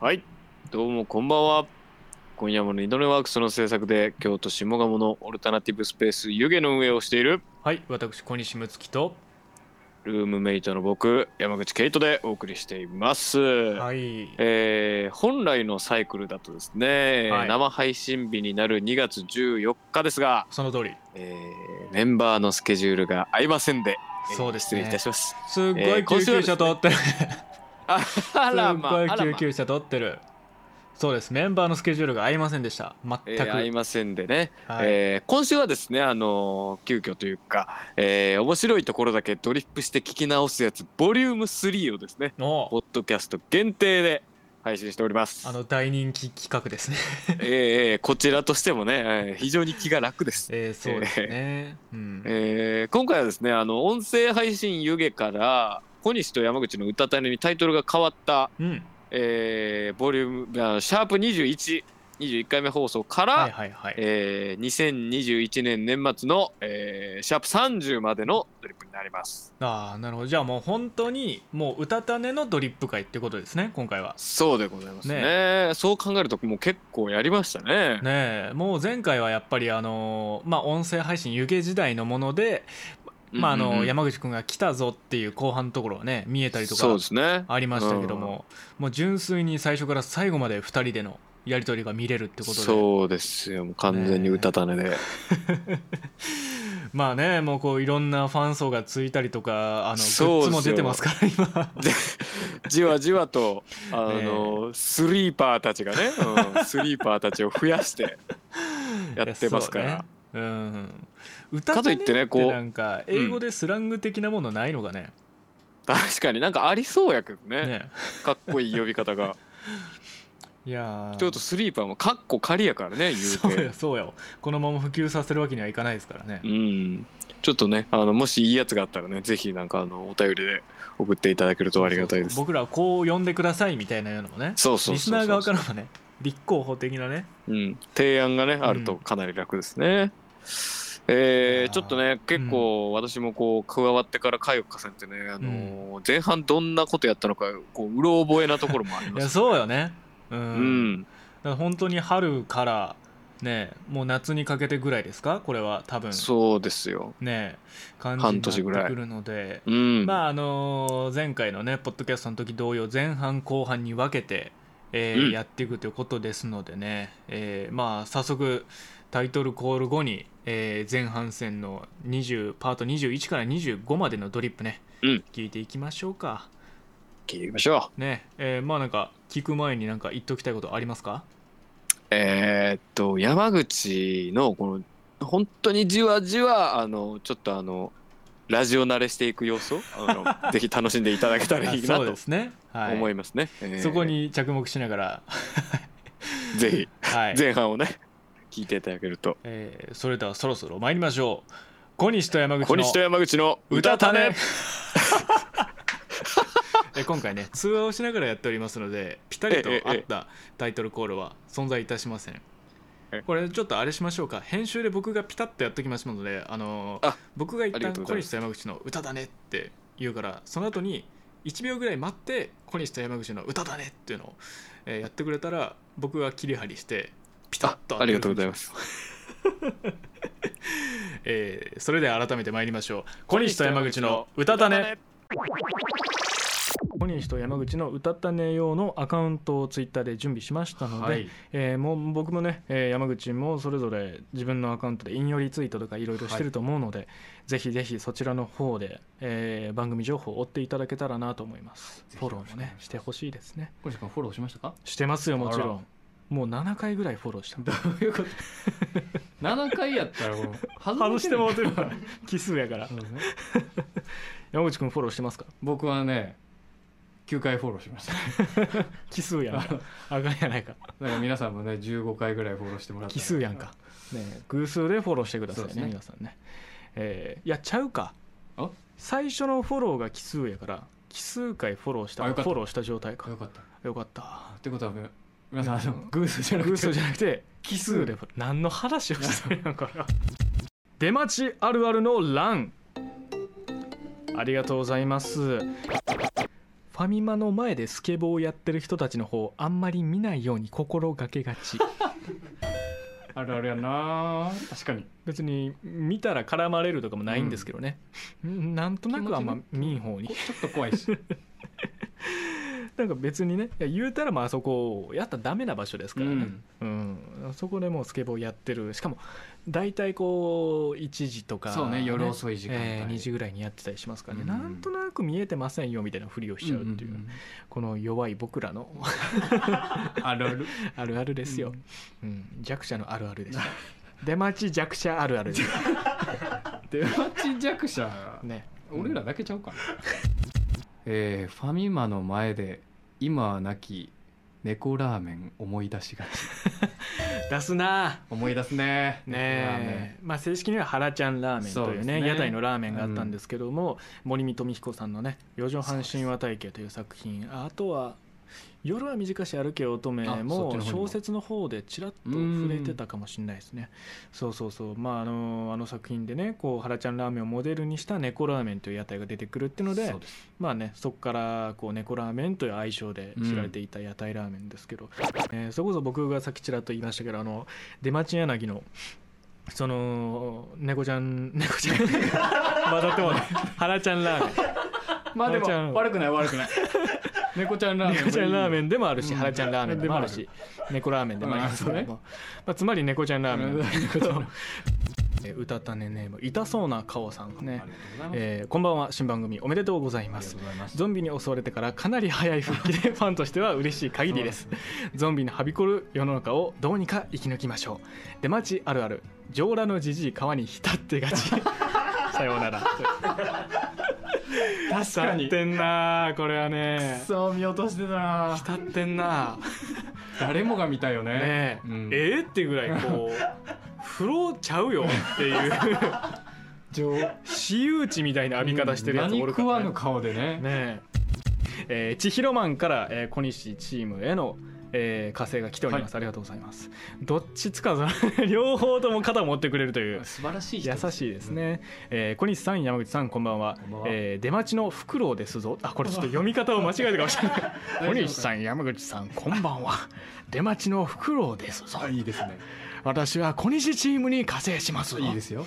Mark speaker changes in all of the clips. Speaker 1: はい、どうもこんばんは。今夜もニドネワークスの制作で京都下鴨のオルタナティブスペース湯気の運営をしている
Speaker 2: はい、私小西睦月と。
Speaker 1: ルームメイトの僕山口ケイトでお送りしています。
Speaker 2: はい。
Speaker 1: えー本来のサイクルだとですね、
Speaker 2: はい
Speaker 1: 生配信日になる2月14日ですが、
Speaker 2: その通り。
Speaker 1: えーメンバーのスケジュールが合いませんで、えー
Speaker 2: そうです
Speaker 1: 失
Speaker 2: ね
Speaker 1: 礼いたします。
Speaker 2: すっご
Speaker 1: えー
Speaker 2: い救急車通ってる。す
Speaker 1: ああらまあ、あら
Speaker 2: っごい救
Speaker 1: まあ
Speaker 2: 急車通ってる。そうです。メンバーのスケジュールが合いませんでした。全
Speaker 1: え
Speaker 2: く。
Speaker 1: ー合いませんでね、
Speaker 2: はい
Speaker 1: えー今週はですね、あのー急遽というか、えー面白いところだけドリップして聞き直すやつボリューム3をですね
Speaker 2: の
Speaker 1: ポッドキャスト限定で配信しております
Speaker 2: あの大人気企画ですね。
Speaker 1: えーえーこちらとしてもね、えー非常に気が楽です、
Speaker 2: えー、そうですね。うん。
Speaker 1: えー今回はですねあの音声配信湯気から小西と山口の歌たねにタイトルが変わった、
Speaker 2: うん。
Speaker 1: えーボリュームあシャープ2121回目放送から、
Speaker 2: はいはいはい。
Speaker 1: えー2021年年末の、えーシャープ30までのドリップになります
Speaker 2: ああ、なるほど。じゃあもう本当にもう歌たねのドリップ会ってことですね。今回は。
Speaker 1: そうでございますね
Speaker 2: ね
Speaker 1: そう考えるともう結構やりましたね
Speaker 2: ねえもう前回はやっぱりあのーまあ音声配信湯気時代のもので、まああ
Speaker 1: うんうんう
Speaker 2: の
Speaker 1: ん
Speaker 2: 山口君が来たぞっていう後半のところはね見えたりと
Speaker 1: そう
Speaker 2: か
Speaker 1: ですね
Speaker 2: ありましたけども、もう純粋に最初から最後まで2人でのやり取りが見れるってことで
Speaker 1: そうですよもう完全に歌たねで、
Speaker 2: まあねもうこういろんなファン層がついたりとかあのグ
Speaker 1: そうですよ
Speaker 2: ッズも出てますから今
Speaker 1: じわじわとあの、スリーパーたちがね、うんスリーパーたちを増や してやってますから、
Speaker 2: そうねうん歌
Speaker 1: かといってねこう
Speaker 2: なんか英語でスラング的なものないのがね,、
Speaker 1: 確かになんかありそうやけどね
Speaker 2: ね
Speaker 1: かっこいい呼び方 が
Speaker 2: いやー
Speaker 1: ちょっとスリーパーもかっこ仮やからね
Speaker 2: そ
Speaker 1: 言う
Speaker 2: う
Speaker 1: て
Speaker 2: やそうやこのまま普及させるわけにはいかないですからね、
Speaker 1: うん、ちょっとねあのもしいいやつがあったらねぜひなんかあのお便りで送っていただけるとありがたいです
Speaker 2: 僕らはこう呼んでくださいみたいなのもね
Speaker 1: そうそうそうそう
Speaker 2: リスナー側からもね立候補的なね
Speaker 1: うん、提案がねあるとかなり楽ですね、えー
Speaker 2: いやー
Speaker 1: ちょっとね結構私もこう加わってから回を重ねてね、あのー前半どんなことやったのかこううろ覚えなところもあり
Speaker 2: い
Speaker 1: ま
Speaker 2: や
Speaker 1: す
Speaker 2: そうよねうん、
Speaker 1: うん、
Speaker 2: だから本当に春からねもう夏にかけてぐらいですかこれは多分
Speaker 1: そうですよ
Speaker 2: ね感
Speaker 1: 半
Speaker 2: じ
Speaker 1: 年
Speaker 2: に
Speaker 1: ぐ
Speaker 2: な
Speaker 1: ら
Speaker 2: っ
Speaker 1: い
Speaker 2: てくるので
Speaker 1: うん、
Speaker 2: まああのー前回のねポッドキャストの時同様前半後半に分けて、えー
Speaker 1: うん
Speaker 2: やっていくということですのでね、えーまあ早速タイトルコール後に、えー前半戦の20パート21から25までのドリップね、
Speaker 1: うん
Speaker 2: 聞いていきましょうか
Speaker 1: 聞いてみましょう
Speaker 2: ねえーまあなんか聞く前になんか言っときたいことありますか
Speaker 1: えーっと山口のこの本当にじわじわあのちょっとあのラジオ慣れしていく様子をあのぜひ楽しんでいただけたらいい
Speaker 2: あ
Speaker 1: な
Speaker 2: そう
Speaker 1: と
Speaker 2: ですね、はい、
Speaker 1: 思いますね、えー
Speaker 2: そこに着目しながら、
Speaker 1: ぜひ
Speaker 2: はい
Speaker 1: 前半をね聞いていただけると
Speaker 2: えーそれではそろそろ参りましょう小西と山口の
Speaker 1: 小西と山口の歌たね
Speaker 2: え今回ね通話をしながらやっておりますのでピタリと
Speaker 1: えええ
Speaker 2: 合ったタイトルコールは存在いたしません
Speaker 1: え
Speaker 2: これちょっとあれしましょうか編集で僕がピタッとやっときますのであのー
Speaker 1: あ
Speaker 2: 僕が一
Speaker 1: ありが
Speaker 2: 旦
Speaker 1: とうご
Speaker 2: 小
Speaker 1: ざいま
Speaker 2: 西
Speaker 1: す
Speaker 2: と山口の歌だねって言うからその後に1秒ぐらい待って小西と山口の歌だねっていうのを、えーやってくれたら僕が切り張りしてピタッ
Speaker 1: あ
Speaker 2: と
Speaker 1: ありがとうございます
Speaker 2: えーそれでは改めて参りましょう小西と山口の歌だね小西と山口の歌ったね用のアカウントをツイッターで準備しましたので、
Speaker 1: はい
Speaker 2: えーもう僕もね、えー山口もそれぞれ自分のアカウントで引用リツイートとかいろいろしてると思うので、ぜひぜひそちらの方で、えー番組情報を追っていただけたらなと思います
Speaker 3: ぜひ
Speaker 2: フ
Speaker 3: よ
Speaker 2: ォ
Speaker 3: ろ
Speaker 2: ロ
Speaker 3: し
Speaker 2: ー
Speaker 3: くお
Speaker 2: も
Speaker 3: 願
Speaker 2: ね
Speaker 3: いします
Speaker 2: してほしいですね
Speaker 3: 小西君フォローしましたか
Speaker 2: してますよもちろ
Speaker 3: あ
Speaker 2: んもう7回ぐらいフォローした
Speaker 3: ど ういうこと7回やった らもう
Speaker 2: 外してもうてる
Speaker 3: か
Speaker 2: からら 奇数やから
Speaker 3: そうですね
Speaker 2: 山口くんフォローしてますか
Speaker 3: 僕はね9回フォローしました。
Speaker 2: 奇数やん
Speaker 3: あ
Speaker 2: か
Speaker 3: の
Speaker 2: あかんやないか
Speaker 3: なんか皆さんもね15回ぐらいフォローしてもらって
Speaker 2: 奇数やんか、ねえ、偶数でフォローしてくださいね
Speaker 3: そうですね
Speaker 2: 皆さんね、えーいやちゃうか
Speaker 3: あ
Speaker 2: 最初のフォローが奇数やから奇数回フォローした
Speaker 3: あ
Speaker 2: フ
Speaker 3: よかった
Speaker 2: ォローした状態か
Speaker 3: よかった
Speaker 2: よかった
Speaker 3: ってことはみ皆さんあの偶数じゃなくて
Speaker 2: 偶数じゃなくて奇数で何の話をしてるんやから出待ちあるあるの欄ありがとうございますファミマの前でスケボーをやってる人たちの方あんまり見ないように心がけがち
Speaker 3: あるあるやな確かに
Speaker 2: 別に見たら絡まれるとかもないんですけどね、んなんとなくあんま見ん方に
Speaker 3: こちょっと怖いし
Speaker 2: なんか別にねいや言うたらまあそこやったらダメな場所ですからね、うん、そこでもうスケボーやってるしかも大体こう1時とか、
Speaker 3: そうね夜遅い時間帯
Speaker 2: えー2時ぐらいにやってたりしますからね、
Speaker 3: うん
Speaker 2: なんとなく見えてませんよみたいなふりをしちゃうっていう、
Speaker 3: んんん
Speaker 2: この弱い僕らの
Speaker 3: あるある
Speaker 2: あるあるですよ、うん弱者のあるあるです出待ち弱者あるある です
Speaker 3: 出待ち弱者
Speaker 2: ね
Speaker 3: 俺らだけちゃうかなえーファミマの前で今はなき猫ラーメン思い出しがち
Speaker 2: 出すな
Speaker 3: 思い出すね
Speaker 2: ねえまあ、正式には「ハラちゃんラーメン」と
Speaker 3: そう
Speaker 2: い
Speaker 3: で
Speaker 2: う
Speaker 3: す
Speaker 2: ね
Speaker 3: ね
Speaker 2: 屋台のラーメンがあったんですけども、森見富彦さんのね「四畳半神話体系」という作品ああとは「夜は短し歩け乙女
Speaker 3: あ」そっち
Speaker 2: も
Speaker 3: の方にも
Speaker 2: 小説の方でちらっと触れてたかもしれないですねそうそうそうまああのあの作品でねこうハラちゃんラーメンをモデルにした猫ラーメンという屋台が出てくるっていうので
Speaker 3: そうです
Speaker 2: まあね、そこからこう猫ラーメンという愛称で知られていた屋台ラーメンですけど、えーそれこそ僕がさっきちらっと言いましたけどあの出町柳のその猫ちゃん猫ちゃんわざともねハラちゃんラーメン
Speaker 3: まあで
Speaker 2: 猫ちゃん
Speaker 3: も悪くない悪 くない猫ちゃん ラーメン
Speaker 2: 猫ちゃんラーメンでもあるし、
Speaker 3: うん
Speaker 2: ハラちゃんラーメンでもあるし猫ラーメンでもありますけども、
Speaker 3: うん
Speaker 2: まあ、つまり猫ちゃんラーメンなんですけ
Speaker 3: う
Speaker 2: ど
Speaker 3: ん
Speaker 2: えー歌ったねネーム痛そうな顔さんね
Speaker 3: ありがとうございます、
Speaker 2: えーこんばんは新番組おめでとうござい
Speaker 3: あ
Speaker 2: ま
Speaker 3: りが
Speaker 2: す
Speaker 3: とうございます
Speaker 2: ゾンビに襲われてからかなり早い復帰でファンとしては嬉しい限りですゾンビのはびこる世の中をどうにか生き抜きましょう出待ちあるある上裸のじじい川に浸ってが ちさようなら
Speaker 3: 確
Speaker 2: 浸ってんなあこれはね
Speaker 3: そう見落としてたな
Speaker 2: 浸ってんなあ
Speaker 3: 誰もが見たよね
Speaker 2: ねえ、
Speaker 3: うん
Speaker 2: えーってぐらいこ う風呂ちゃうよっていう
Speaker 3: 上
Speaker 2: 私有地みたいな浴び方してるやつ
Speaker 3: 何
Speaker 2: おるか
Speaker 3: 食
Speaker 2: ら、
Speaker 3: わ
Speaker 2: ね
Speaker 3: ぬ顔でね
Speaker 2: ねええー、千尋マンから、えー、小西チームへの、えー、加勢が来ております、ありがとうございますどっちつかず 両方とも肩を持ってくれるという
Speaker 3: 素晴らしい人
Speaker 2: 優しいですね、えー小西さん山口さんこんばんは
Speaker 3: こんばんは
Speaker 2: えー出待ちのフクロウですぞあこれちょっと読み方を間違えたかもしれない 小西さん山口さんこんばんは出待ちのフクロウですぞ
Speaker 3: あいいですね
Speaker 2: 私は小西チームに加勢します
Speaker 3: いいですよ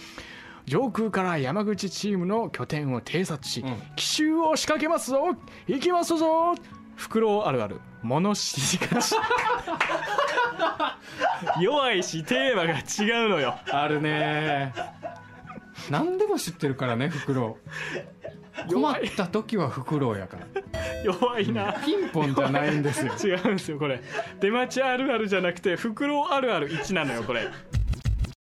Speaker 2: 上空から山口チームの拠点を偵察し、
Speaker 3: うん
Speaker 2: 奇襲を仕掛けますぞ行きますぞフクロウあるある物知りがち 弱いしテーマが違うのよ
Speaker 3: あるね何でも知ってるからねフクロウ困
Speaker 2: 弱
Speaker 3: っ
Speaker 2: い
Speaker 3: た時はフクロウやから
Speaker 2: 弱いな、
Speaker 3: ピンポンじゃないんです
Speaker 2: 違
Speaker 3: よ
Speaker 2: うんですよこれ出待ちあるあるじゃなくてフクロウあるある1なのよこれ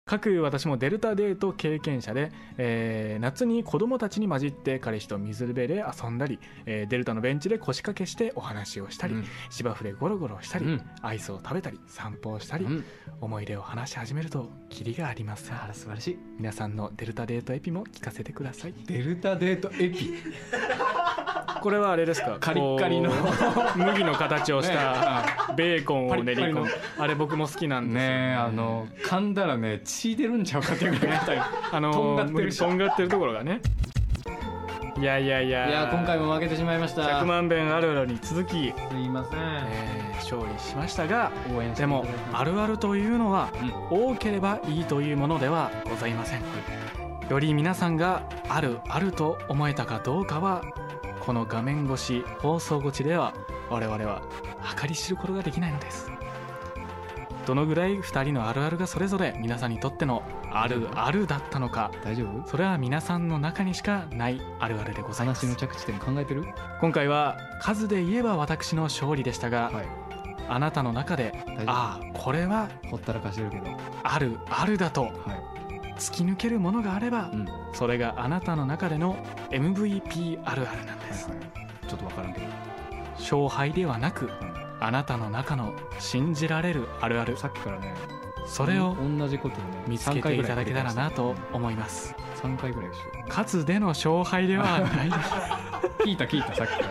Speaker 2: かくいう私もデルタデート経験者で、えー夏に子供たちに混じって彼氏と水辺で遊んだり、えーデルタのベンチで腰掛けしてお話をしたり、芝生でゴロゴロしたり、
Speaker 3: うん
Speaker 2: アイスを食べたり散歩をしたり、
Speaker 3: うん
Speaker 2: 思い出を話し始めるとキリがあります
Speaker 3: あら素晴らしい
Speaker 2: 皆さんのデルタデートエピも聞かせてくだ さい
Speaker 3: デルタデートエピ
Speaker 2: これはあれですか
Speaker 3: カリッカリの
Speaker 2: こう麦の形をし
Speaker 3: ね
Speaker 2: たベーコンを練り
Speaker 3: パリッパ
Speaker 2: 込
Speaker 3: リ
Speaker 2: むあれ僕も好きなんですよ
Speaker 3: ねえあの噛んだらね血出るんちゃうかっていうぐらい痛い
Speaker 2: あの
Speaker 3: とんがってる
Speaker 2: 麦とんがってるところがねいやいやいや
Speaker 3: いや今回も負けてしまいました
Speaker 2: 100万遍あるあるに続き、
Speaker 3: すいませ
Speaker 2: え
Speaker 3: ん
Speaker 2: ー勝利しましたが
Speaker 3: 応援し
Speaker 2: で
Speaker 3: ていただ
Speaker 2: も
Speaker 3: いて
Speaker 2: あるあるというのは
Speaker 3: うん
Speaker 2: 多ければいいというものではございませんより皆さんがあるあると思えたかどうかはこの画面越し放送越しでは我々は計り知ることができないのですどのぐらい2人のあるあるがそれぞれ皆さんにとってのあるあるだったのか
Speaker 3: 大丈夫
Speaker 2: それは皆さんの中にしかないあるあるでございま
Speaker 3: 話
Speaker 2: す
Speaker 3: の着地点考えてる
Speaker 2: 今回は数で言えば私の勝利でしたが、
Speaker 3: はい
Speaker 2: あなたの中で
Speaker 3: 大丈
Speaker 2: ああこれは
Speaker 3: 夫ほったらかしてるけど
Speaker 2: あるあるだと
Speaker 3: は
Speaker 2: 突き抜けるものがあれば
Speaker 3: いうん
Speaker 2: それがあなたの中での MVP あるあるなんです
Speaker 3: はいはいちょっと分からんけど
Speaker 4: 勝敗ではなくあなたの中の信じられるあるある
Speaker 3: さっきからね
Speaker 4: それを
Speaker 3: 同じことをね
Speaker 4: 見つけていただけたらなと思います
Speaker 3: 3回ぐらいでしょ
Speaker 4: 数での勝敗ではないです、
Speaker 3: 聞いた聞いたさっきから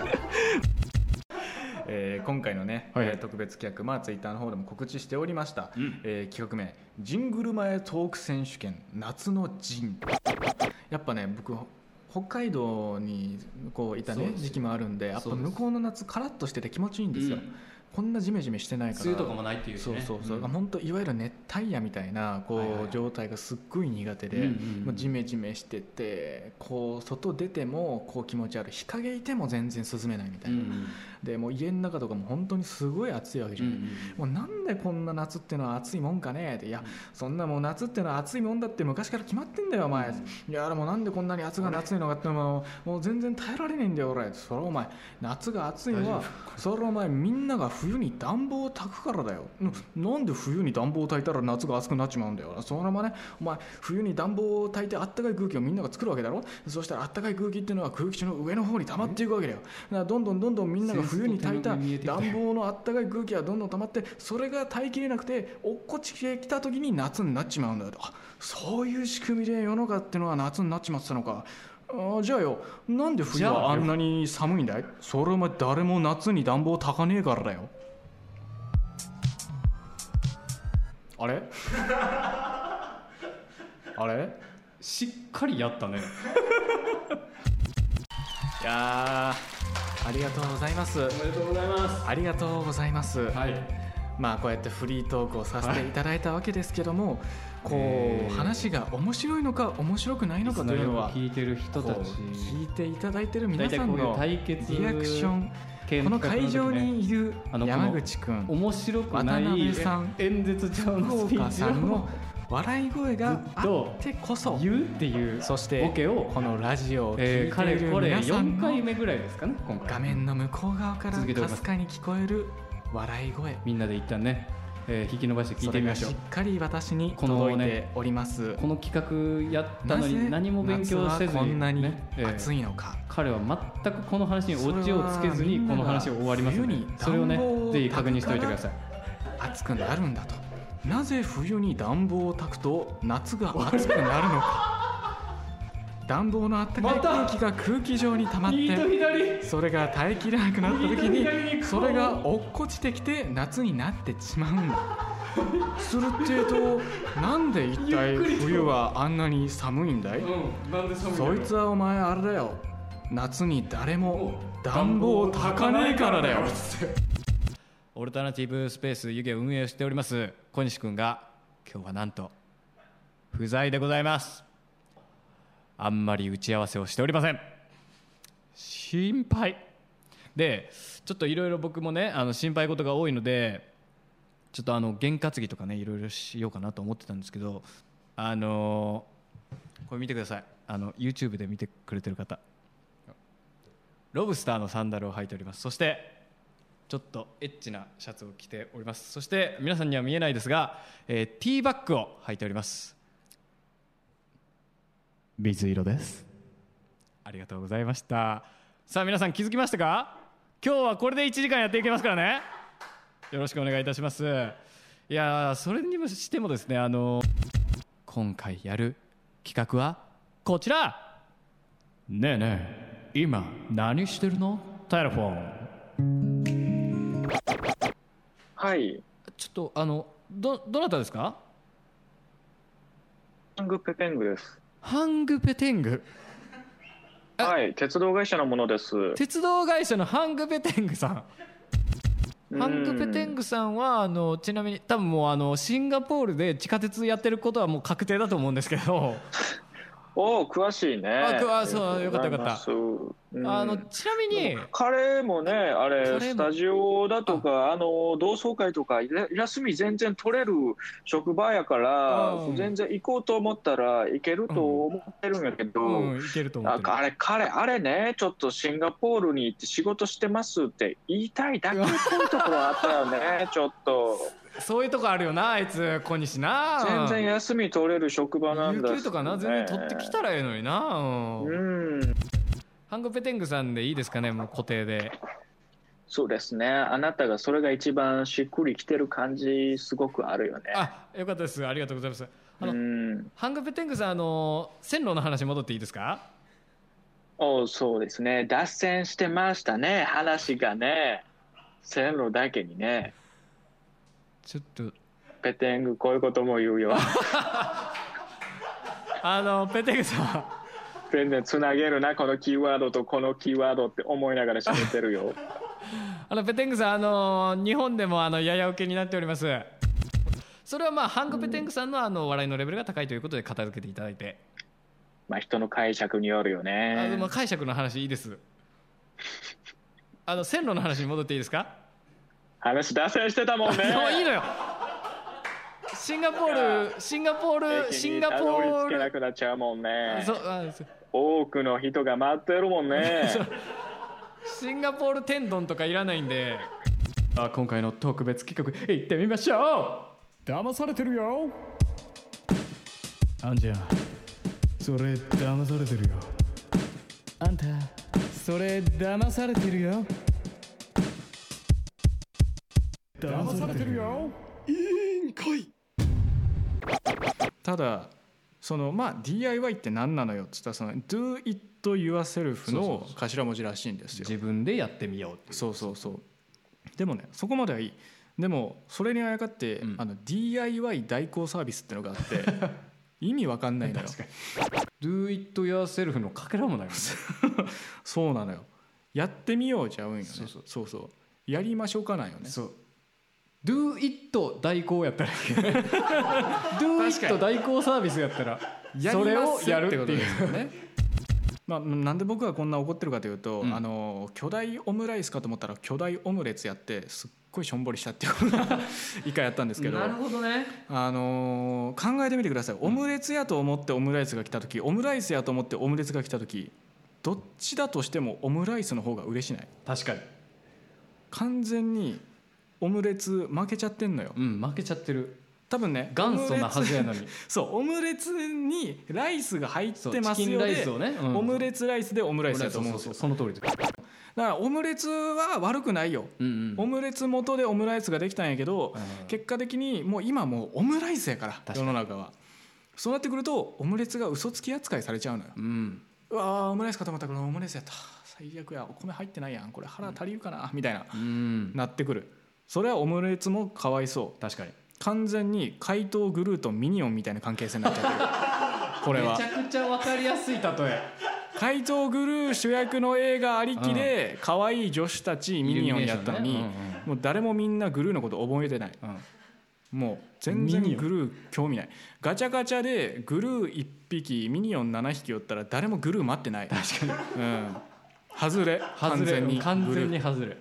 Speaker 2: えー今回のね、
Speaker 3: はい
Speaker 2: えー特別企画、まあ、ツイッターの方でも告知しておりました、
Speaker 3: うん
Speaker 2: えー企画名「ジングル前トーク選手権夏の陣」やっぱね僕北海道にこういた、
Speaker 3: そう
Speaker 2: ね、
Speaker 3: ですよ
Speaker 2: 時期もあるんでやっぱ
Speaker 3: そうです
Speaker 2: 向こうの夏カラッとしてて気持ちいいんですよ、こんなジメジメしてないから
Speaker 3: ないってい
Speaker 2: そうそうそう、
Speaker 3: ん
Speaker 2: 本当いわゆる熱帯夜みたいなこう、
Speaker 3: はいはいはい
Speaker 2: 状態がすっごい苦手で、
Speaker 3: うんうんうん
Speaker 2: もうジメジメしててこう外出てもこう気持ち悪い日陰いても全然涼めないみたいな、でもう家の中とかも本当にすごい暑いわけじゃない、もうなんでこんな夏ってのは暑いもんかねっていや、そんなもう夏ってのは暑いもんだって昔から決まってんだよお前、いやでもなんでこんなに暑が暑いのかってもうもう全然耐えられねえんだよ俺それお前夏が暑いのはそれお前みんなが冬に暖房を焚くからだよななんで冬に暖房を焚いたら夏が暑くなっちまうんだよそのままねお前冬に暖房を焚いてあったかい空気をみんなが作るわけだろそしたらあったかい空気っていうのは空気中の上の方に溜まっていくわけだよだからどんどんどんどんみんなが冬に焚いた
Speaker 3: センスと手の見えてきたよ
Speaker 2: 暖房のあったかい空気がどんどん溜まってそれが耐えきれなくて落っこちてきた時に夏になっちまうんだよあそういう仕組みで世の中ってのは夏になっちまってたのかあじゃあよなんで冬
Speaker 3: じゃ
Speaker 2: は
Speaker 3: あ
Speaker 2: あ
Speaker 3: よ
Speaker 2: んなに寒いんだいそれお前誰も夏に暖房たかねえからだよあ れあれ
Speaker 3: しっかりやったね
Speaker 2: いやーありがとうございます
Speaker 3: おめでとうございます
Speaker 2: ありがとうございます、
Speaker 3: はい
Speaker 2: まあこうやってフリートークをさせていただいたわけですけども、こ
Speaker 3: え
Speaker 2: う
Speaker 3: ー
Speaker 2: 話が面白いのか面白くないのかというのは
Speaker 3: 聞いてる人た
Speaker 2: こう
Speaker 3: ち
Speaker 2: 聞いていただいてる皆
Speaker 3: 大体
Speaker 2: さん
Speaker 3: こういう
Speaker 2: の
Speaker 3: 対決
Speaker 2: リアクション
Speaker 3: 系
Speaker 2: この
Speaker 3: 企
Speaker 2: 会
Speaker 3: 画
Speaker 2: 場
Speaker 3: 時ね
Speaker 2: にいる
Speaker 3: あのこの
Speaker 2: 山口くん
Speaker 3: 面白くない
Speaker 2: 渡辺さん
Speaker 3: 演説上
Speaker 2: 福
Speaker 3: のスピ
Speaker 2: 岡
Speaker 3: ーチ
Speaker 2: さんの
Speaker 3: を
Speaker 2: 笑い声があってこそ
Speaker 3: 言うっていう
Speaker 2: そして
Speaker 3: ボケを
Speaker 2: このラジオを聞
Speaker 3: え
Speaker 2: い
Speaker 3: ー、かれ
Speaker 2: てい
Speaker 3: こ
Speaker 2: る
Speaker 3: れ
Speaker 2: 皆さん
Speaker 3: 4
Speaker 2: の
Speaker 3: 回目ぐらいですかね今回
Speaker 2: 画面の向こう側から
Speaker 3: 続けてお
Speaker 2: か
Speaker 3: ります
Speaker 2: すかに聞こえる笑い声
Speaker 3: みんなで一旦ね、えー引き伸ばして聞い
Speaker 2: そ
Speaker 3: て
Speaker 2: れ
Speaker 3: み
Speaker 2: が
Speaker 3: まし
Speaker 2: し
Speaker 3: ょう
Speaker 2: っかり私に
Speaker 3: この
Speaker 2: 届いて
Speaker 3: ね
Speaker 2: おります
Speaker 3: この企画やった
Speaker 2: な
Speaker 3: の
Speaker 2: ぜ
Speaker 3: に何も勉強せず
Speaker 2: 夏はこ
Speaker 3: に、
Speaker 2: んなに
Speaker 3: ねえー
Speaker 2: 暑いのか、
Speaker 3: 彼は全くこの話にオチをつけずに
Speaker 2: それはみんなが
Speaker 3: この話を終わりますの
Speaker 2: 冬
Speaker 3: で
Speaker 2: に
Speaker 3: それをね
Speaker 2: 暖房を
Speaker 3: ぜひ確認しておいてください
Speaker 2: 暑くなるんだとなぜ冬に暖房を焚くと夏が暑く なるのか暖房のあったかい空気が空気上に溜 まっ
Speaker 3: 右と
Speaker 2: て
Speaker 3: 左
Speaker 2: それが耐えきれなくなった時
Speaker 3: 右と左
Speaker 2: に
Speaker 3: に
Speaker 2: それが落っこちてきて夏になってしまうんだするってえとなんで一体
Speaker 3: ゆっくりと
Speaker 2: 冬はあんなに寒いんだい
Speaker 3: うんなんで寒い
Speaker 2: そいつはお前あれだよ夏に誰も暖房をたかねえからだよ
Speaker 3: オルタナティブスペース湯気を運営しております小西くんが今日はなんと不在でございますあんまり打ち合わせをしておりません心配でちょっといろいろ僕もねあの心配事が多いのでちょっとあの験担ぎとかねいろいろしようかなと思ってたんですけどあのーこれ見てくださいあの YouTube で見てくれてる方ロブスターのサンダルを履いておりますそしてちょっとエッチなシャツを着ておりますそして皆さんには見えないですが、えーティーバッグを履いております水色ですありがとうございましたさあ皆さん気づきましたか今日はこれで1時間やっていけますからねよろしくお願いいたしますいやーそれにしてもですねあの今回やる企画はこちらねえねえ今何してるのテレフォン
Speaker 5: はい。
Speaker 3: ちょっとあのどどなたですか
Speaker 5: ハングペペングです。
Speaker 3: ハングペテングあ
Speaker 5: はい。鉄道会社のものです。
Speaker 3: 鉄道会社のハングペテングさんハングペテン
Speaker 5: グ。
Speaker 3: グさんはあのちなみに多分もうあのシンガポールで地下鉄やってることはもう確定だと思うんですけど、
Speaker 5: おお、詳しいね。
Speaker 3: あくあそうよかったよかった
Speaker 5: た
Speaker 3: あのちなみに
Speaker 5: 彼もね、あ
Speaker 3: 彼も
Speaker 5: れ、スタジオだとか、あの同窓会とか、いら休み全然取れる職場やから
Speaker 3: うん、
Speaker 5: 全然行こうと思ったら行けると思ってるんやけど、
Speaker 3: うんいけると思っ
Speaker 5: あ
Speaker 3: てる
Speaker 5: あれ、彼、あれね、ちょっとシンガポールに行って仕事してますって言いたいだけそういうところあったよ ね、ちょっと。
Speaker 3: そういうとこあるよなあいつ小西な
Speaker 5: 全然休み取れる職場なん
Speaker 3: 有
Speaker 5: だ、
Speaker 3: 給とかな全然取ってきたらええのにな、うん
Speaker 5: うん。
Speaker 3: ハングペテングさんでいいですかねもう固定で
Speaker 5: そうですね。あなたがそれが一番しっくりきてる感じ、すごくあるよね。
Speaker 3: あよかったですありがとうございますあ
Speaker 5: う
Speaker 3: の、
Speaker 5: ん。
Speaker 3: ハングペテングさんあの線路の話戻っていいですか
Speaker 5: おそうですね。脱線してましたね。話がね。線路だけにね。
Speaker 3: ちょっと
Speaker 5: ペテング、こういうことも言う よ。
Speaker 3: あのペテングさんは
Speaker 5: 全然つなげるな、このキーワードとこのキーワードって思いながら喋ってるよ。
Speaker 3: あのペテングさん、あの日本でもあのやや受けになっております。それはまあハングペテングさんのあの笑いのレベルが高いということで片付けていただいて、
Speaker 5: まあ人の解釈によるよ
Speaker 3: あの
Speaker 5: ね
Speaker 3: まあ。解釈の話いいです。あの線路の話に戻っていいですか？
Speaker 5: 話脱線してたもんね。
Speaker 3: もういいのよ。シンガポール、シンガポール、
Speaker 5: 駅
Speaker 3: シ
Speaker 5: に
Speaker 3: ンガ
Speaker 5: た
Speaker 3: ポ
Speaker 5: どり
Speaker 3: ー
Speaker 5: 着けな
Speaker 3: ル。
Speaker 5: くなっちゃうもんね。
Speaker 3: そうあそう
Speaker 5: 多くの人が待ってるもんね。
Speaker 3: シンガポール天丼とかいらないんで。あ今回の特別企画行ってみましょう。騙されてるよ。
Speaker 6: あんちゃんそれ騙されてるよあんたそれ騙されてるよ騙されてるよ
Speaker 2: ただそのまあ DIY って何なのよっつったらその Do it yourself の頭文字らしいんですよ
Speaker 3: 自分でやってみようっていう。
Speaker 2: そうそうそうでもねそこまではいいでもそれにあやかって、
Speaker 3: うん
Speaker 2: あの DIY 代行サービスってのがあって 意味わかんないのよ
Speaker 3: Do it yourself のかけらもないもんね
Speaker 2: そうなのよやってみようじゃうんよね
Speaker 3: そうそう
Speaker 2: そうそうやりましょうかなんよね
Speaker 3: そう。Do it 代行やったらいいけど Do
Speaker 2: 確か
Speaker 3: it
Speaker 2: に
Speaker 3: 代行サービスやったら
Speaker 2: やり
Speaker 3: それ
Speaker 2: ま
Speaker 3: を
Speaker 2: す
Speaker 3: やる
Speaker 2: って
Speaker 3: っ
Speaker 2: こ
Speaker 3: て
Speaker 2: と
Speaker 3: い
Speaker 2: で
Speaker 3: う
Speaker 2: すよねまあ、なんで僕がこんな怒ってるかというと、
Speaker 3: うん
Speaker 2: あの巨大オムライスかと思ったら巨大オムレツやってすっごいしょんぼりしたっていうことが 一回やったんですけど
Speaker 3: ほどね
Speaker 2: あのー考えてみてくださいオムレツやと思ってオムライスが来た時オムライスやと思ってオムレツが来た時どっちだとしてもオムライスの方が嬉しない
Speaker 3: 確かに
Speaker 2: 完全にオムレツ負けちゃってんのよ
Speaker 3: うん負けちゃってる
Speaker 2: 多分ね
Speaker 3: 元祖なはずや
Speaker 2: オムレ
Speaker 3: の に
Speaker 2: ツそうオムレツにライスが入っ
Speaker 3: そう
Speaker 2: てます
Speaker 3: チキン
Speaker 2: よ
Speaker 3: ライス
Speaker 2: で
Speaker 3: をね、
Speaker 2: オム
Speaker 3: ツ
Speaker 2: レツライスでオムライスだと思うんです
Speaker 3: そ
Speaker 2: よ
Speaker 3: うそうその通りです
Speaker 2: だからオムレツは悪くないよ、
Speaker 3: うんうん
Speaker 2: オムレツ元でオムライスができたんやけど、
Speaker 3: うん
Speaker 2: 結果的にもう今もうオムライスやから世の中はそうなってくるとオムレツが嘘つき扱いされちゃうのよ、
Speaker 3: うん
Speaker 2: うわーオムライスかと思ったからオムレツやった最悪やお米入ってないやんこれ腹足りるかな、みたいな
Speaker 3: うん
Speaker 2: なってくるそれはオムレツもかわいそう
Speaker 3: 確かに
Speaker 2: 完全に怪盗グルーとミニオンみたいな関係性になっちゃってるこれは
Speaker 3: ゃくちゃ分かりやすい例え
Speaker 2: 怪盗グルー主役の映画ありきで可愛い女子たちミニオンやったの
Speaker 3: イル
Speaker 2: に
Speaker 3: ミネーションね
Speaker 2: もう誰もみんなグルーのこと覚えてない
Speaker 3: うんうん
Speaker 2: もう全然グルー興味ないガチャガチャでグルー1匹ミニオン7匹寄ったら誰もグルー待ってない
Speaker 3: 確かに
Speaker 2: うん外れ
Speaker 3: 外れ完全に
Speaker 2: 完全に
Speaker 3: 外れ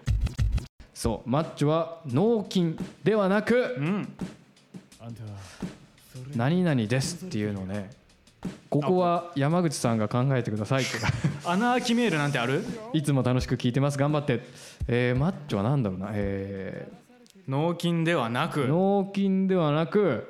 Speaker 3: そうマッチョは脳筋ではなく
Speaker 2: うん
Speaker 6: あんたそれ
Speaker 3: 何々ですっていうのをねここは山口さんが考えてくださ いとか
Speaker 2: アナーキメールなんてある
Speaker 3: いつも楽しく聞いてます頑張って、えーマッチョは何だろうな、え
Speaker 2: 脳筋ではな
Speaker 3: ー、
Speaker 2: くちょ
Speaker 3: 脳筋ではなく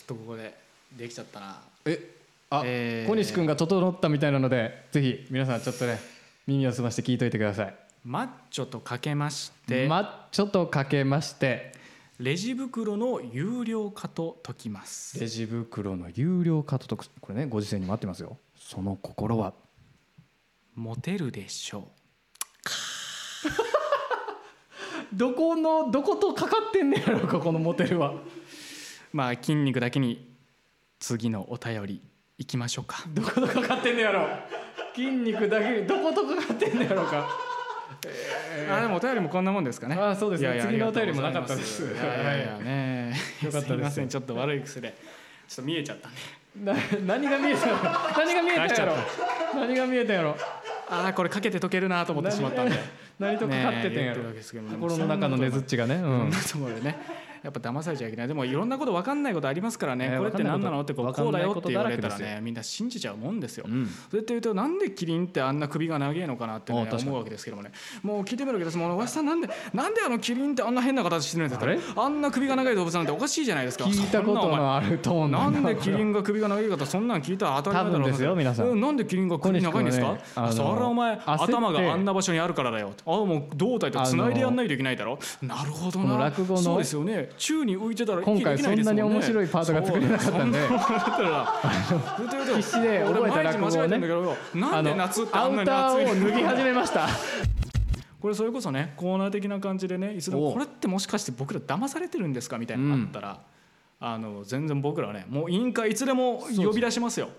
Speaker 2: っとここでできちゃったな
Speaker 3: えあ、
Speaker 2: えー
Speaker 3: 小西君が整ったみたいなのでぜひ皆さんちょっとね耳を澄まして聞いといてください
Speaker 2: マッチョとかけまして
Speaker 3: でマッチョとかけまして
Speaker 2: レジ袋の有料化と解きます
Speaker 3: レジ袋の有料化と得これねご時世に待ってますよその心は
Speaker 2: モテるでしょう
Speaker 3: どこのどことかかってんねやろここのモテルは
Speaker 2: まあ筋肉だけに次のお便りいきましょうか
Speaker 3: どことかかってんねやろ筋肉だけにどことかかってんねやろか
Speaker 2: あでもお便りもこんなもんですかね
Speaker 3: あそうですね
Speaker 2: いやいや
Speaker 3: 次のお便り
Speaker 2: あがとうございま
Speaker 3: もなかったです
Speaker 2: いやいやいやね
Speaker 3: よかったです
Speaker 2: すいませんちょっと悪い癖でちょっと見えちゃったね
Speaker 3: な何が見えたの何が見えたんやろ何が見えたんやろ
Speaker 2: ああこれかけて解けるなと思ってしまったんで
Speaker 3: 何とかかっててん
Speaker 2: ねえ言っ
Speaker 3: や
Speaker 2: て
Speaker 3: ろ
Speaker 2: るわけですけども
Speaker 3: 心の中のねずっちがねう
Speaker 2: そん
Speaker 3: ん
Speaker 2: なところでね やっぱ騙されちゃいけないでもいろんなこと分かんないことありますからね、
Speaker 3: えー
Speaker 2: これって何なのってこう
Speaker 3: 分か
Speaker 2: こ
Speaker 3: ん
Speaker 2: う
Speaker 3: な
Speaker 2: だ
Speaker 3: い
Speaker 2: よ
Speaker 3: こ
Speaker 2: っ
Speaker 3: と
Speaker 2: て言われた
Speaker 3: だ
Speaker 2: ら
Speaker 3: らけです
Speaker 2: ねみんな信じちゃうもんですよ、
Speaker 3: うん
Speaker 2: それって言うとなんでキリンってあんな首が長いのかなって、
Speaker 3: あ
Speaker 2: ね
Speaker 3: 確、かに
Speaker 2: 思うわけですけどもねもう聞いてみるわけですもうわしさんなんでなんであのキリンってあんな変な形してるんですか
Speaker 3: あれ
Speaker 2: あんな首が長い動物なんておかしいじゃないですか
Speaker 3: 聞いたこと
Speaker 2: そんなお前
Speaker 3: のあるトーン
Speaker 2: なんでキリ
Speaker 3: ン
Speaker 2: ンが首が長いかとそんなん聞いたら当たり前だ
Speaker 3: 多
Speaker 2: ろ
Speaker 3: 分
Speaker 2: う
Speaker 3: ですよ皆さん
Speaker 2: うなんでキリンが首長いんですか、
Speaker 3: 小西君はねあの
Speaker 2: そりゃお前
Speaker 3: 焦って
Speaker 2: 頭があんな場所にあるからだよあもう胴体とつないでやんないといけないだろなるほど
Speaker 3: この
Speaker 2: な
Speaker 3: 落語の
Speaker 2: そうですよね宙に浮いてたら
Speaker 3: 今回
Speaker 2: 息できいですも
Speaker 3: そんなに
Speaker 2: ね
Speaker 3: 面白いパートが作れなかったんで
Speaker 2: そうそんなことだったら
Speaker 3: 必死で覚えた
Speaker 2: 俺毎日
Speaker 3: 落語をね
Speaker 2: 間違えてんだけどなんで夏って
Speaker 3: ア
Speaker 2: あんな
Speaker 3: ウ
Speaker 2: に
Speaker 3: タ
Speaker 2: 暑い
Speaker 3: ー
Speaker 2: の
Speaker 3: を脱ぎ始めました
Speaker 2: これそれこそねコーナー的な感じでねいつで
Speaker 3: おう
Speaker 2: もこれってもしかして僕ら騙されてるんですかみたいなのあったら、あの全然僕らはねもう委員会いつでも呼び出しますよ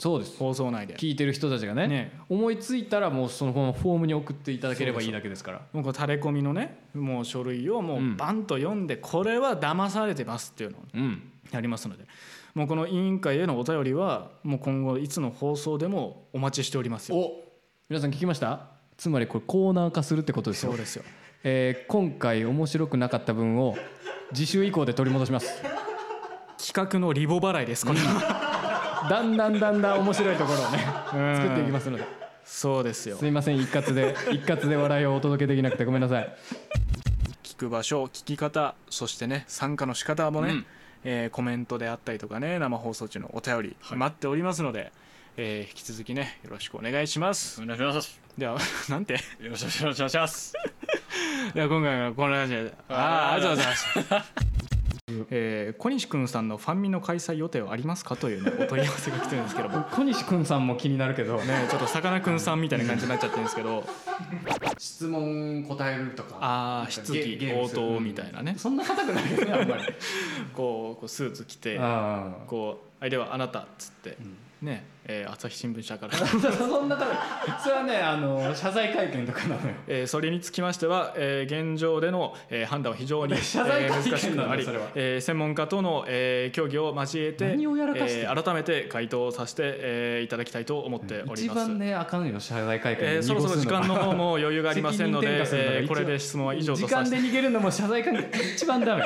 Speaker 3: そうです
Speaker 2: 放送内で
Speaker 3: 聞いてる人たちがね
Speaker 2: ね
Speaker 3: 思いついたらもうそのままフォームに送っていただければいいだけですから
Speaker 2: もうこう垂れ込みのねもう書類をも
Speaker 3: ん
Speaker 2: うバンと読んで、これは騙されてますっていうのを
Speaker 3: うん
Speaker 2: やりますのでもうこの委員会へのお便りはもう今後いつの放送でもお待ちしておりますよ
Speaker 3: お皆さん聞きましたつまりこれコーナー化するってことです
Speaker 2: そ
Speaker 3: よ
Speaker 2: う、ですよ
Speaker 3: えー今回面白くなかった分を次週以降で取り戻します
Speaker 2: 企画のリボ払いですこれは、
Speaker 3: だんだんだんだん面白いところをね 作っていきますので
Speaker 2: そうですよ
Speaker 3: すいません一括で一括で笑いをお届けできなくてごめんなさい
Speaker 2: 聞く場所聞き方そしてね参加の仕方もね、えーコメントであったりとかね生放送中のお便り待っておりますので、えー引き続きねよろしくお願いします
Speaker 5: お願いします
Speaker 2: では なんて
Speaker 5: よろしくお願いします
Speaker 2: では今回はこの話でああありがとうございました えー小西くんさんのファンミの開催予定はありますかという、ね、お問い合わせが来てるんですけども、 ね、
Speaker 3: 小西くんさんも気になるけど
Speaker 2: ちょっとさかなクンさんみたいな感じになっちゃってるんですけど
Speaker 3: 質問答えるとか
Speaker 2: ああ質疑応答みたいなね
Speaker 3: そんな硬くないですねあんまり
Speaker 2: こうこうスーツ着て
Speaker 3: ああ
Speaker 2: こうあではあなたっつって、ね、えー朝日新聞社から。
Speaker 3: そんな硬いそれはねあの謝罪会見とかなのよ
Speaker 2: えーそれにつきましては、えー現状での、えー判断は非常に、え
Speaker 3: 謝罪
Speaker 2: ー
Speaker 3: 会見
Speaker 2: 難しくあり
Speaker 3: なんだそれは、
Speaker 2: えー専門家との、えー協議を交えて
Speaker 3: 何をやらかしてん
Speaker 2: え
Speaker 3: の
Speaker 2: ー改めて回答させて、えーいただきたいと思っており
Speaker 3: 一
Speaker 2: ます。
Speaker 3: 番ねあかんよ謝罪会見
Speaker 2: えー
Speaker 3: で
Speaker 2: そろそろ時間の方も余裕がありませんの
Speaker 3: 責任
Speaker 2: で、
Speaker 3: 転嫁するのが
Speaker 2: え
Speaker 3: 一番
Speaker 2: ーこれで質問は以上と
Speaker 3: 時間
Speaker 2: させ
Speaker 3: で
Speaker 2: て
Speaker 3: 逃げるのも謝罪会見が一 番ダメ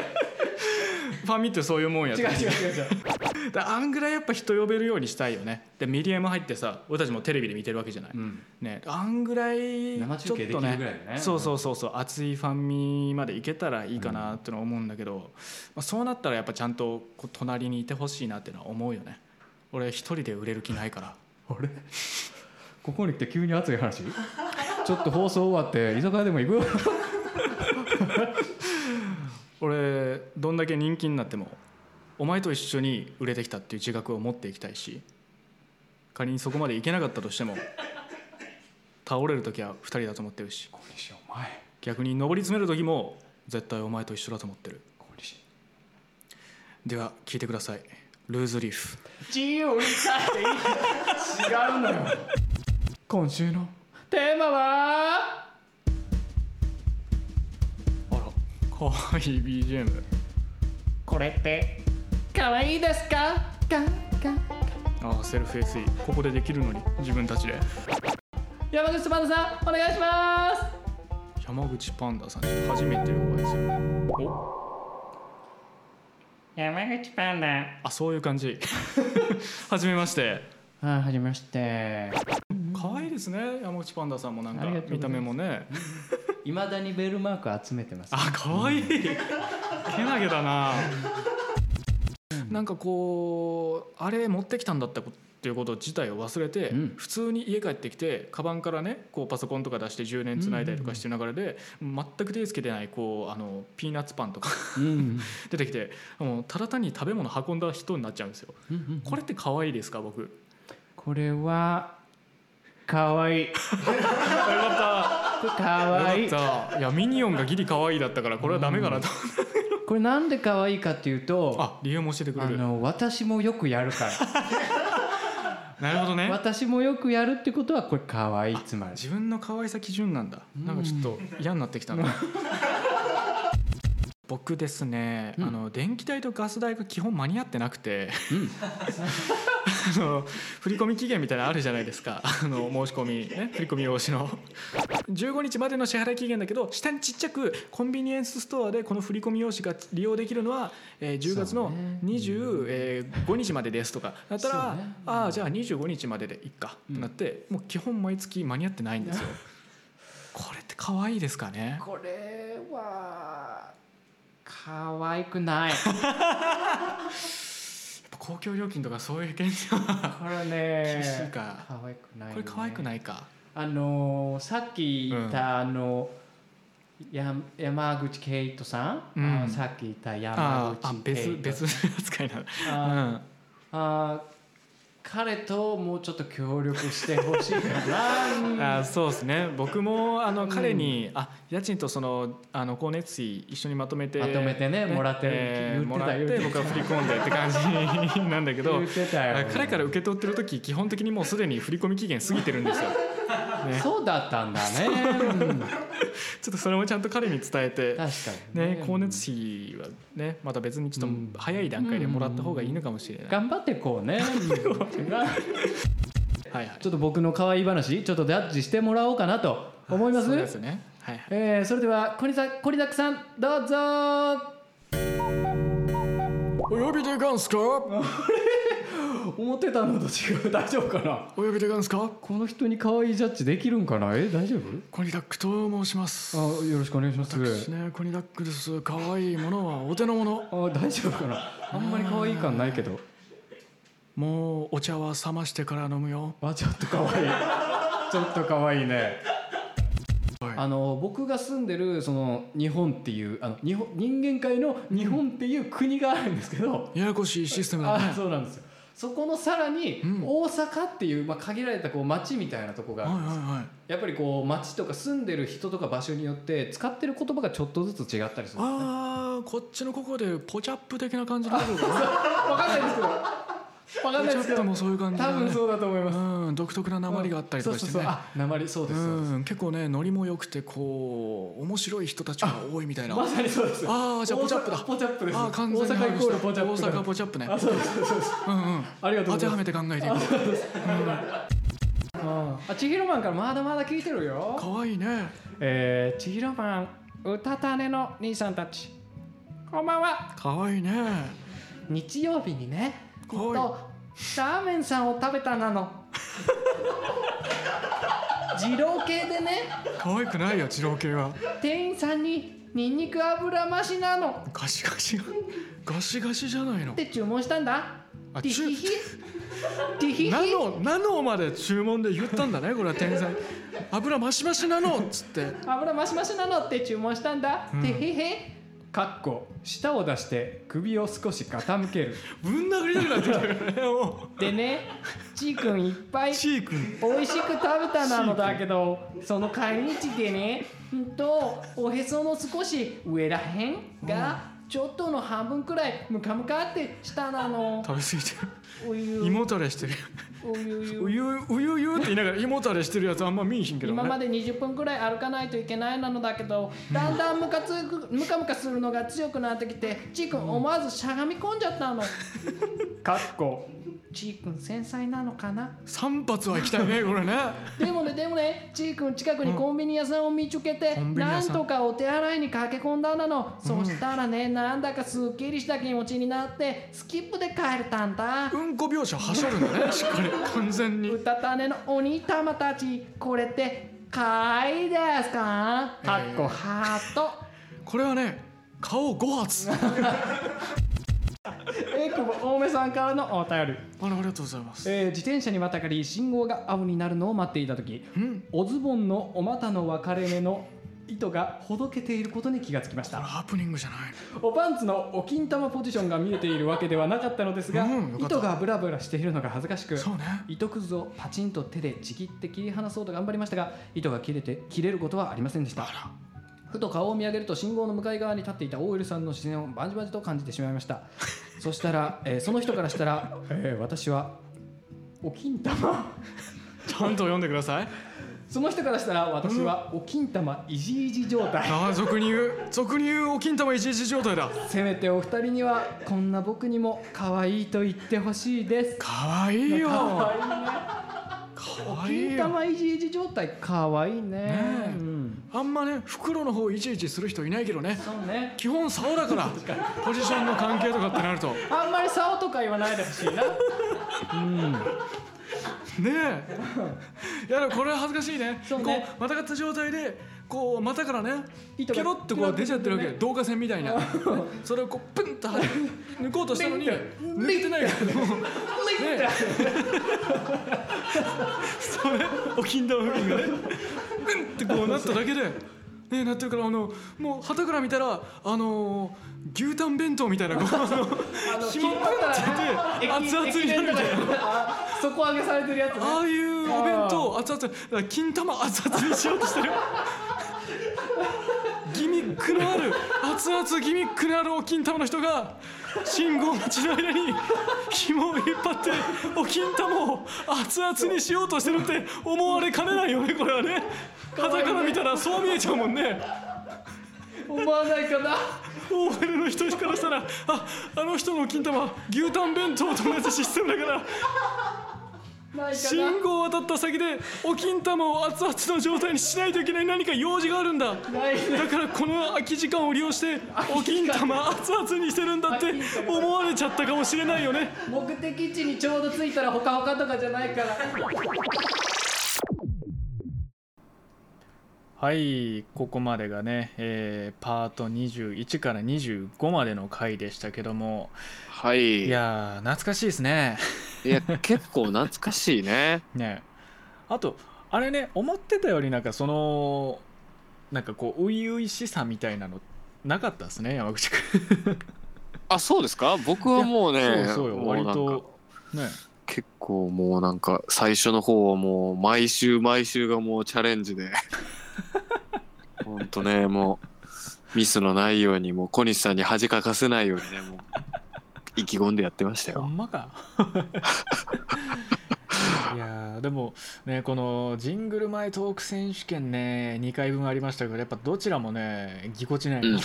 Speaker 2: ファンミってそういうもんや
Speaker 3: 違う違う違う違う
Speaker 2: だからあんぐらいやっぱ人呼べるようにしたいよねでミディアム入ってさ俺たちもテレビで見てるわけじゃない、
Speaker 3: ん
Speaker 2: ね、あんぐらい
Speaker 3: 生
Speaker 2: ちょ
Speaker 3: 中
Speaker 2: っ
Speaker 3: 継できる
Speaker 2: と
Speaker 3: ぐら
Speaker 2: ね
Speaker 3: いのね
Speaker 2: そうそうそうそう熱いファンミまでいけたらいいかなってのは思うんだけど、まあ、そうなったらやっぱちゃんとこう隣にいてほしいなってのは思うよね俺一人で売れる気ないから
Speaker 3: あれここに来て急に熱い話ちょっと放送終わって居酒屋で も行くよ
Speaker 2: 俺どんだけ人気になってもお前と一緒に売れてきたっていう自覚を持っていきたいし仮にそこまでいけなかったとしても倒れる時は二人だと思ってるし
Speaker 3: 西お前
Speaker 2: 逆に上り詰める時も絶対お前と一緒だと思ってる
Speaker 3: 小西
Speaker 2: では聞いてくださいルーズリーフ
Speaker 3: 自由にさっていい違うのよ今週のテーマは
Speaker 2: あらかわいい BGM
Speaker 3: これって可愛いですかかか
Speaker 2: ああセルフ SE ここでできるのに自分たちで
Speaker 3: 山口まるさんお願いします
Speaker 2: 山口パンダさん初めてお会いするお
Speaker 7: 山口パンダ。
Speaker 2: あそういう感 じ初めまして
Speaker 7: はい、はじめまして。
Speaker 2: 可愛いですね山口パンダさんもなんか
Speaker 7: ありがとうござ
Speaker 2: 見
Speaker 7: いま
Speaker 2: た
Speaker 7: す
Speaker 2: 目もね
Speaker 7: いまだにベルマーク集めてます。
Speaker 2: あ可愛いけなげだななんかこうあれ持ってきたんだったっていうこと自体を忘れて、
Speaker 3: うん
Speaker 2: 普通に家帰ってきてカバンからねこうパソコンとか出して充電つないだりとかしてる流れで、全く手つけてないこうあのピーナッツパンとか
Speaker 3: うん
Speaker 2: 出てきてもうただ単に食べ物運んだ人になっちゃうんですよ。これって可愛いですか僕よ
Speaker 7: これは。かわいい。
Speaker 2: か
Speaker 7: か
Speaker 2: った
Speaker 7: わい
Speaker 2: よ
Speaker 7: い。
Speaker 2: かったいやミニオンがギリ可愛いだったからこれはダメかなと、
Speaker 7: これなんでかわいいかっていうと。
Speaker 2: あ理由も教えてく
Speaker 7: あ
Speaker 2: れる
Speaker 7: の、私もよくやるか
Speaker 2: なるほどね
Speaker 7: ら。私もよくやるってことは、これかわいいつまり。
Speaker 2: 自分の可愛さ基準なんだなんかちょっと嫌になってきたな 僕ですね、
Speaker 3: うん
Speaker 2: あの電気代とガス代が基本間に合ってなくて、
Speaker 3: ん
Speaker 2: あの振込期限みたいなのあるじゃないですか あの申し込み、ね、振込用紙の15日までの支払い期限だけど下にちっちゃくコンビニエンスストアでこの振込用紙が利用できるのは、えー10月の25日までですとかだったら、ああじゃあ25日まででいっかってなって、もう基本毎月間に合ってないんですよ。これって可愛いですかね
Speaker 3: これは可愛 くない
Speaker 2: 公共料金とかそういう現象は
Speaker 3: これね
Speaker 2: 厳しいか
Speaker 3: 可愛くない、ね、
Speaker 2: これ可愛くないか
Speaker 3: あのーさっき言った、あのや山口圭人さん、
Speaker 2: うん
Speaker 3: あさっき言った
Speaker 2: あ
Speaker 3: 山
Speaker 2: ーあ
Speaker 3: 口
Speaker 2: 別
Speaker 3: 圭人
Speaker 2: 別扱いな
Speaker 3: あー
Speaker 2: の
Speaker 3: あー彼ともうちょっと協力してほしいか
Speaker 2: うん、
Speaker 3: な
Speaker 2: あーそうですね僕もあの彼に、あ家賃とそのあの光熱費一緒にまとめて
Speaker 3: まとめてねもらってる
Speaker 2: えー
Speaker 3: 言っ
Speaker 2: も
Speaker 3: てた
Speaker 2: らって
Speaker 3: 言って
Speaker 2: 僕
Speaker 3: た
Speaker 2: は振り込んでって感じなんだけど
Speaker 3: 言ってたよ
Speaker 2: あ彼から受け取ってる時基本的にもうすでに振り込み期限過ぎてるんです よね
Speaker 3: そうだったんだね、うん確か
Speaker 2: ちょっとそれもちゃんと彼に伝えて
Speaker 3: に
Speaker 2: ね光熱費はねまた別にちょっと早い段階でもらった方がいいのかもしれない、
Speaker 3: 頑張ってこうね
Speaker 2: はいはい
Speaker 3: ちょっと僕の可愛い話ちょっとジャッジしてもらおうかなと思います
Speaker 2: そうですねはいはい
Speaker 3: えーそれではこりさこりだくさんどうぞ
Speaker 2: お呼びでガンすかお
Speaker 3: 思ってたのと違う 大丈夫かな
Speaker 2: 呼びでガンすか
Speaker 3: この人に可愛いジャッジできるんかなえ大丈夫
Speaker 2: コニダックと申します
Speaker 3: あよろしくお願いします
Speaker 2: 私ねコニダックです可愛いものはお手の物
Speaker 3: あ大丈夫かなあんまり可愛い感ないけど
Speaker 2: もうお茶は冷ましてから飲むよ
Speaker 3: あちょっと可愛い ちょっと可愛いね
Speaker 2: はい
Speaker 3: あの僕が住んでるその日本っていうあの日本人間界の日本っていう国があるんですけど、
Speaker 2: ややこしいシステムだ
Speaker 3: あ
Speaker 2: ね
Speaker 3: そうなんですよそこのさらに
Speaker 2: うん
Speaker 3: 大阪っていう、まあ、限られたこう町みたいなとこが
Speaker 2: はい
Speaker 3: ある
Speaker 2: は
Speaker 3: んですよ
Speaker 2: いはい
Speaker 3: やっぱりこう町とか住んでる人とか場所によって使ってる言葉がちょっとずつ違ったりするんですね
Speaker 2: あーこっちのここでポチャップ的な感じの 部分か
Speaker 3: わかんないですけどわか
Speaker 2: なんポ
Speaker 3: ない
Speaker 2: チャ
Speaker 3: ですけ
Speaker 2: ップ
Speaker 3: ど
Speaker 2: もそういう感じ
Speaker 3: 多
Speaker 2: だ
Speaker 3: 分
Speaker 2: ね
Speaker 3: そうだと思います
Speaker 2: うん独特な鉛があったりとかしてね
Speaker 3: そうそうそうあ鉛そうですそうです
Speaker 2: うん結構ねノリも良くてこう面白い人たちが多いみたいな
Speaker 3: まさにそうです
Speaker 2: あーじゃあポチャップだ
Speaker 3: 大阪ポチャップです
Speaker 2: あー完全に
Speaker 3: 大阪イコールポチャッ
Speaker 2: 大
Speaker 3: プだ
Speaker 2: 阪ポチャップね
Speaker 3: あそうですそうです
Speaker 2: うんうん
Speaker 3: ありがとう
Speaker 2: 当
Speaker 3: ご
Speaker 2: て
Speaker 3: ざい
Speaker 2: は
Speaker 3: ます
Speaker 2: めて考えていこう
Speaker 3: あちひろまんからまだまだ聞いてるよ
Speaker 2: 可愛いね
Speaker 3: えー、ちひろまんうたたねの兄さんたちこんばんは
Speaker 2: 可愛いね
Speaker 3: 日曜日にねきっ
Speaker 2: はい
Speaker 3: とラーメンさんを食べたな の二郎系でね
Speaker 2: 可愛くないよ二郎系は
Speaker 3: 店員さんにニンニク油増しなの
Speaker 2: ガシガシがガシガシじゃないの
Speaker 3: って注文したんだ
Speaker 2: あ
Speaker 3: ティ
Speaker 2: チュ
Speaker 3: ヒヒティヒヒ
Speaker 2: ナノナノまで注文で言ったんだねこれは天才油マシマシなのっつって
Speaker 3: 油増し増しなのって注文したんだ、ティヒヒかっこ舌を出して首を少し傾ける
Speaker 2: ぶん殴りたくなってきたからねも
Speaker 3: でねちーくんいっぱいう
Speaker 2: チー君
Speaker 3: 美味しく食べたなのだけどその帰り道でねうんとおへその少し上らへんがちょっとの半分くらいムカムカって下なの
Speaker 2: 食べ過ぎて
Speaker 3: お
Speaker 2: る
Speaker 3: 湯
Speaker 2: 胃もたれしてる
Speaker 3: お湯
Speaker 2: うゆうゆうゆうって言いながら胃もたれしてるやつあんま見えひんけど
Speaker 3: 今ま
Speaker 2: ね
Speaker 3: で20分くらい歩かないといけないなのだけどだんだんムカつくムカムカするのが強くなってきてちーくん思わずしゃがみ込んじゃったの かっこちーくん繊細なのかな
Speaker 2: 3発は行きたいねこれね
Speaker 3: でもねでもねちーくん近くにコンビニ屋さんを見つけて、
Speaker 2: コンビニ
Speaker 3: な
Speaker 2: 屋
Speaker 3: ん
Speaker 2: さん
Speaker 3: とかお手洗いに駆け込んだなの、そしたらねなんだかすっきりした気持ちになってスキップで帰れたんだ
Speaker 2: うんこ描写はしょるん だねしっかり完全に
Speaker 3: うたたねの鬼玉たちこれってかわいいですかかっこハート
Speaker 2: これはね顔5発あ
Speaker 3: えこぼ大目さんからのお
Speaker 2: らあ
Speaker 3: 便り、
Speaker 2: りがとうございます
Speaker 3: えー自転車にまたがり信号が青になるのを待っていた時
Speaker 2: うん
Speaker 3: おズボンのお股の分かれ目の糸がほどけていることに気がつきました
Speaker 2: ハプニングじゃない
Speaker 3: おパンツのお金玉ポジションが見えているわけではなかったのですが、
Speaker 2: うんよかった
Speaker 3: 糸がブラブラしているのが恥ずかしく
Speaker 2: そうね
Speaker 3: 糸くずをパチンと手でちぎって切り離そうと頑張りましたが糸が切れて切れることはありませんでしたふと顔を見上げると信号の向かい側に立っていた OL さんの視線をバンジバンジと感じてしまいました そしたら、えーその人からしたら、えー私はお金玉
Speaker 2: ちゃんと読んでください
Speaker 3: その人からしたら私はお金玉いじいじ状態
Speaker 8: ああ俗に言う俗に言うお金玉いじいじ状態だ
Speaker 3: せめてお二人にはこんな僕にも可愛いと言ってほしいです
Speaker 8: かわいいよ
Speaker 3: 可愛いね
Speaker 8: か
Speaker 3: お
Speaker 8: わいい
Speaker 3: 金
Speaker 8: よ
Speaker 3: 玉いじいじ状態可愛いね
Speaker 8: ねえ
Speaker 3: うん
Speaker 8: あんまね袋の方いちいちする人いないけどね
Speaker 3: そうね
Speaker 8: 基本竿だからポジションの関係とかってなると
Speaker 3: あんまり竿とか言わないでほしいな
Speaker 8: ねえいやでもこれは恥ずかしいね
Speaker 3: そうね
Speaker 8: こうまたがった状態でこう股からねピ
Speaker 3: 糸が
Speaker 8: ロッとこう出ちゃってるわけ
Speaker 3: ピロッ
Speaker 8: 導火線みたいなそれをこうプンとは抜こうとしたのに
Speaker 3: ピンっ
Speaker 8: 抜いてないからもうそれお金玉付近がねプンってこうなっただけで。ねえ、なってるからあのもう旗から見たらあのー牛タン弁当みたいなこうあ
Speaker 3: あ
Speaker 8: の
Speaker 3: の
Speaker 8: 紐プンってやって熱々になるみたいな。
Speaker 3: あ底上げされてるやつね
Speaker 8: ああいうお弁当熱々だから金玉熱々にしようとしてるギミックのある熱々ギミックのあるお金玉の人が信号待ちの間に紐を引っ張ってお金玉を熱々にしようとしてるって思われかねないよねこれはね
Speaker 3: わいいね
Speaker 8: 肌から見たらそう見えちゃうもんね
Speaker 3: 思わないかな
Speaker 8: OL の人からしたらああの人のお金玉牛タン弁当と同じシステムだから
Speaker 3: ないかな
Speaker 8: 信号を渡った先でお金玉を熱々の状態にしないといけない何か用事があるんだだ
Speaker 3: ないね
Speaker 8: からこの空き時間を利用してお金玉熱々にしてるんだって思われちゃったかもしれないよね
Speaker 3: 目的地にちょうど着いたらほかほかとかじゃないから
Speaker 2: はいここまでがね、えーパート21から25までの回でしたけども
Speaker 1: はい
Speaker 2: い
Speaker 1: いや
Speaker 2: やー懐かしいですね
Speaker 1: 結構懐かしいね
Speaker 2: ねあとあれね思ってたよりなんかそのなんかこう初々しさみたいなのなかったですね山口君
Speaker 1: あそうですか僕はもうね
Speaker 2: そうそうよ
Speaker 1: もうなん
Speaker 2: 割
Speaker 1: か
Speaker 2: とね
Speaker 1: 結構もうなんか最初の方はもう毎週毎週がもうチャレンジ でほんとねもうミスのないようにもう小西さんに恥かかせないようにねもう意気込んでやってました
Speaker 2: ほ
Speaker 1: よ
Speaker 2: んまか いやーでもねこのジングル前トーク選手権ね2回分ありましたけどやっぱどちらもねぎこちない、
Speaker 1: うん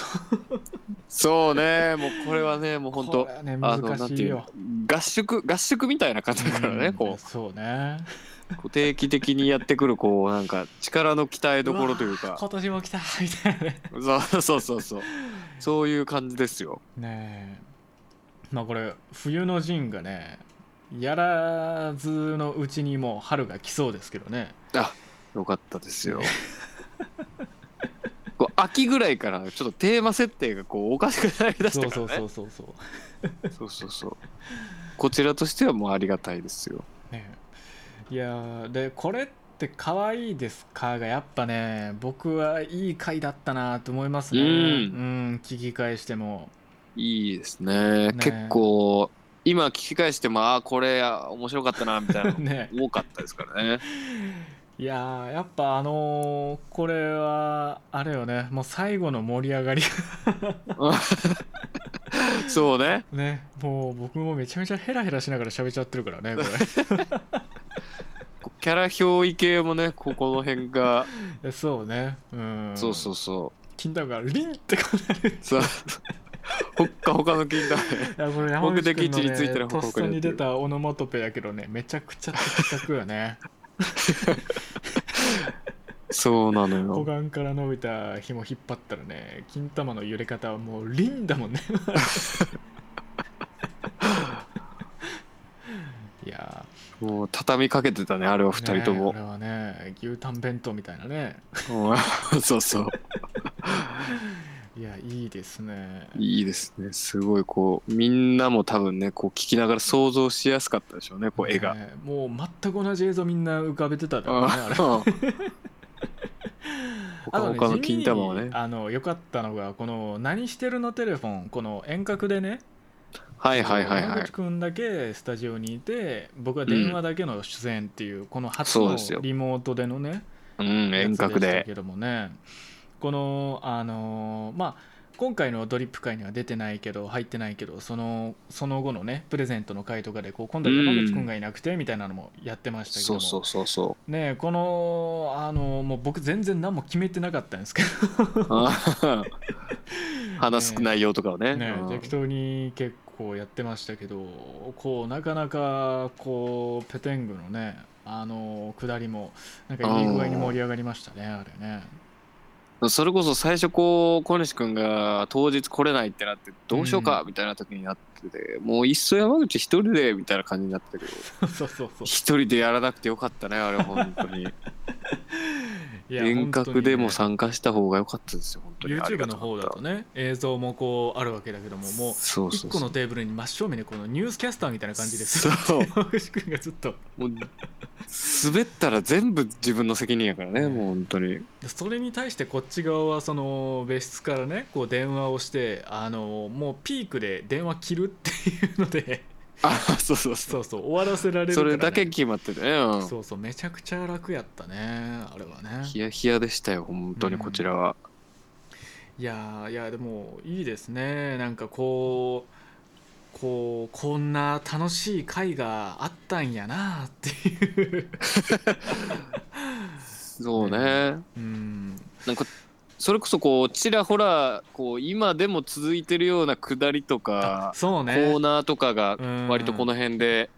Speaker 1: そうねもうこれはねもうほん
Speaker 2: ことれはね
Speaker 1: あのな
Speaker 2: 難
Speaker 1: んて
Speaker 2: しい
Speaker 1: いう
Speaker 2: よ
Speaker 1: の合宿合宿みたいな感じだからね、
Speaker 2: うん
Speaker 1: こ
Speaker 2: そうね
Speaker 1: うこう定期的にやってくるこうなんか力の鍛えどころというか
Speaker 2: 今年も来たみたいなね
Speaker 1: そうそうそうそうそういう感じですよ
Speaker 2: ねえまあこれ冬の陣がねやらずのうちにもう春が来そうですけどね
Speaker 1: よかったですよ。こう秋ぐらいからちょっとテーマ設定がこうおかしくなりだし
Speaker 2: そ
Speaker 1: た
Speaker 2: う
Speaker 1: か
Speaker 2: そう
Speaker 1: ら
Speaker 2: そ
Speaker 1: ね。
Speaker 2: うそうそう
Speaker 1: そうそうそう。こちらとしてはもうありがたいですよ。
Speaker 2: ねえいやーでこれって可愛いですかがやっぱね僕はいい回だったなと思いますね
Speaker 1: うん
Speaker 2: ん聞き返しても
Speaker 1: いいですね。
Speaker 2: ね
Speaker 1: 結構今聞き返してもああこれあ面白かったなみたいなの
Speaker 2: ね
Speaker 1: 多かったですからね。
Speaker 2: いやーやっぱあのーこれはあれよねもう最後の盛り上がり
Speaker 1: そうね。
Speaker 2: がねもう僕もめちゃめちゃヘラヘラしながら喋っちゃってるからねこれ
Speaker 1: こうキャラ表意系もねここの辺が
Speaker 2: いやそうねうん
Speaker 1: そうそうそう。
Speaker 2: 金玉がリン ってこうなる
Speaker 1: さあほっかほかの金だね。
Speaker 2: いやこれ山
Speaker 1: 僕
Speaker 2: 口
Speaker 1: 的
Speaker 2: 君の、
Speaker 1: 位置についてる
Speaker 2: ね、
Speaker 1: 報
Speaker 2: とっ
Speaker 1: 告
Speaker 2: さ
Speaker 1: になってる
Speaker 2: に出たオノマトペやけどねめちゃくちゃ的確よね
Speaker 1: そうなの
Speaker 2: 股
Speaker 1: よ。
Speaker 2: 眼から伸びた紐引っ張ったらね金玉の揺れ方はもうリン だもんねいや
Speaker 1: もう畳みかけてたねあれは
Speaker 2: ー
Speaker 1: 二人と
Speaker 2: ねえ
Speaker 1: も
Speaker 2: こ。れはね牛タン弁当みたいなね
Speaker 1: うん そうそう。
Speaker 2: いやいいですね
Speaker 1: いいですね。すごいこう、みんなも多分ね、こう聞きながら想像しやすかったでしょうね、こう絵が。
Speaker 2: ねえもう全く同じ映像みんな浮かべてただろうね あれ
Speaker 1: ほかほかの金玉を
Speaker 2: 地味
Speaker 1: ね
Speaker 2: に。あの良かったのがこの「何してるのテレフォン」この遠隔でね
Speaker 1: はいはいはいは
Speaker 2: 山
Speaker 1: い
Speaker 2: 口。君だけスタジオにいて僕は電話だけの出演っていう、この初
Speaker 1: そう
Speaker 2: の
Speaker 1: ですよ
Speaker 2: リモートでのね
Speaker 1: うん、遠隔
Speaker 2: やつした
Speaker 1: で。
Speaker 2: けどもねこのあのーまあ今回のドリップ会には出てないけど入ってないけどそのその後のねプレゼントの会とかでこう今度は山口君がいなくてみたいなのもやってましたけど
Speaker 1: そ
Speaker 2: も
Speaker 1: うそうそうそ
Speaker 2: ねえこのあのもう僕全然何も決めてなかったんですけ
Speaker 1: う話す内容とかをね
Speaker 2: どねえ
Speaker 1: うん
Speaker 2: 適当に結構やってましたけどこうなかなかこうペテングのねあの下りもなんかいい具合に盛り上がりましたねあれね
Speaker 1: それこそ最初こう小西君が当日来れないってなってどうしようかみたいな時になってて、もういっそ山口一人でみたいな感じになってる
Speaker 2: そうそうそう
Speaker 1: 一人でやらなくてよかったねあれ本当に
Speaker 2: いや
Speaker 1: 遠
Speaker 2: 本当
Speaker 1: 隔
Speaker 2: にね
Speaker 1: でも参加した方が良かったですよ本当にあり
Speaker 2: YouTube
Speaker 1: がと
Speaker 2: の
Speaker 1: うご
Speaker 2: 方
Speaker 1: ざ
Speaker 2: だ
Speaker 1: いま
Speaker 2: とね映像もこうあるわけだけどももう
Speaker 1: すそうそう
Speaker 2: 一個
Speaker 1: そ
Speaker 2: の
Speaker 1: う
Speaker 2: テーブルに真正面でこのニュースキャスターみたいな感じ ですよ
Speaker 1: そう
Speaker 2: 山口君がずっと
Speaker 1: もう滑ったら全部自分の責任やからねもう本当に
Speaker 2: でそれに対してこっち側はその別室からねこう電話をしてあのもうピークで電話切るっていうので
Speaker 1: あそうそうそ
Speaker 2: そうそう終わらせられ
Speaker 1: う
Speaker 2: る
Speaker 1: そ
Speaker 2: から、ね、
Speaker 1: れだけ決まっててね、うん
Speaker 2: そうそうめちゃくちゃ楽やったねあれはね
Speaker 1: ヒヤヒヤでしたよ本当にこちらは、
Speaker 2: いやーいやでもいいですねなんかこうこうこんな楽しい回があったんやなっ ていう、
Speaker 1: そうね、
Speaker 2: うん、
Speaker 1: なんかそれこそこうちらほらこう今でも続いてるような下りと
Speaker 2: あ
Speaker 1: か、
Speaker 2: そ
Speaker 1: コ
Speaker 2: うね
Speaker 1: ーナーとかが
Speaker 2: うん
Speaker 1: 割とこの辺で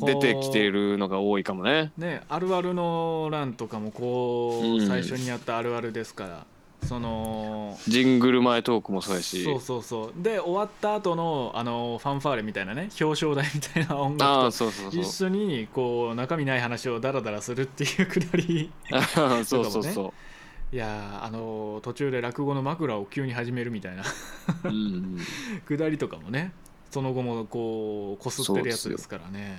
Speaker 1: 出てきているのが多いかもね。
Speaker 2: ね、あるあるの欄とかもこう、
Speaker 1: うん
Speaker 2: 最初にやったあるあるですからその
Speaker 1: ジングル前トークもそうやし
Speaker 2: そうそうそうで終わった後のあのファンファーレみたいなね表彰台みたいな音
Speaker 1: ああ
Speaker 2: 楽と
Speaker 1: そうそう
Speaker 2: 一
Speaker 1: そう
Speaker 2: 緒にこう中身ない話をダラダラするっていうくだり
Speaker 1: ああそうそう
Speaker 2: とか
Speaker 1: そ
Speaker 2: いやーあの途中で落語の枕を急に始めるみたいな
Speaker 1: う。うんうん
Speaker 2: くだりとかもねその後もこうこすってるやつですからね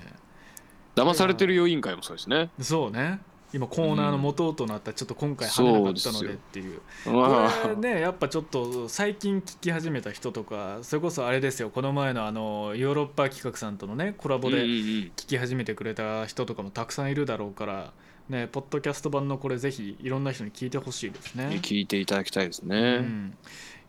Speaker 1: 騙されてるよ委員会もそうですね。
Speaker 2: そうね今コーナーの元となったちょっと今回跳ねなかったのでっていう
Speaker 1: ま
Speaker 2: これ
Speaker 1: あ
Speaker 2: ねやっぱちょっと最近聞き始めた人とかそれこそあれですよこの前のあのヨーロッパ企画さんとのねコラボ
Speaker 1: うんう
Speaker 2: で
Speaker 1: ん
Speaker 2: 聞き始めてくれた人とかもたくさんいるだろうからねポッドキャスト版のこれぜひいろんな人に聞いてほしいです
Speaker 1: うん
Speaker 2: ね。
Speaker 1: 聞いていただきたいです
Speaker 2: う
Speaker 1: ね。
Speaker 2: ん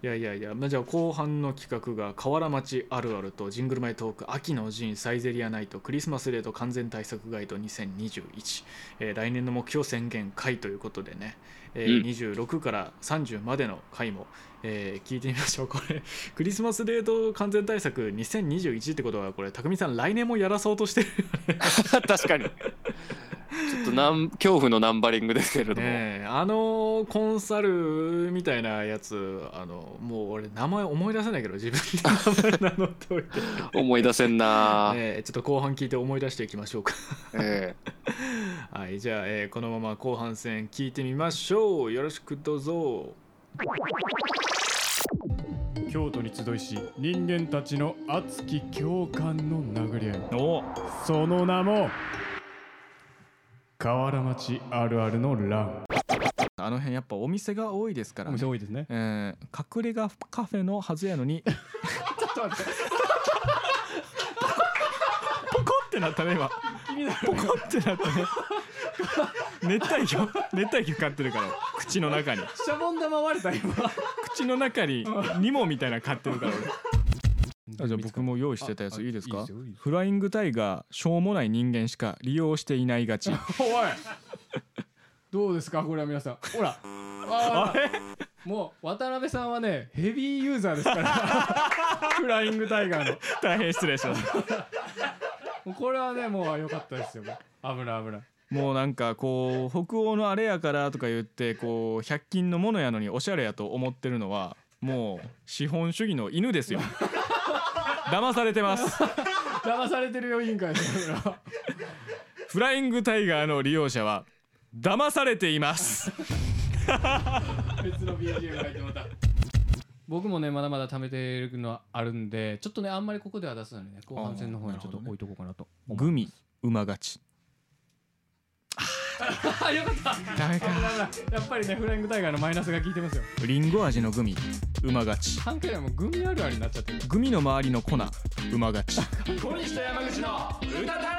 Speaker 2: いやいやいや、まあ、じゃあ後半の企画が河原町あるあるとジングルマイトーク秋の陣サイゼリアナイトクリスマスデート完全対策ガイド2021、えー来年の目標宣言会ということでね、えー
Speaker 1: うん
Speaker 2: 26から30までの回も、えー聞いてみましょうこれクリスマスデート完全対策2021ってことはこれ匠さん来年もやらそうとしてる
Speaker 1: 確かに。ちょっとなん恐怖のナンバリングですけれども。
Speaker 2: ねえあのコンサルみたいなやつあのもう俺名前思い出せないけど自分で名前名乗って おいて。
Speaker 1: 思い出せんな、
Speaker 2: えーちょっと後半聞いて思い出していきましょうか
Speaker 1: え
Speaker 2: はいじゃあ、えーこのまま後半戦聞いてみましょうよろしくどうぞ
Speaker 3: 京都に集いし人間たちの熱き共感の殴り合い
Speaker 4: お
Speaker 3: その名も河原町あるあるの欄
Speaker 2: あの辺やっぱお店が多いですから、ね
Speaker 3: 多いですね
Speaker 2: えー隠れ家カフェのはずやのにちょっと待ってポコってなったね今ポコってなったね熱帯魚 熱帯魚飼ってるから口の中に
Speaker 8: シャボン玉割れた今
Speaker 2: 口の中に ニモみたいなの飼ってるから俺あじゃあ僕も用意してたやついいですかフライングタイガーしょうもない人間しか利用していないがち
Speaker 8: おいどうですかこれは皆さんほらあーもう渡辺さんはねヘビーユーザーですから フライングタイガーの
Speaker 2: 大変失礼しました
Speaker 8: もうこれはねもう良かったですよもう危ない危ない
Speaker 2: もうなんかこう北欧のあれやからとか言ってこう100均のものやのにおしゃれやと思ってるのはもう資本主義の犬です よ騙されてます
Speaker 8: 騙されてるよ委員会ですよこれは
Speaker 2: フライングタイガーの利用者は騙されています
Speaker 8: 別の BGM 入ってまた僕もねまだまだ貯めてるのはあるんでちょっとねあんまりここでは出さないね後半戦の方にちょっと置いとこうかなと思い
Speaker 2: グミ馬勝ち
Speaker 8: ますあよかった
Speaker 2: ダメか
Speaker 8: やっぱりねフライングタイガーのマイナスが効いてますよ
Speaker 2: リンゴ味のグミ馬勝ち
Speaker 8: 関係ないもうグミあるあるになっちゃってる
Speaker 2: グミの周りの粉馬勝ち
Speaker 8: 小西と山口の歌たれ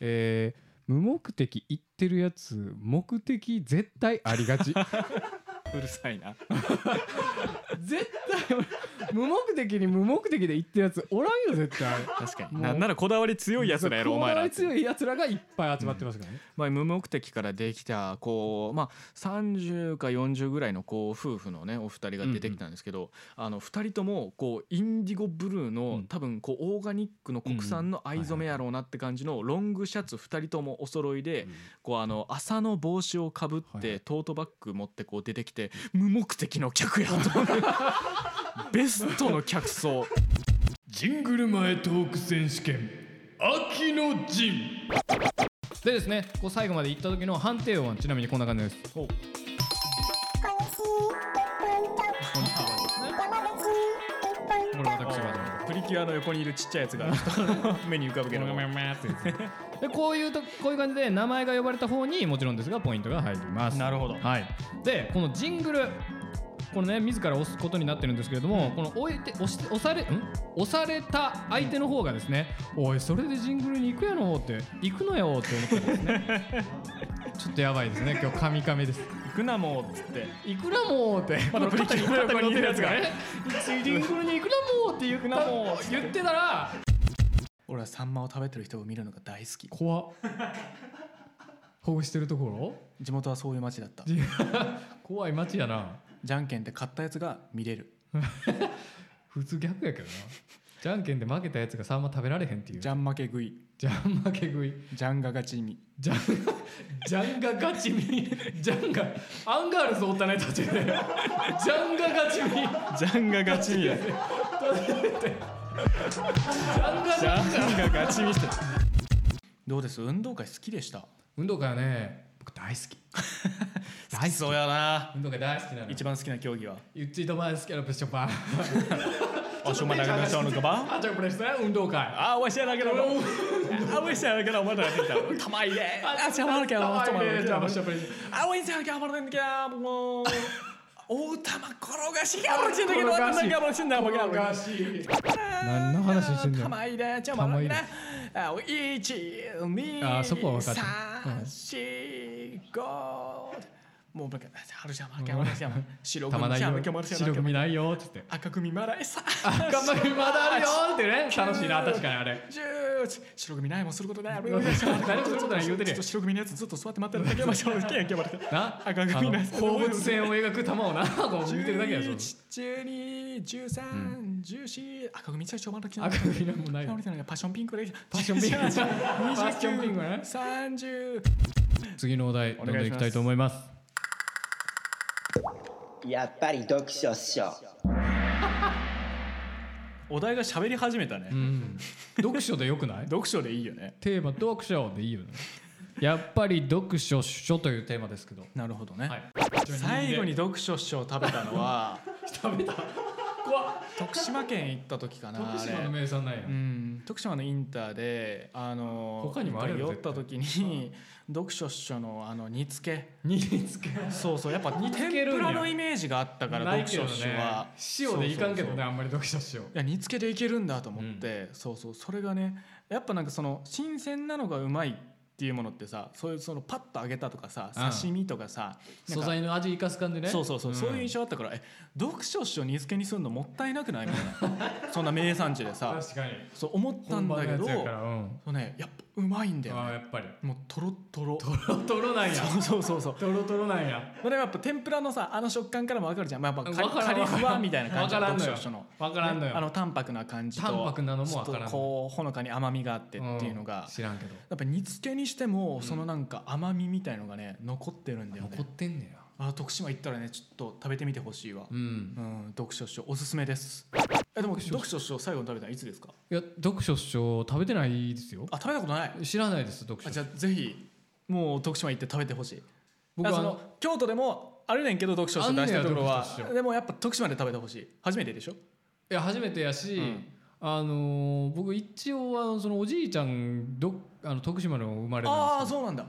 Speaker 8: えー無目的言ってるやつ目的絶対ありがち
Speaker 2: うるさいな
Speaker 9: 絶対無目的に無目的で言ってるやつおらんよ絶対
Speaker 2: 確か
Speaker 9: も
Speaker 2: に
Speaker 9: う
Speaker 2: なんならこだわり強いやつらやろお前らって
Speaker 9: 強いやつらがいっぱい集まってますからね、
Speaker 2: まあ、無目的からできたこう、まあ、30か40ぐらいのこう夫婦のねお二人が出てきたんですけど、あの二人ともこうインディゴブルーの、
Speaker 3: うん
Speaker 2: 多分こうオーガニックの国産の藍染めやろうなって感じのロングシャツ二人ともお揃いで、こうあの麻の帽子をかぶっ
Speaker 3: はいは
Speaker 2: てトートバッグ持ってこう出てきて無目的の客やと思って ベストの客層
Speaker 10: ジングル前トーク選手権秋の陣
Speaker 3: でですねこう最後まで行った時の判定音はちなみにこんな感じですこれ私が
Speaker 2: プリキュアの横にいるちっちゃいやつが目に浮かぶけど
Speaker 3: でこういうとこういう感じで名前が呼ばれた方にもちろんですがポイントが入ります
Speaker 2: なるほど
Speaker 3: はい、でこのジングルこれね自ら押すことになってるんですけれども、この置いて押して押されん押された相手の方がですね、おいそれでジングルに行くやろって行くのやろって思ったんですねちょっとやばいですね今日カミカミです
Speaker 2: 行くなもうっつって
Speaker 3: いくらもーって、まだプリキュアのにいるやつがね、ジングルにいくらもーって言った言ってたら、
Speaker 2: 俺はサンマを食べてる人を見るのが大好き
Speaker 3: 怖っほぐしてるところ
Speaker 2: 地元はそういう街だった
Speaker 3: 怖い街やな。
Speaker 2: じゃんけんで勝ったやつが見れる
Speaker 3: 普通逆やけどな。じゃんけんで負けたやつがサンマ食べられへんっていう。
Speaker 2: じゃん負け食い
Speaker 3: じゃん負け食い。
Speaker 2: じゃんが勝ちみ
Speaker 3: じゃん、ジャンガガチミ。ジャンガ、アンガールズおったね、途中で。ジャンガガチミ。ジャンガ
Speaker 2: じゃんが勝ちみやじゃん
Speaker 3: ガガチミ。
Speaker 2: が勝ちみしてどうです運動会好きでした
Speaker 3: 運動会はね、僕大好き。
Speaker 2: 大そうやな
Speaker 3: 運動会大好きなの。
Speaker 2: 一番好きな競技は
Speaker 3: ゆっちと前好きなプッションパン。
Speaker 2: あしょまだがしょのかば
Speaker 3: あ、じゃあこれですね、運動会。
Speaker 2: あわしやだけどあわしやだけどお前らができ たたまいであしゃまるけどあしゃまるけどあわしやだけどまるけどもうおうたま転がしがまるしんだけど私なんかもしんだもん
Speaker 3: おかしい。何の話してんだよ。
Speaker 2: 玉入れちゃま
Speaker 3: 玉入れ
Speaker 2: あお一二
Speaker 3: あそこは分かってる
Speaker 2: 三四五もうなんか春じゃま今日も白
Speaker 3: たま
Speaker 2: 組
Speaker 3: ない
Speaker 2: じゃま
Speaker 3: よ
Speaker 2: 今日も。
Speaker 3: 白組ないよっつって。
Speaker 2: 赤組まだえさ
Speaker 3: 頑張るまだあるよってね。楽しいな確かにあれ。
Speaker 2: 十白組ないもんすることない
Speaker 3: 誰もすることない言うて
Speaker 2: ちょっ
Speaker 3: るや
Speaker 2: と白組のやつずっと座って待ってるだけましょうけんけばれて
Speaker 3: ん。な、
Speaker 2: 赤組ない
Speaker 3: あの放物線を描く玉をな、こう見てるだけやぞ。
Speaker 2: 十二十三十四赤組最初まだ来
Speaker 3: 赤組なんもないよ。
Speaker 2: パッションピンクで
Speaker 3: パッションピンク。パ ッションピンクね。
Speaker 2: 30
Speaker 3: 次のお題どんどんいきたいと思います。
Speaker 11: やっぱり読書っしょ。
Speaker 2: お題が喋り始めたね、
Speaker 3: うん。読書でよくない？
Speaker 2: 読書でいいよね
Speaker 3: テーマ読書でいいよね。やっぱり読書書というテーマですけど。
Speaker 2: なるほどね、
Speaker 3: はい。
Speaker 2: 最後に読書賞を食べたの は
Speaker 3: 食べた。怖っ。
Speaker 2: 徳島県行った時かな
Speaker 3: 徳島の
Speaker 2: あれ
Speaker 3: 名産なんや
Speaker 2: う。ん、徳島のインターであの
Speaker 3: 他にもあるよ
Speaker 2: 寄った時に読書賞のあの煮付け
Speaker 3: 煮つけ。
Speaker 2: そうそうやっぱ煮
Speaker 3: 付ける
Speaker 2: 天
Speaker 3: んや
Speaker 2: ぷらのイメージがあったから
Speaker 3: ない
Speaker 2: 読
Speaker 3: けど
Speaker 2: 書
Speaker 3: ね
Speaker 2: 賞は、
Speaker 3: 塩でいかんけど
Speaker 2: そうそう
Speaker 3: ね
Speaker 2: そう
Speaker 3: あんまり読書しよ
Speaker 2: いや煮付けでいけるんだと思って、そうそうそれがねやっぱなんかその新鮮なのがうまいっていうものってさそういうそのパッと揚げたとかさ
Speaker 3: うん
Speaker 2: 刺身とかさ、
Speaker 3: う
Speaker 2: なん
Speaker 3: 素
Speaker 2: か
Speaker 3: 材の味生かす感じね
Speaker 2: そうそうそう、そういう印
Speaker 3: 象
Speaker 2: 象あったからえ読書師匠煮付けにするのもったいなくないみたい なそんな名産地でさ
Speaker 3: 確かに
Speaker 2: そう思ったんだけど
Speaker 3: 本場のやつやから
Speaker 2: そ
Speaker 3: うん
Speaker 2: うねやっぱうまいんだよ
Speaker 3: ああ
Speaker 2: ね
Speaker 3: やっぱり
Speaker 2: もうトロットロ
Speaker 3: トロトロなんや
Speaker 2: そうそうそう そう
Speaker 3: トロトロなんや
Speaker 2: それはやっぱ天ぷらのさあの食感からも分かるじゃん、まあ、やっぱカリ
Speaker 3: わからん
Speaker 2: カリフワみたいな感じ
Speaker 3: わからんの
Speaker 2: 読書
Speaker 3: よ
Speaker 2: 師匠の
Speaker 3: わからんのよ
Speaker 2: ねあの淡白な感じと
Speaker 3: 淡白なのもわからん
Speaker 2: ちょ
Speaker 3: の
Speaker 2: っとこうほのかに甘みがあってっていうのが、
Speaker 3: ん知らんけど
Speaker 2: やっぱ煮付けにしてもそのなんか甘みみたいのがね残ってるんだよね
Speaker 3: 残ってんねや
Speaker 2: あ徳島行ったらねちょっと食べてみてほしいわ
Speaker 3: うん
Speaker 2: うん、読書賞おすすめです。えでも読書賞最後に食べたのいつですか？
Speaker 3: いや読書しよう食べてないですよ
Speaker 2: あ食べたことない。
Speaker 3: 知らないです読書
Speaker 2: あじゃあぜひもう徳島行って食べてほしい。
Speaker 3: 僕
Speaker 2: 僕そ
Speaker 3: は
Speaker 2: の京都でもあるねんけど読書賞出してるところ
Speaker 3: あん
Speaker 2: は
Speaker 3: ねや読書賞
Speaker 2: でもやっぱ徳島で食べてほしい。初めてでしょ？
Speaker 3: いや初めてやし、
Speaker 2: ん
Speaker 3: あのー僕一応あのそのおじいちゃんどあの徳島の生まれ
Speaker 2: あ
Speaker 3: なん
Speaker 2: あ
Speaker 3: ですけど
Speaker 2: そうなんだ。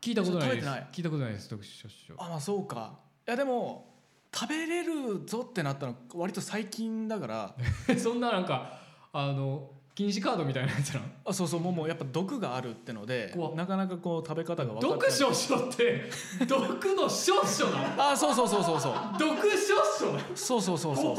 Speaker 3: 聞いたことない
Speaker 2: 食べ
Speaker 3: です
Speaker 2: てない
Speaker 3: 聞いたことないです読書しよう
Speaker 2: あまあそうか。いやでも食べれるぞってなったの割と最近だから。
Speaker 3: そんななんかあの禁止カードみたいなやつなの
Speaker 2: あそうそうもうもうやっぱ毒があるってので
Speaker 3: 怖っ
Speaker 2: なかなかこう食べ方が分かって
Speaker 3: 毒少々って毒の少々なの
Speaker 2: あそうそうそうそうそう
Speaker 3: 毒少々なの
Speaker 2: そうそうそうそう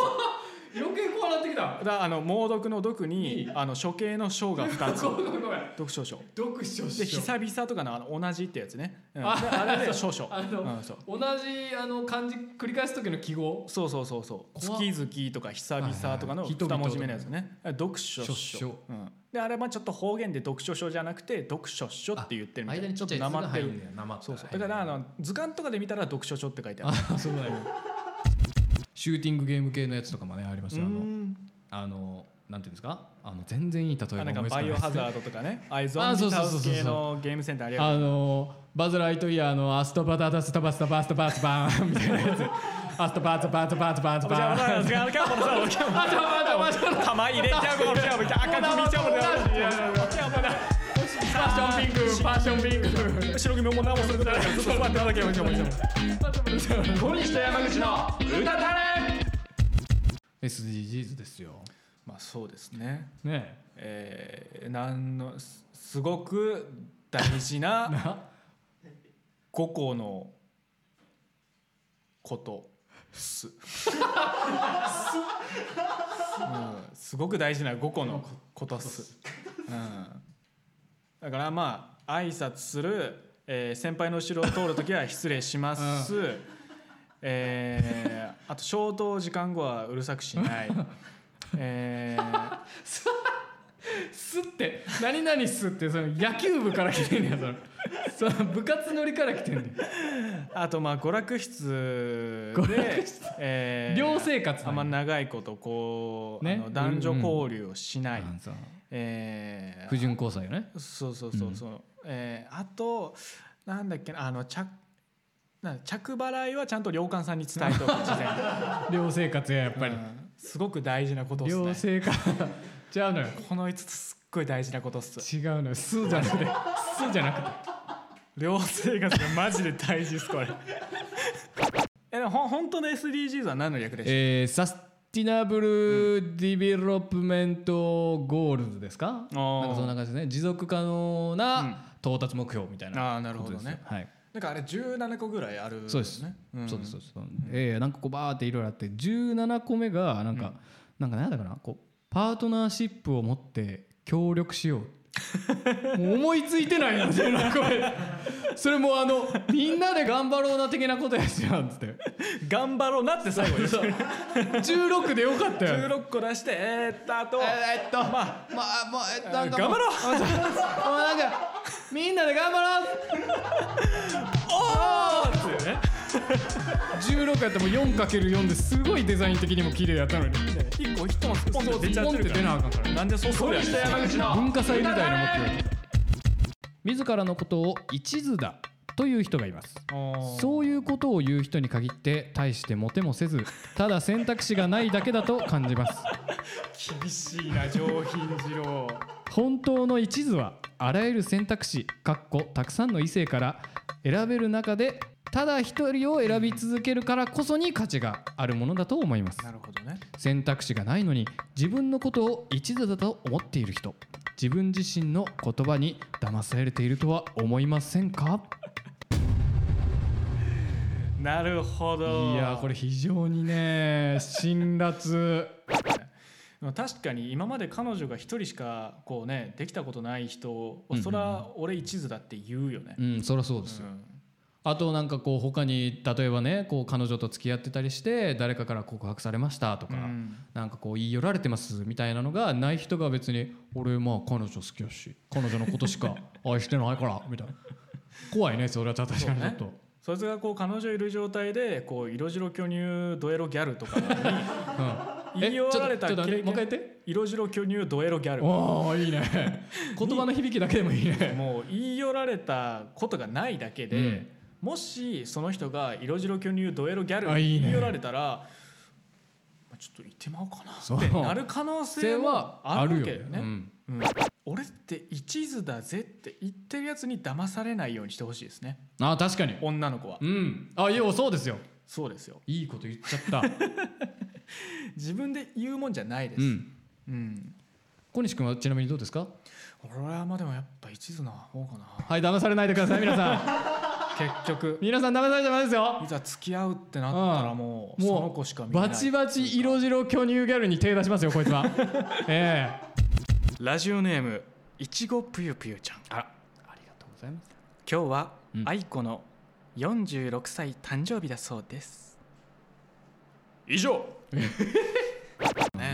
Speaker 3: 余計こうなってきた
Speaker 2: だあの猛毒の毒にあの処刑の章が2つ
Speaker 3: ごめんごめんごめん
Speaker 2: 毒少々
Speaker 3: 毒少々
Speaker 2: で久々とかのあの同じってやつね、うん、
Speaker 3: あ
Speaker 2: ああれで少々
Speaker 3: あの
Speaker 2: うん、そう
Speaker 3: 同じあの漢字繰り返す時の記号
Speaker 2: そうそうそうそう
Speaker 3: 怖っ
Speaker 2: 月々とか久々とかの
Speaker 3: はいはいはい人々
Speaker 2: 2文字目のやつね読書
Speaker 3: 書
Speaker 2: 書
Speaker 3: 書、
Speaker 2: うん、であれはちょっと方言で読書書じゃなくて読書書って言ってるみたい
Speaker 3: 間にちょっと
Speaker 2: なま
Speaker 3: 鉛
Speaker 2: って
Speaker 3: 入
Speaker 2: る
Speaker 3: るんだよ鉛って
Speaker 2: そうそうだからあの図鑑とかで見たら読書書って書いてある
Speaker 3: あそうだよシューティングゲーム系のやつとかもねありますよあのあのなんていうんですかあの全然いい例え
Speaker 2: あ
Speaker 3: が
Speaker 2: なんか
Speaker 3: 思いつか
Speaker 2: バイ
Speaker 3: ない
Speaker 2: オ
Speaker 3: です
Speaker 2: ハザードとかね、アイゾ
Speaker 3: あ
Speaker 2: ン
Speaker 3: そ
Speaker 2: ビ
Speaker 3: う
Speaker 2: タ
Speaker 3: そうそう
Speaker 2: ウ
Speaker 3: そう
Speaker 2: ス系のゲームセンターありがとう
Speaker 3: あのバズ・ライトイヤーのアストバタタスタバスタバスタバスバーンみたい なやつアストバタバタバタバタ
Speaker 2: じゃ
Speaker 3: バ
Speaker 2: あ
Speaker 3: ーン
Speaker 2: じゃあじゃあじゃあじゃ あ玉入れちゃうかもしれない赤組ちゃうかもしれない
Speaker 3: パッションピンクパッションピンク
Speaker 2: 白組も何もすることないからずっと座ってなきゃいけない
Speaker 3: 小西と山口の歌たれ SDGs ですよ
Speaker 2: まあそうですね
Speaker 3: ね
Speaker 2: えー、なんのすすごく大事 な
Speaker 3: な
Speaker 2: 五個のことす、うん、すごく大事な五個のことす、うん、だからまあ挨拶する、えー先輩の後ろを通る時は失礼します、えーあと消灯時間後はうるさくしないえー
Speaker 3: すって何々すってその野球部から来てんねやそのその部活乗りから来てんねん
Speaker 2: あとまあ娯楽室
Speaker 3: 娯
Speaker 2: で
Speaker 3: 楽室、
Speaker 2: え
Speaker 3: 寮生活
Speaker 2: あ
Speaker 3: なん
Speaker 2: んま
Speaker 3: や
Speaker 2: 長いことこう、
Speaker 3: ね
Speaker 2: あの男女交流をしない、
Speaker 3: あのさ
Speaker 2: えー
Speaker 3: 不純交際よね
Speaker 2: そうそうそうそう、えーあとなんだっけなあの着なんだ着払いはちゃんと領館さんに伝えておく事前に
Speaker 3: 寮生活ややっぱり
Speaker 2: うんすごく大事なこと
Speaker 3: 寮
Speaker 2: ですね
Speaker 3: 生活ちゃうのよ
Speaker 2: この5つすっごい大事なことっす
Speaker 3: 違うのよすじゃなくてすじゃなくて
Speaker 2: 寮生活がマジで大事です これえでもほん本当の SDGs は何の略でしたっけ
Speaker 3: えー、サスティナブルディベロップメントゴールズですか、
Speaker 2: あー
Speaker 3: なんかそんな感じですね持続可能
Speaker 2: うん
Speaker 3: な到達目標みたいな
Speaker 2: ああなるほ
Speaker 3: こと
Speaker 2: ど
Speaker 3: ですよ、
Speaker 2: ね
Speaker 3: はい
Speaker 2: なんかあれ17個ぐらいある、ね、
Speaker 3: そうです、
Speaker 2: ん
Speaker 3: そうですそうです、えーなんかこうバーっていろいろあって17個目がなんか、なんか何だかなこうパートナーシップを持って協力しよう もう思いついてないやん17個目それもうあのみんなで頑張ろうな的なことやしやんつって
Speaker 2: 頑張ろうなって最後に
Speaker 3: 16でよかったよ
Speaker 2: 16個出してえー、っとあと
Speaker 3: えーえっと、まあ、まあ、まあ、えなんかも
Speaker 2: 頑
Speaker 3: う
Speaker 2: 張ろう
Speaker 3: あそうもうなんか、みんなで頑張ろうおーってね。16やったらもう 4×4 ですごいデザイン的にも綺麗やったのに
Speaker 2: 1個1本スポンと出ちゃってる
Speaker 3: ポンって出なあかんから
Speaker 2: らなんでそうそうやねん
Speaker 3: 文化祭みたいなもんって自らのことを一途だという人がいますそういうことを言う人に限って大してモテもせずただ選択肢がないだけだと感じます
Speaker 2: 厳しいな上品次郎
Speaker 3: 本当の一途はあらゆる選択肢かっこたくさんの異性から選べる中でただ一人を選び続けるからこそに価値があるものだと思います
Speaker 2: なるほどね
Speaker 3: 選択肢がないのに自分のことを一途だと思っている人自分自身の言葉に騙されているとは思いませんか
Speaker 2: なるほ
Speaker 3: い
Speaker 2: ど
Speaker 3: やーこれ非常にね辛辣
Speaker 2: でも確かに今まで彼女が一人しかこうねできたことない人を
Speaker 3: うんうん
Speaker 2: そら俺一途だって言うよね、
Speaker 3: うんそりゃそうですよあとなんかこう他に例えばねこう彼女と付き合ってたりして誰かから告白されましたとか、
Speaker 2: うん
Speaker 3: なんかこう言い寄られてますみたいなのがない人が別に俺まあ彼女好きやし彼女のこと しか愛してないからみたいな怖いねそれは確かにちょっと、
Speaker 2: そいつがこう彼女いる状態でこう色白巨乳ドエロギャルとかに
Speaker 3: うん、
Speaker 2: 言い寄られた
Speaker 3: えちょっとち
Speaker 2: 経
Speaker 3: ょっと待って
Speaker 2: 験
Speaker 3: もう一回言って
Speaker 2: 色白巨乳ドエロギャル
Speaker 3: おおいい ね言葉の響きだけでもいいね
Speaker 2: もう言い寄られたことがないだけで、
Speaker 3: うん
Speaker 2: もしその人が色白巨乳ドエロギャル
Speaker 3: あいい
Speaker 2: に
Speaker 3: ね
Speaker 2: 言い寄られたらまあちょっといてまおうか
Speaker 3: そう
Speaker 2: なってなる可能
Speaker 3: 性
Speaker 2: 性
Speaker 3: は
Speaker 2: は
Speaker 3: あ
Speaker 2: ある
Speaker 3: る
Speaker 2: わ
Speaker 3: よね
Speaker 2: けだよね。
Speaker 3: うん
Speaker 2: うん俺って一途だぜって言ってるやつに騙されないようにしてほしいですね
Speaker 3: あ確かに
Speaker 2: 女の子は
Speaker 3: うんあいやそうですよ
Speaker 2: そうですよ
Speaker 3: いいこと 言っちゃった
Speaker 2: 自分で言うもんじゃないです、
Speaker 3: うん
Speaker 2: うん
Speaker 3: 小西君はちなみにどうですか
Speaker 12: 俺はまあでもやっぱ一途な方かな
Speaker 3: はい騙されないでください皆 さん
Speaker 12: 結局
Speaker 3: 皆さん騙されちゃダメですよ
Speaker 12: いざ付き合うってなったらもう
Speaker 3: うんも
Speaker 12: そうの子しか見えない
Speaker 3: バチバチ色白巨乳ギャルに手出しますよこいつ はええ
Speaker 2: ラジオネームいちごぷゆぷゆちゃん
Speaker 3: あありがとうございます
Speaker 2: 今日は
Speaker 3: うん
Speaker 2: 愛子の46歳誕生日だそうです、
Speaker 3: 以上
Speaker 2: ね、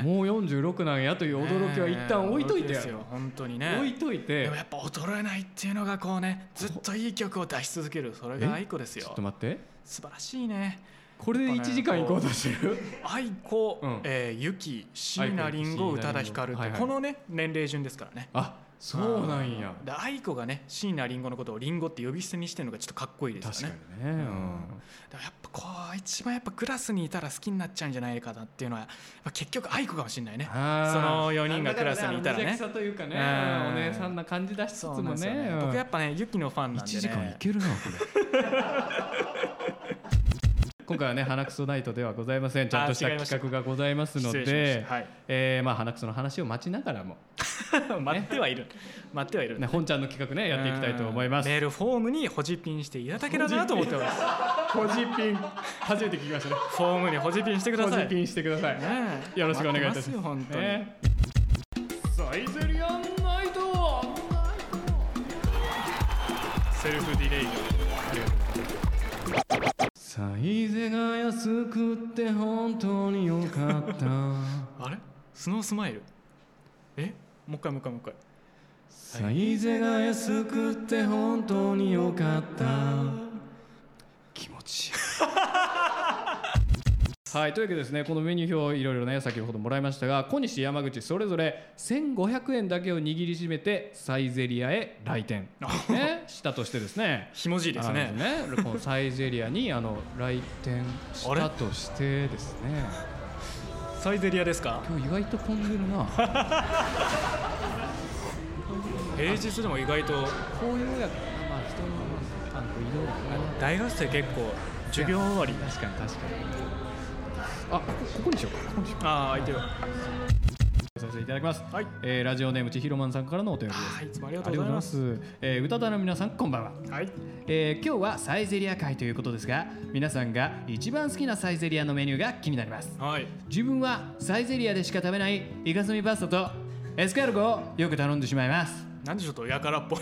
Speaker 3: もう46なんやという驚きは一旦置いといて、
Speaker 2: ねえ驚きですよ本当にね
Speaker 3: 置いといて
Speaker 2: でもやっぱ衰えないっていうのがこうねずっといい曲を出し続けるそれ
Speaker 3: え
Speaker 2: が愛子です
Speaker 3: ちょ
Speaker 2: よ
Speaker 3: っと待って
Speaker 2: 素晴らしいね
Speaker 3: これで1時間行こうとしてる
Speaker 2: 愛子、
Speaker 3: うん
Speaker 2: えー、ゆき椎名林檎宇多田ヒカルって、
Speaker 3: はいはい
Speaker 2: このね年齢順ですからね
Speaker 3: あそうなんや
Speaker 2: で愛子がね椎名林檎のことをリンゴって呼び捨てにしてるのがちょっとかっこいいですよね
Speaker 3: 確かにね、うん
Speaker 2: だからやっぱこう一番やっぱクラスにいたら好きになっちゃうんじゃないかなっていうのはやっぱ結局愛子かもしれないね
Speaker 3: あー
Speaker 2: その4人がクラスにいたら
Speaker 3: なんだかねあの無邪気
Speaker 2: ね
Speaker 3: さというかね
Speaker 2: うん
Speaker 3: お姉さんな感じ出しつつ
Speaker 2: そう
Speaker 3: も
Speaker 2: なんですよね
Speaker 3: ね
Speaker 2: 僕やっぱねユキのファンなんで、ね、
Speaker 3: 1時間いけるなこれ今回はね鼻くそナイトではございませんちゃんとした
Speaker 2: あ違いました
Speaker 3: 企画がございますの
Speaker 2: 失
Speaker 3: で
Speaker 2: 礼しましたはい
Speaker 3: えーまあ鼻くその話を待ちながらも、
Speaker 2: 待ってはいる、待ってはいる、
Speaker 3: ね、本ちゃんの企画ねやっていきたいと思います
Speaker 2: メールフォームにほじピンしていただけたらなと思って ます
Speaker 3: 個人ピン初めて聞きましたね
Speaker 2: フォームにほじピンしてくだ
Speaker 3: 個
Speaker 2: さ
Speaker 3: 人
Speaker 2: い
Speaker 3: ピンしてください
Speaker 2: ねえ
Speaker 3: よろしくお願いいた
Speaker 2: 待
Speaker 3: します
Speaker 2: ってよ本当に、
Speaker 3: ねサイゼリアンナイト
Speaker 2: セルフディレイ
Speaker 3: サイゼが安くって本当に良かった
Speaker 2: あれスノースマイルえもう一回もう一回もう一回
Speaker 3: サイゼが安くって本当に良かった気持ちいい はいというわけでですねこのメニュー表いろいろね先ほどもらいましたが小西山口それぞれ1500円だけを握りしめてサイゼリアへ来 店、ね、したとしてですね
Speaker 2: ひもじいですね
Speaker 3: あのねこのサイゼリアにあの来店し
Speaker 2: あれ
Speaker 3: たとしてですね
Speaker 2: サイゼリアですか
Speaker 3: 今日意外と混んでる な
Speaker 2: 平日でも意外と
Speaker 3: こういうやからまあ人のあの移動
Speaker 2: 大学生結構授業終わり
Speaker 3: 確かに確かにあここここにしようかここにしようか
Speaker 2: ああ空いてる
Speaker 3: させていただきます、
Speaker 2: はい
Speaker 3: えーラジオネームちひろまんさんからのお便りです
Speaker 2: あーいつもありがとうございます
Speaker 3: ありがとうございます、えー、歌だの皆さんこんばんは
Speaker 2: はい
Speaker 3: えー今日はサイゼリア会ということですが皆さんが一番好きなサイゼリアのメニューが気になります
Speaker 2: はい
Speaker 3: 自分はサイゼリアでしか食べないイカスミパスタとエスカルゴをよく頼んでしまいます
Speaker 2: なんでちょっとやからっぽい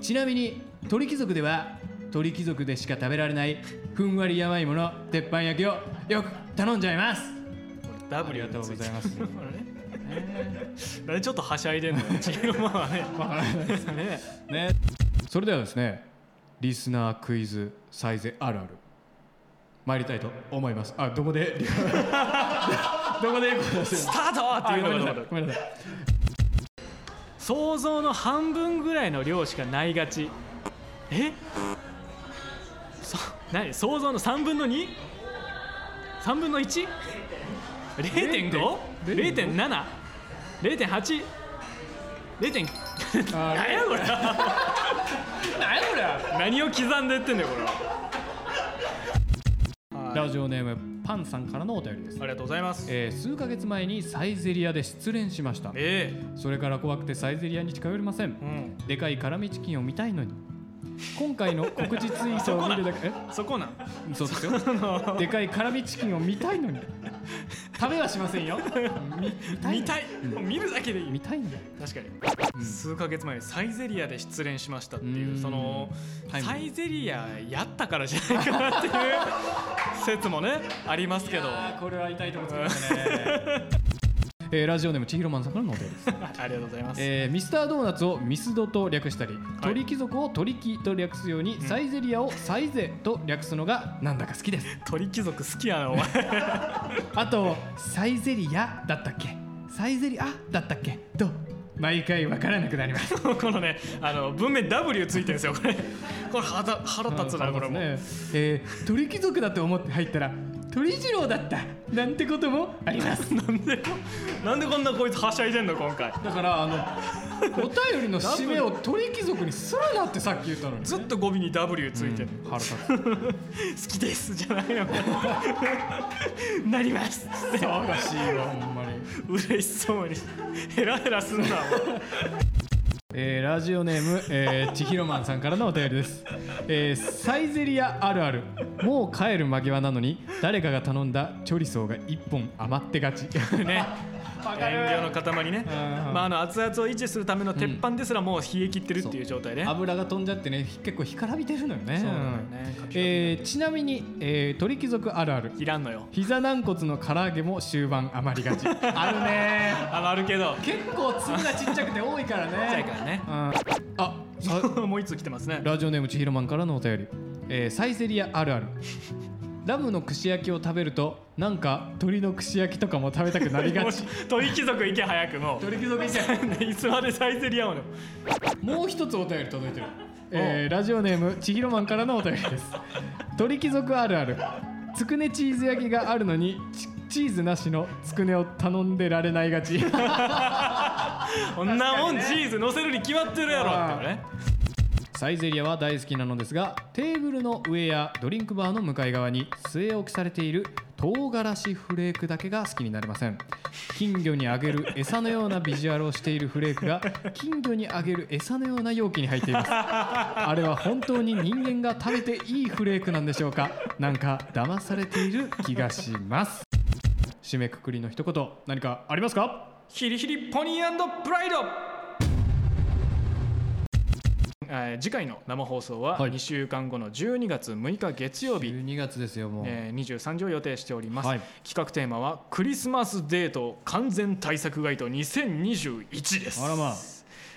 Speaker 3: ちなみに鳥貴族では鳥貴族でしか食べられない ふんわりやばいもの鉄板焼きを よく頼んじゃいます
Speaker 2: ダ
Speaker 3: あ
Speaker 2: ブ
Speaker 3: り
Speaker 2: ル
Speaker 3: がとうございます す
Speaker 2: ねなんでちょっとはしゃいでんのよちひろまんはねね
Speaker 3: ね、 それではですねリスナークイズサイゼあるある参りたいと思いますあどこで どこで
Speaker 2: スタートって
Speaker 3: あ
Speaker 2: いう
Speaker 3: ごめん
Speaker 2: の
Speaker 3: な
Speaker 2: が
Speaker 3: さいごめんなさい
Speaker 2: 想像の半分ぐらいの量しかないがちえそ何想像の3分の 2?3 分の 1?0.5?0.7?0.8?0.9? 何やこれ何やこれ何を刻んでってんだよこれは
Speaker 3: ラジオネームパンさんからのお便りです
Speaker 2: ありがとうございます
Speaker 3: えー数ヶ月前にサイゼリアで失恋しました
Speaker 2: え
Speaker 3: それから怖くてサイゼリアに近寄りません
Speaker 2: えうん
Speaker 3: でかい辛味チキンを見たいのに今回の告知ツイートを見るだけえ
Speaker 2: そこなん
Speaker 3: そうですよでかい辛味チキンを見たいのに食べはしませ んよみ見たい
Speaker 2: 見たい
Speaker 3: の
Speaker 2: もう見るだけでいい
Speaker 3: 見たいんだ
Speaker 2: 確かに、数ヶ月前にサイゼリアで失恋しましたって
Speaker 3: う
Speaker 2: い
Speaker 3: ん
Speaker 2: うその
Speaker 3: タイムリー
Speaker 2: サイゼリアやったからじゃないかなっていう 説もねあります けどあ
Speaker 3: これは痛いとこつきましたね えーラジオネームちひろまんさんからのお便りです、
Speaker 2: りがとうございます、
Speaker 3: えーミスタードーナツをミスドと略したり、鳥貴族を鳥貴と略すように、サイゼリアをサイゼと略すのがなんだか好きです
Speaker 2: 鳥貴族好きやなお前
Speaker 3: あとサイゼリアだったっけサイゼリアだったっけと毎回わからなくなります
Speaker 2: このねあの文面 W ついてるんですよこれこれ腹腹立つなこれも、
Speaker 3: ねえー鳥貴族だと思って入ったら鳥次郎だったなんてこともあります
Speaker 2: なんでなんでこんなこいつはしゃいでんの今回
Speaker 3: だからあのお便りの締めを鳥貴族にするなってさっき言ったのに
Speaker 2: ずっと語尾に W ついてる、
Speaker 3: 腹立つ
Speaker 2: 好きですじゃないのこれ
Speaker 4: なりますって
Speaker 3: 騒がしいわほんまに
Speaker 4: 嬉しそうにヘラヘラすんな
Speaker 3: えーラジオネーム、えー、ちひろまんさんからのお便りです、えーサイゼリアあるあるもう帰る間際なのに誰かが頼んだチョリソーが1本余ってがち ねわか
Speaker 4: 遠慮の塊ね、
Speaker 3: うんうん
Speaker 4: まあ、あの熱々を維持するための鉄板ですらもう冷え切ってるっていう状態ね、
Speaker 3: 油が飛んじゃってねひ結構干からびてるのよね
Speaker 4: そうなのよねカピカピ
Speaker 3: えーちなみに、えー鳥貴族あるある
Speaker 4: いらんのよ
Speaker 3: 膝軟骨の唐揚げも終盤余りがちあるね
Speaker 4: あのあるけど
Speaker 3: 結構粒がちっちゃくて多いからね
Speaker 4: ちゃいからね
Speaker 3: うんあさ
Speaker 4: もう一つ来てますね
Speaker 3: ラジオネームちひろまんからのお便り、えーサイゼリアある あるラムの串焼きを食べるとなんか鳥の串焼きとかも食べたくなりが
Speaker 4: も
Speaker 3: ち
Speaker 4: し鳥貴族行け早くもう
Speaker 3: 鳥貴族以外
Speaker 4: いつまでサイゼリアをの
Speaker 3: もう一つお便り届いてる、えーラジオネームちひろまんからのお便りです鳥貴族あるあるつくねチーズ焼きがあるのにチチーズなしのつくねを頼んでられないが ち
Speaker 4: こんなもんチーズ乗せるに決まってるやろってね
Speaker 3: サイゼリアは大好きなのですがテーブルの上やドリンクバーの向かい側に据え置きされている唐辛子フレークだけが好きになりません金魚にあげる餌のようなビジュアルをしているフレークが金魚にあげる餌のような容器に入っていますあれは本当に人間が食べていいフレークなんでしょうかなんか騙されている気がします締めくくりの一言何かありますか
Speaker 4: ヒリヒリポニープライドえー次回の生放送は
Speaker 3: はい
Speaker 4: 2週間後の12月6日月曜日、
Speaker 3: 12月ですよもう、
Speaker 4: えー23時を予定しております、
Speaker 3: はい
Speaker 4: 企画テーマは「クリスマスデート完全対策ガイド2021」です
Speaker 3: あらまあ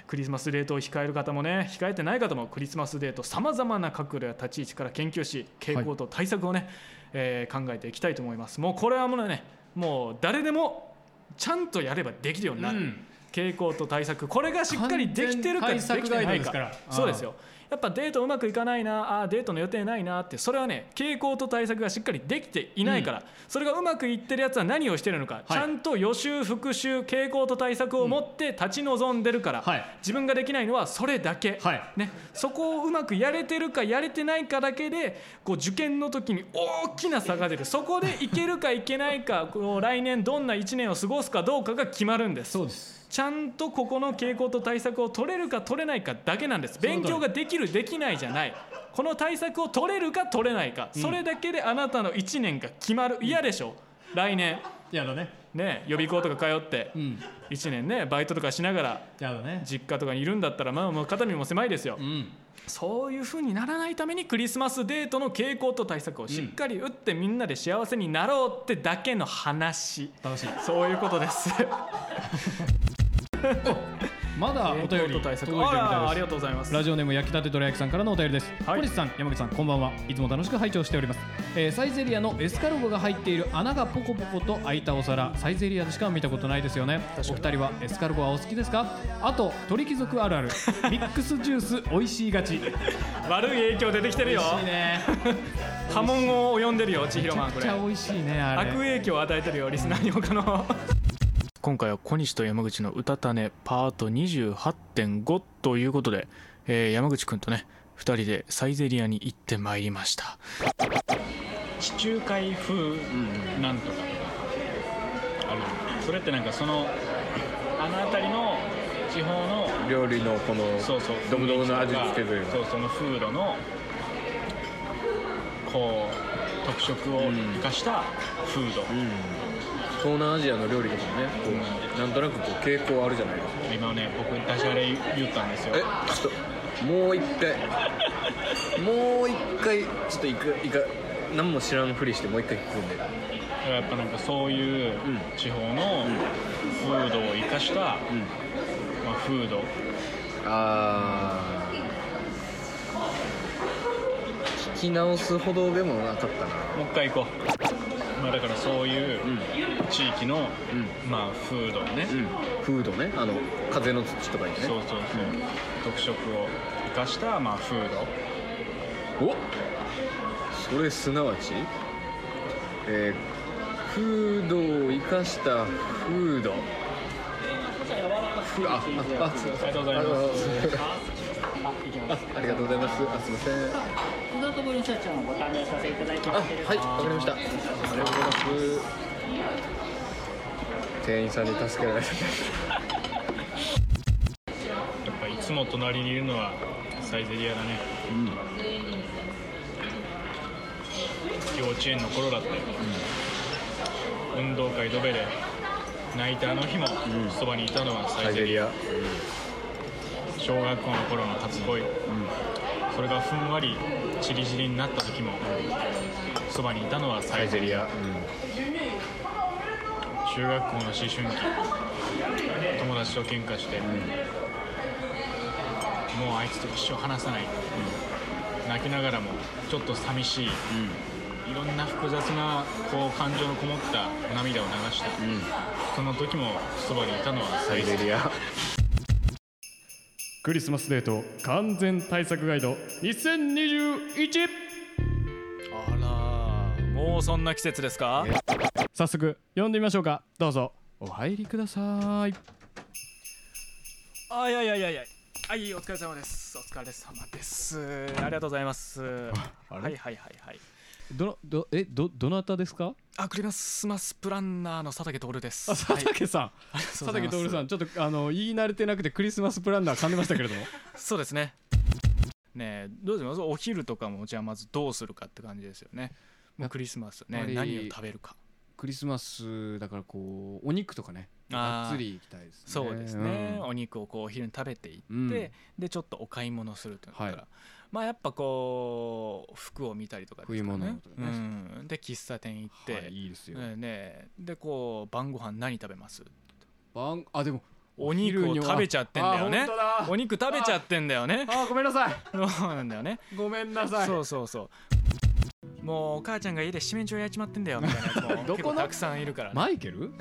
Speaker 4: クリスマスデートを控える方もね控えてない方もクリスマスデートさまざまな角度や立ち位置から研究し傾向と対策をね、えー考えていきたいと思いますもうこれはもうねもう誰でもちゃんとやればできるようになる、傾向と対策これがしっかりできてるかで
Speaker 3: 完
Speaker 4: き
Speaker 3: 全対
Speaker 4: て
Speaker 3: 策ガイド
Speaker 4: ない
Speaker 3: です
Speaker 4: か
Speaker 3: から
Speaker 4: そうですよやっぱデートうまくいかないなあーデートの予定ないなってそれはね傾向と対策がしっかりできていないから、それがうまくいってるやつは何をしてるのか、ちゃんと予習復習傾向と対策を持って立ち望んでるから、
Speaker 3: はい
Speaker 4: 自分ができないのはそれだけ、
Speaker 3: はい
Speaker 4: ね、そこをうまくやれてるかやれてないかだけでこう受験の時に大きな差が出るそこでいけるかいけないか こう来年どんな1年を過ごすかどうかが決まるんです
Speaker 3: そうです
Speaker 4: ちゃんとここの傾向と対策を取れるか取れないかだけなんです勉強ができるできないじゃないこの対策を取れるか取れないか、それだけであなたの1年が決まる嫌でしょ来年
Speaker 3: やだね
Speaker 4: ね予備校とか通って
Speaker 3: うん
Speaker 4: 1年ねバイトとかしながら
Speaker 3: やだね
Speaker 4: 実家とかにいるんだったらまあもう肩身も狭いですよ、
Speaker 3: うん
Speaker 4: そういう風にならないためにクリスマスデートの傾向と対策をしっかり打ってみんなで幸せになろうってだけの話、
Speaker 3: 楽しい
Speaker 4: そういうこと です
Speaker 3: まだお便
Speaker 4: 傾向
Speaker 3: り
Speaker 4: と
Speaker 3: 届
Speaker 4: 対
Speaker 3: いて
Speaker 4: 策
Speaker 3: るみ
Speaker 4: あ
Speaker 3: た
Speaker 4: らあ
Speaker 3: い
Speaker 4: り
Speaker 3: で
Speaker 4: がとうございます
Speaker 3: すラジオネーム焼きたてどら焼きさんからのお便りです、
Speaker 4: はい
Speaker 3: 小西さん山口さんこんばんはいつも楽しく拝聴しております、えーサイゼリアのエスカルゴが入っている穴がポコポコと開いたお皿サイゼリアでしか見たことないですよねお二人はエスカルゴはお好きですかあと鳥貴族あ るあるミックスジュース美味しいがち美味し
Speaker 4: 悪い影響出てきてるよ
Speaker 3: いね
Speaker 4: 波紋を及んでるよ千尋
Speaker 3: めち
Speaker 4: マ
Speaker 3: ゃ
Speaker 4: ンこ
Speaker 3: くち
Speaker 4: れ
Speaker 3: ゃ美味しいねあれ
Speaker 4: 悪影響を与えてるよリスナーに他の今回は小西と山口の歌種パート28.5ということで、えー山口くんとね2人でサイゼリアに行ってまいりました
Speaker 13: 地中海風なんとかあるそれってなんかそのあの辺りの地方の
Speaker 14: 料理のこの
Speaker 13: そうそう
Speaker 14: 独特の味付けというか
Speaker 13: そうその風土のこう特色を生かした風土、
Speaker 14: うん東南アジアの料理とかもねこうなんとなくこう傾向あるじゃないですか
Speaker 13: 今ね僕ダジャレ言ったんですよ
Speaker 14: えちょっともう一回 もう一回ちょっといくいか何も知らんふりしてもう一回聞くんで
Speaker 13: やっぱなんかそういう地方の風土を生かした、まあ、風土
Speaker 14: あー聞き直すほどでもなかったな
Speaker 13: もう一回行こう、まあ、だからそういう地域の、まあ、風土をね、
Speaker 14: うんフードねあの風の土とかにね
Speaker 13: そうそうそう、特色を生かした、まあ、風土
Speaker 14: おそれすなわちえー、フードを生かしたフードふあああすいません
Speaker 13: ありがとうございます
Speaker 14: あありがとうございますあすいません
Speaker 11: 小里部社長のご担当させていただいて
Speaker 14: あはいわかりましたありがとうございます
Speaker 1: 店員さんに助けられて
Speaker 4: やっぱいつも隣にいるのはサイゼリアだね、幼稚園の頃だって、運動会ドベで泣いたあの日もそば、にいたのはサイゼリア小学校の頃の初恋、それがふんわりチリチリになった時もそば、にいたのはサイゼリア、中学校の思春期友達と喧嘩して、もうあいつと一生話さない、泣きながらもちょっと寂しい、いろんな複雑なこう感情のこもった涙を流した、その時もそばにいたのはサイゼリア
Speaker 3: クリスマスデート完全対策ガイド2021
Speaker 2: あらもうそんな季節ですか
Speaker 3: 早速読んでみましょうかどうぞお入りください
Speaker 2: あいやいやいやいやはいお疲れ様ですお疲れ様ですありがとうございますはいは
Speaker 3: れ
Speaker 2: いはいはい
Speaker 3: どのどえどどなたですか
Speaker 2: あクリスマスプランナーの佐竹徹です
Speaker 3: あ佐竹さん、
Speaker 2: はい、
Speaker 3: 佐竹徹さ
Speaker 2: ん
Speaker 3: んちょっとあの言い慣れてなくてクリスマスプランナー噛んでましたけれども
Speaker 2: そうですねねえどうしますお昼とかもじゃあまずどうするかって感じですよねもうクリスマス
Speaker 3: やっ
Speaker 2: ね
Speaker 3: ぱり
Speaker 2: 何を食べるか
Speaker 3: クリスマスだからこうお肉とかね
Speaker 2: あー
Speaker 3: がっつりいきたいですね
Speaker 2: そうですね、
Speaker 3: うん
Speaker 2: お肉をこうお昼に食べていって、
Speaker 3: うん
Speaker 2: でちょっとお買い物するとなったら、
Speaker 3: はい
Speaker 2: まあやっぱこう服を見たりとかですか、ね、
Speaker 3: 冬物とかね
Speaker 2: うん、で喫茶店行って、
Speaker 3: はいいいですよ
Speaker 2: ねえでこう晩ご飯何食べます
Speaker 3: 晩あでも
Speaker 2: お肉
Speaker 3: お
Speaker 2: を
Speaker 3: 昼には
Speaker 2: 食べちゃってんだよ
Speaker 3: あ
Speaker 2: ね
Speaker 3: 本当だ
Speaker 2: お肉食べちゃってんだよね
Speaker 3: あごめんなさい
Speaker 2: そうなんだよね
Speaker 3: ごめんなさい
Speaker 2: そうそうそうもうお母ちゃんが家で七面鳥焼いちまってんだよみたいなやつも結
Speaker 3: どこ
Speaker 2: 構
Speaker 3: の
Speaker 2: たくさんいるからね
Speaker 3: マイケル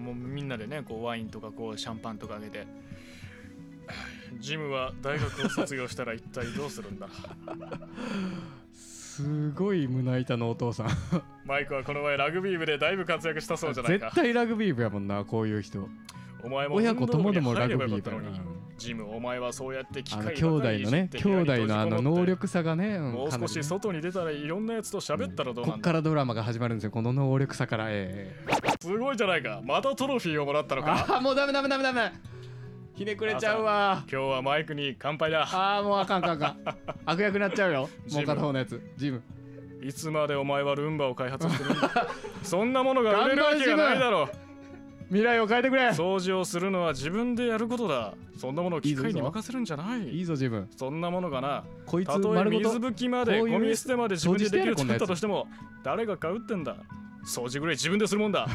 Speaker 2: もうみんなでねこうワインとかこうシャンパンとかあげてジムは大学を卒業したら一体どうするんだ
Speaker 3: すごい胸板のお父さん
Speaker 2: マイクはこの前ラグビー部でだいぶ活躍したそうじゃないか
Speaker 3: 絶対ラグビー部やもんなこういう人
Speaker 2: お前も
Speaker 3: 親子ともど
Speaker 2: 運動
Speaker 3: も
Speaker 2: 部に
Speaker 3: ラ
Speaker 2: 入れ
Speaker 3: グ
Speaker 2: ば
Speaker 3: ビ
Speaker 2: よか
Speaker 3: ー
Speaker 2: った
Speaker 3: 部
Speaker 2: の
Speaker 3: やな
Speaker 2: にジムお前はそうやって機
Speaker 3: あ
Speaker 2: 械
Speaker 3: の
Speaker 2: ばかり
Speaker 3: 兄弟のね
Speaker 2: いじって部
Speaker 3: 兄
Speaker 2: 屋に
Speaker 3: 弟のあの
Speaker 2: 閉じこもって
Speaker 3: 能力差がねん
Speaker 2: もう
Speaker 3: かな
Speaker 2: 少
Speaker 3: り
Speaker 2: し外に出たらいろんなやつと喋ったらどう
Speaker 3: こ
Speaker 2: な
Speaker 3: っ
Speaker 2: んだ
Speaker 3: からドラマが始まるんですよこの能力差からええ
Speaker 2: すごいじゃないかまたトロフィーをもらったのか
Speaker 3: あもうダメダメダメダメひねくれちゃうわ
Speaker 2: 今日はマイクに乾杯だ
Speaker 3: あーもうあかんあかんあかん悪役になっちゃうよ
Speaker 2: ジ
Speaker 3: も
Speaker 2: ム
Speaker 3: う片方のやつジム
Speaker 2: いつまでお前はルンバを開発してるん だそんなものが売れるわけがないだろう
Speaker 3: 未来を変えてくれ
Speaker 2: 掃除をするのは自分でやることだそんなものを機械に任せるんじゃない
Speaker 3: いいぞジム
Speaker 2: そんなものがな
Speaker 3: こいつ
Speaker 2: たとえ
Speaker 3: 丸ごと
Speaker 2: 水拭きまで
Speaker 3: こういう
Speaker 2: ゴミ捨てまで自分でできると言ったと
Speaker 3: 掃除
Speaker 2: しても誰が買うってんだ掃除ぐらい自分でするもんだ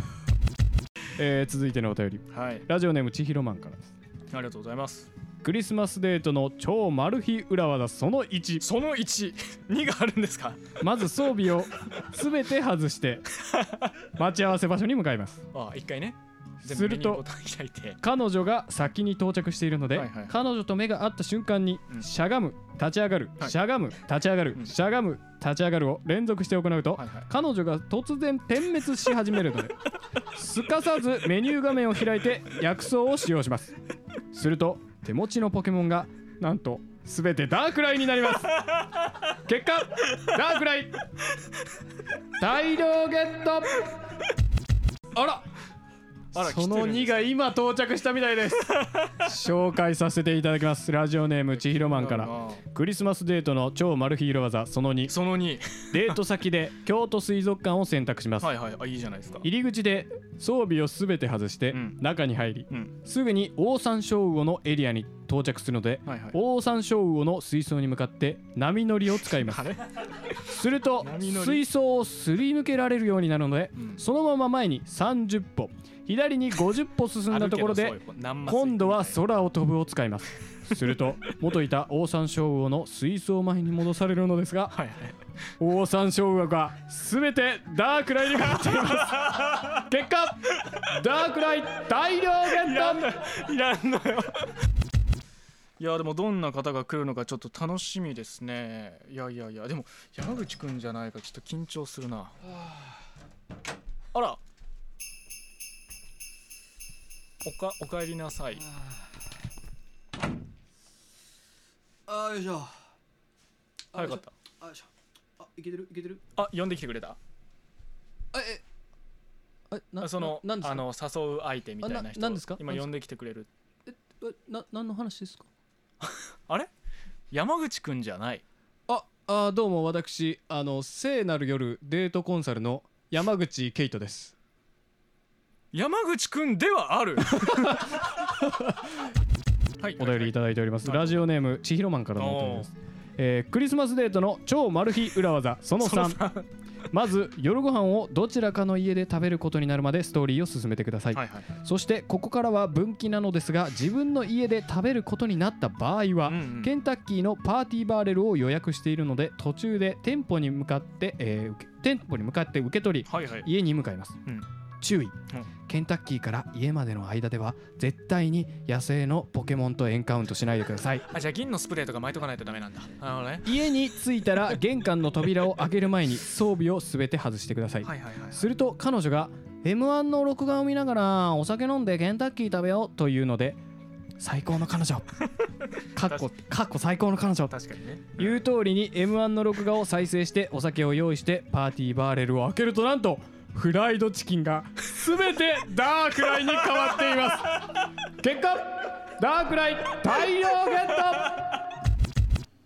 Speaker 3: えー続いてのお便り
Speaker 2: はい
Speaker 3: ラジオネームちひろマンからです
Speaker 2: ありがとうございます
Speaker 3: クリスマスデートの超マル秘裏技その1
Speaker 2: その12 があるんですか
Speaker 3: まず装備を全て外して 待ち合わせ場所に向かいます
Speaker 2: ああ一回ね全部
Speaker 3: すると
Speaker 2: メニューボタン開いて
Speaker 3: 彼女が先に到着しているので、
Speaker 2: はいはい
Speaker 3: 彼女と目が合った瞬間に、
Speaker 2: うん
Speaker 3: しゃがむ立ち上がる、
Speaker 2: はい
Speaker 3: しゃがむ立ち上がる、しゃがむ立ち上がるを連続して行うと、
Speaker 2: はいはい
Speaker 3: 彼女が突然点滅し始め るのですかさずメニュー画面を開いて薬草を使用しますすると手持ちのポケモンがなんと全てダークライになります結果ダークライ大量ゲットあら
Speaker 2: あら
Speaker 3: その2が今到着したみたいです紹介させていただきますラジオネームちひろマンからクリスマスデートの超マル秘色技その2
Speaker 2: その2
Speaker 3: デート先で京都水族館を選択します、
Speaker 2: はいはいあいいじゃないですか
Speaker 3: 入り口で装備を全て外して
Speaker 2: うん
Speaker 3: 中に入り、
Speaker 2: うん
Speaker 3: すぐにオオサンショウウオのエリアに到着するので、
Speaker 2: はいはい
Speaker 3: オオサンショウウオの水槽に向かって波乗りを使います
Speaker 2: あれ
Speaker 3: すると
Speaker 2: 波乗り
Speaker 3: 水槽をすり抜けられるようになるので、そのまま前に30歩左に50歩進んだところ
Speaker 2: あ
Speaker 3: で
Speaker 2: るけどそうよ何マス
Speaker 3: 今度は空を飛ぶを使いますす ると元いたオオサンショウウオの水槽前に戻されるのですが
Speaker 2: はいはい
Speaker 3: オオサンショウウオが全てダークライにかかっています結果ダークライ大量
Speaker 2: い
Speaker 3: 減
Speaker 2: らん
Speaker 3: 反
Speaker 2: のよいらんのよいやでもどんな方が来るのかちょっと楽しみですねいやいやいやでも山口くんじゃないかちょっと緊張するなあらおかおかえりなさい
Speaker 15: あーよいしょあ
Speaker 2: 早かった
Speaker 15: あよいしょあいけてるいけてる
Speaker 2: あ呼んできてくれた
Speaker 15: あえ
Speaker 3: な
Speaker 2: その
Speaker 3: ななんですか
Speaker 2: あの誘う相手みたいな
Speaker 3: あ
Speaker 2: 人
Speaker 3: ななんですか
Speaker 2: 今呼んできてくれる
Speaker 3: えな何の話ですか
Speaker 2: あれ山口くんじゃない
Speaker 3: ああどうも私あの聖なる夜デートコンサルの山口ケイトです
Speaker 2: 山口くんではあるはい
Speaker 3: お便りいただいておりますラジオネームちひろまんからのお便りです、えークリスマスデートの超マル秘裏技その3
Speaker 2: その
Speaker 3: まず夜ご飯をどちらかの家で食べることになるまでストーリーを進めてください、
Speaker 2: はいはい
Speaker 3: そしてここからは分岐なのですが自分の家で食べることになった場合は、ケンタッキーのパーティーバーレルを予約しているので途中で店舗に向かって、えー受け店舗に向かって受け取り、
Speaker 2: はいはい
Speaker 3: 家に向かいます、
Speaker 2: うん
Speaker 3: 注意、ケンタッキーから家までの間では絶対に野生のポケモンとエンカウントしないでください
Speaker 2: あじゃあ銀のスプレーとか巻いとかないとダメなんだなるほどね
Speaker 3: 家に着いたら玄関の扉を開ける前に装備を全て外してください,、
Speaker 2: はいはいはい
Speaker 3: すると彼女が m 1の録画を見ながらお酒飲んでケンタッキー食べようというので最高 の彼女かっこかっこ最高の彼女
Speaker 2: 確かにね
Speaker 3: 言う通りに m 1の録画を再生してお酒を用意してパーティーバーレルを開けるとなんとフライドチキンが全てダークライに変わっています結果ダークライ大量ゲット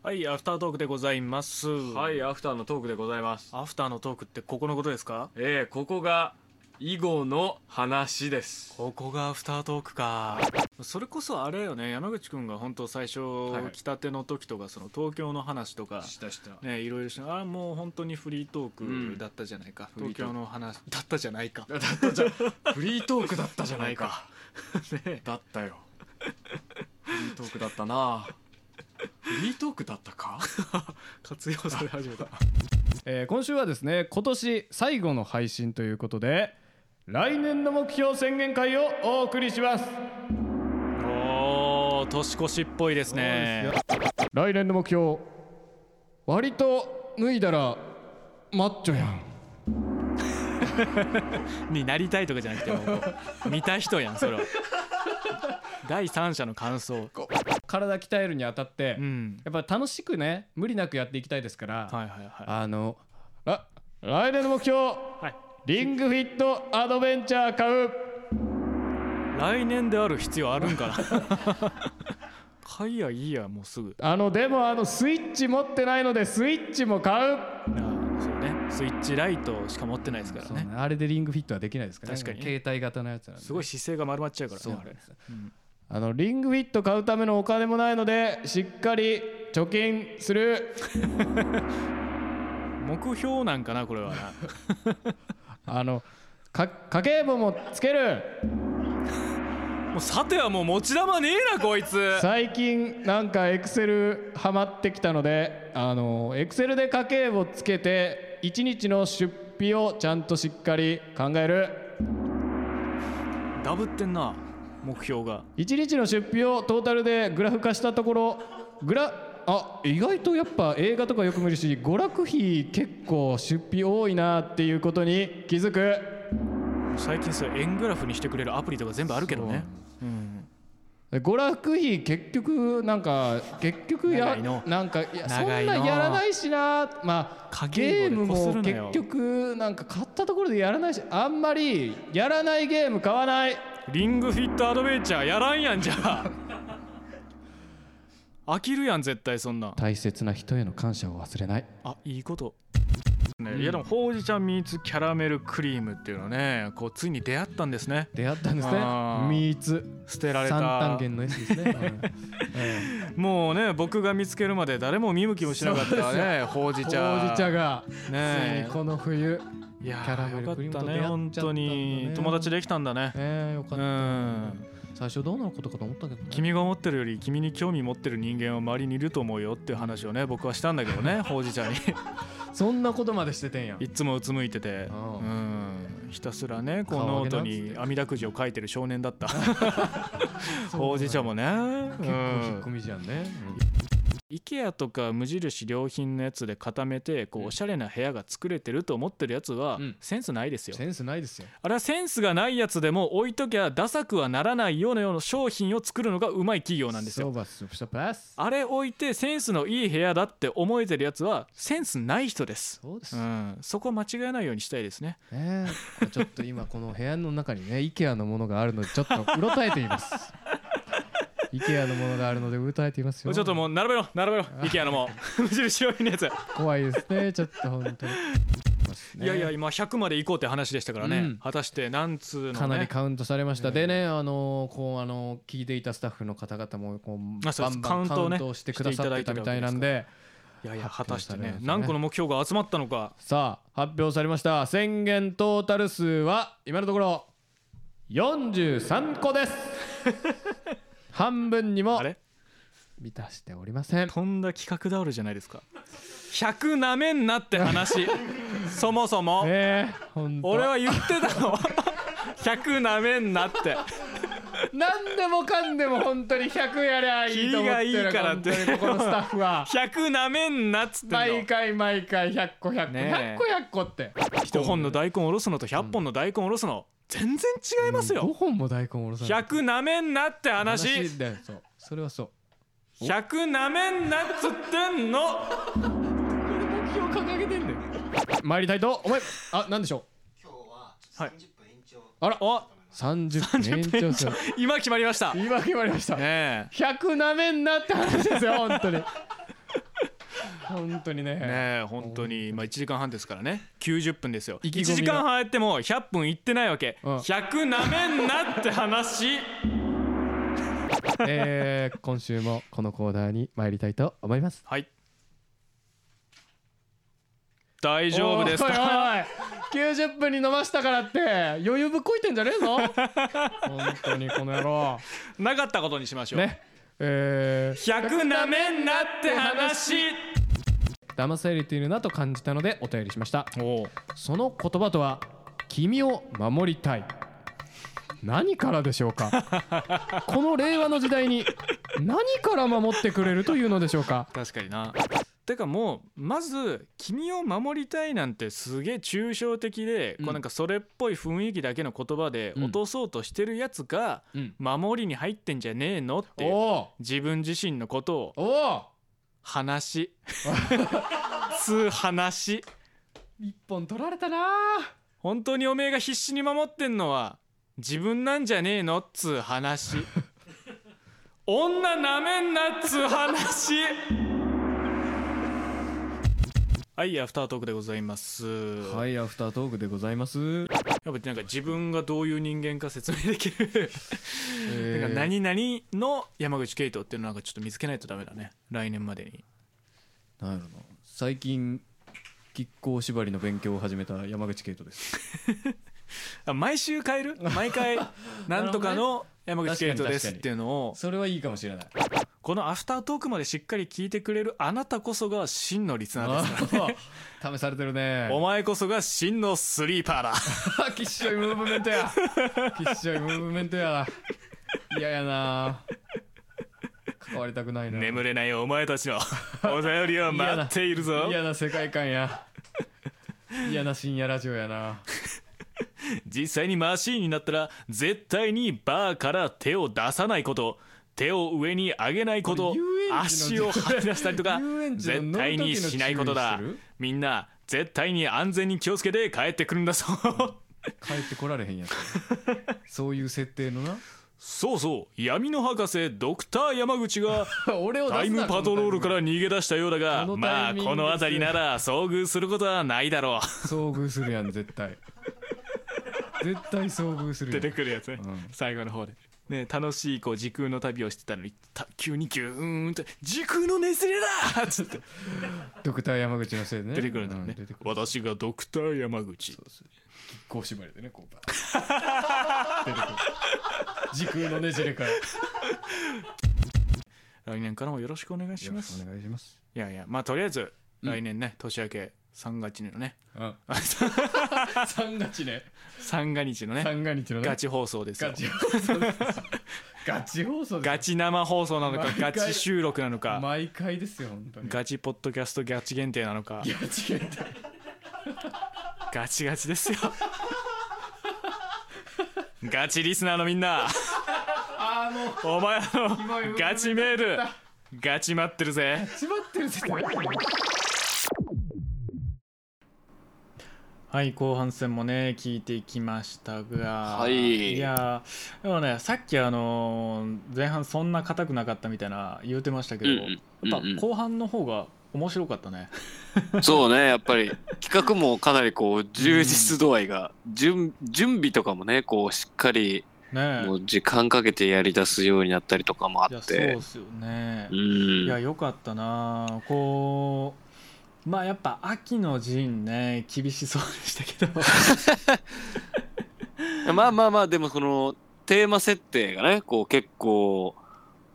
Speaker 2: はいアフタートークでございますはいアフターのトークでございますアフターのトークってここのことですか
Speaker 16: えー、ここが囲碁の話です
Speaker 2: ここがアフタートークかそれこそあれよね山口くんが本当最初、
Speaker 16: いはい
Speaker 2: 来たての時とかその東京の話とか
Speaker 16: したした
Speaker 2: ねいろいろしあもう本当にフリートークだったじゃないか、
Speaker 16: うん
Speaker 2: 東京の話だったじゃないかだ
Speaker 16: ったじゃフリートークだったじゃない かだったよフリートークだったなフリートークだったか
Speaker 2: 活用され始めた
Speaker 3: えー今週はですね今年最後の配信ということで来年の目標宣言会をお送りします
Speaker 2: おー年越しっぽいですね
Speaker 3: 来年の目標割と脱いだらマッチョやん
Speaker 2: になりたいとかじゃなくてもう見た人やんそれは第三者の感想
Speaker 3: 体鍛えるにあたって、やっぱ楽しくね無理なくやっていきたいですから、あのあ来年の目標、リングフィットアドベンチャー買う
Speaker 2: 来年である必要あるんかな買いやいいやもうすぐ
Speaker 3: あのでもあのスイッチ持ってないのでスイッチも買う
Speaker 2: そうねスイッチライトしか持ってないですからね
Speaker 3: あれでリングフィットはできないですからね
Speaker 2: 確かにね
Speaker 3: 携帯型のやつなんです
Speaker 2: ごい姿勢が丸まっちゃうからね
Speaker 3: そう
Speaker 2: あれ
Speaker 3: あのリングフィット買うためのお金もないのでしっかり貯金する
Speaker 2: 目標なんかなこれはな
Speaker 3: あのか家計簿もつける
Speaker 2: もうさてはもう持ち玉ねえなこいつ
Speaker 3: 最近なんかエクセルハマってきたのであのエクセルで家計簿つけて1日の出費をちゃんとしっかり考える
Speaker 2: ダブってんな目標が
Speaker 3: 1日の出費をトータルでグラフ化したところグラあ意外とやっぱ映画とかよく見るし娯楽費結構出費多いなっていうことに気づく
Speaker 2: 最近それ円グラフにしてくれるアプリとか全部あるけどね
Speaker 3: 娯楽費結局なんか結局や
Speaker 2: 長いの
Speaker 3: なんかいやそ
Speaker 2: 長
Speaker 3: んない
Speaker 2: の
Speaker 3: やらないしなまあ
Speaker 2: 計
Speaker 3: ゲー
Speaker 2: 簿
Speaker 3: ム
Speaker 2: でこす
Speaker 3: も
Speaker 2: るな
Speaker 3: 結
Speaker 2: よ
Speaker 3: 局なんか買ったところでやらないしあんまりやらないゲーム買わない
Speaker 2: リングフィットアドベンチャーやらんやんじゃ あ飽きるやん絶対そんなん
Speaker 3: 大切な人への感謝を忘れない
Speaker 2: あいいこと、ね
Speaker 3: うん
Speaker 2: いやでもほうじ茶ミーツキャラメルクリームっていうのねこうついに出会ったんですね
Speaker 3: 出会ったんですねミーツ
Speaker 2: 捨てられた
Speaker 3: 三単元の S ですね、
Speaker 2: もうね僕が見つけるまで誰も見向きもしなかった ねほうじ茶
Speaker 3: ほうじ茶がつい
Speaker 2: ね
Speaker 3: にこの冬
Speaker 2: いやー
Speaker 3: キャラメルクリームと出会っ
Speaker 2: よ
Speaker 3: ち
Speaker 2: かったね
Speaker 3: ゃっ
Speaker 2: 本
Speaker 3: たんだ
Speaker 2: 当に友達できたんだね
Speaker 3: えよかった
Speaker 2: うん
Speaker 3: 最初どうなることかと思ったけど
Speaker 2: 君が思ってるより君に興味持ってる人間は周りにいると思うよっていう話をね僕はしたんだけど ねほうじ茶に
Speaker 3: そんなことまでしててんや
Speaker 2: いっつもうつむいててうんひたすらねこうノートに網だくじを書いてる少年だった ほうじ茶もね結
Speaker 3: 構引っ込みじゃんね、
Speaker 2: IKEA とか無印良品のやつで固めてこうおしゃれな部屋が作れてると思ってるやつはセンスないですよ、
Speaker 3: センスないですよ
Speaker 2: あれはセンスがないやつでも置いときゃダサくはならないようなような商品を作るのがうまい企業なんですよあれ置いてセンスのいい部屋だって思えてるやつはセンスない人です
Speaker 3: そうです、
Speaker 2: ん、そこ間違えないようにしたいですね
Speaker 3: ねえちょっと今この部屋の中にね IKEA のものがあるのでちょっとうろたえています IKEA のものがあるのでうろたえていますよ
Speaker 2: ちょっともう並べろ並べろ IKEA のもう無印良品のやつ
Speaker 3: 怖いですねちょっと本当に
Speaker 2: いやいや今100まで行こうって話でしたからね、
Speaker 3: うん
Speaker 2: 果たして何通の、ね、
Speaker 3: かなりカウントされました、でねあのーこうあのー聞いていたスタッフの方々もこう
Speaker 2: あそう
Speaker 3: バ
Speaker 2: です
Speaker 3: ンバン
Speaker 2: カ
Speaker 3: カ
Speaker 2: ウントを
Speaker 3: ウ
Speaker 2: ね
Speaker 3: ントをしてくださってたみたいなんで
Speaker 2: いやいや果たして
Speaker 3: 発表され
Speaker 2: ね
Speaker 3: ますね
Speaker 2: 何個の目標が集まったのか
Speaker 3: さあ発表されました宣言トータル数は今のところ43個です 半分にも満たしておりません
Speaker 2: とんだ企画倒れじゃないですか100なめんなって話 そもそも、俺は言ってた の100なめんなって
Speaker 3: 何でもかんでも本当に100やりゃいいと思って
Speaker 2: キ
Speaker 3: る
Speaker 2: リがいいからって
Speaker 3: 本当にここのスタッフ は
Speaker 2: 100なめんなっつってんの
Speaker 3: 毎回毎回100個100個、
Speaker 2: ねえ
Speaker 3: 100個100個って
Speaker 2: 5本の大根おろすのと100本の大根おろすの全然違います
Speaker 3: 5
Speaker 2: よ
Speaker 3: 本も大根おろさない
Speaker 2: 100なめんなって話
Speaker 3: 話だよそうそれはそう
Speaker 2: 100なめんなっつってんの
Speaker 3: 目標掲げてんだよ参りたいと思いあ何でしょう今日は30分延長あらお30分延長する
Speaker 2: 今決まりました
Speaker 3: 今決まりました
Speaker 2: ね
Speaker 3: 100なめんなって話ですよ本当に本当にね
Speaker 2: ねえ本当にまあ1時間半ですからね90分ですよ
Speaker 3: 意気
Speaker 2: 1
Speaker 3: 込みは
Speaker 2: 時間半やっても100分いってないわけ100なめんなって話
Speaker 3: えー今週もこのコーナーに参りたいと思います
Speaker 2: はい大丈夫です
Speaker 3: おいおい
Speaker 2: か
Speaker 3: おい90分に飲ましたからって余裕ぶっこいてんじゃね えぞ本当にこの野郎
Speaker 2: なかったことにしましょう
Speaker 3: ねえー
Speaker 2: 100なめんなって話
Speaker 3: 騙されているなと感じたのでお便りしましたその言葉とは「君を守りたい」何からでしょ うかこの令和の時代に何から守ってくれるというのでしょうか
Speaker 2: 確かになてかもうまず「君を守りたい」なんてすげえ抽象的で、こうなんかそれっぽい雰囲気だけの言葉で落とそうとしてるやつが「守りに入ってんじゃねえの?」っていう自分自身のこと
Speaker 3: を
Speaker 2: 話つ話
Speaker 3: 一本取られたな
Speaker 2: 本当におめえが必死に守ってんのは自分なんじゃねえのっつう話女なめんなっつう話はいアフタートークでございます
Speaker 3: はいアフタートークでございます
Speaker 2: やっぱなんか自分がどういう人間か説明できる、
Speaker 3: ー
Speaker 2: なんか何々の山口ケイトっていうのなんかちょっと見つけないとダメだね来年までに
Speaker 3: なんやろな最近亀甲縛りの勉強を始めた山口圭人です
Speaker 2: あ毎週変える毎 回なんとかの山口ケイトですっていうのを
Speaker 3: それはいいかもしれない
Speaker 2: このアフタートークまでしっかり聞いてくれるあなたこそが真のリスナーですからね
Speaker 3: 試されてるね
Speaker 2: お前こそが真のスリーパーだ
Speaker 3: きっしょいムーブメントやきっしょいムーブメントや嫌やな関わりたくない な
Speaker 2: 眠れないお前たちのお便りを待っているぞ
Speaker 3: 嫌な世界観や嫌な深夜ラジオやな
Speaker 2: 実際にマシーンになったら絶対にバーから手を出さないこと手を上に上げないこと足を張り出したりとか絶対にしないことだみんな絶対に安全に気をつけて帰ってくるんだぞ
Speaker 3: 帰ってこられへんやつそういう設定の な
Speaker 2: そうそう闇の博士ドクター山口 が
Speaker 3: 俺を出すな
Speaker 2: タイムパトロールから逃げ出したようだが
Speaker 3: この
Speaker 2: ま
Speaker 3: タイ
Speaker 2: あ
Speaker 3: ミングです
Speaker 2: この辺りなら遭遇することはないだろう
Speaker 3: 遭遇するやん絶対絶対遭遇する や
Speaker 2: 出
Speaker 3: ん
Speaker 2: てくるやつね、最後の方で。ね、楽しいこう時空の旅をしてたのにた急にギューンって「時空のねずれだ!」 っつって
Speaker 3: ドクター山口のせいでね
Speaker 2: 出てくるんだよ
Speaker 3: う
Speaker 2: ね、
Speaker 3: 出てくる
Speaker 2: 私がドクター山口
Speaker 3: こう縛りでねこうバーッ出てくる時空のねじれから
Speaker 2: 来年からもよろしくお願いします
Speaker 3: お願いします
Speaker 2: いやいやまあとりあえず来年ね、年明け三が日のね
Speaker 3: うん三月ね
Speaker 2: 三が日のね
Speaker 3: 三が日のね
Speaker 2: ガチ放送ですよ
Speaker 3: ガチ放送ですガチ放送
Speaker 4: ガチ生放送なのか
Speaker 3: 毎
Speaker 4: ガ
Speaker 3: 回
Speaker 4: チ収録なのか
Speaker 3: 毎回ですよ本当に
Speaker 4: ガチポッドキャストガチ限定なのか
Speaker 3: ガチ限定
Speaker 4: ガチガチですよ ガチリスナーのみんな
Speaker 3: ああもう
Speaker 4: お前あ
Speaker 3: 今言う
Speaker 4: のガチメール
Speaker 3: ガ
Speaker 4: ガチ待ってるぜ
Speaker 3: 閉まってる絶対
Speaker 2: はい後半戦もね聞いていきましたが、
Speaker 1: はい
Speaker 2: いやーでもねさっきあのー前半そんな硬くなかったみたいな言うてましたけど、
Speaker 1: うんうん
Speaker 2: やっ
Speaker 1: うんうん
Speaker 2: ぱ後半の方が面白かっ たね、
Speaker 1: そうね、やっぱり企画もかなりこう充実度合いが、準準備とかもね、こうしっかり
Speaker 2: ねえ
Speaker 1: もう時間かけてやり出すようになったりとかもあ
Speaker 2: いや
Speaker 1: っ
Speaker 2: そう
Speaker 1: て
Speaker 2: っ。すよね、
Speaker 1: うん
Speaker 2: いやよかったなこうまあやっぱ秋の陣ね厳しそうでし たけど
Speaker 1: まあまあまあ、でもそのテーマ設定がね、こう結構、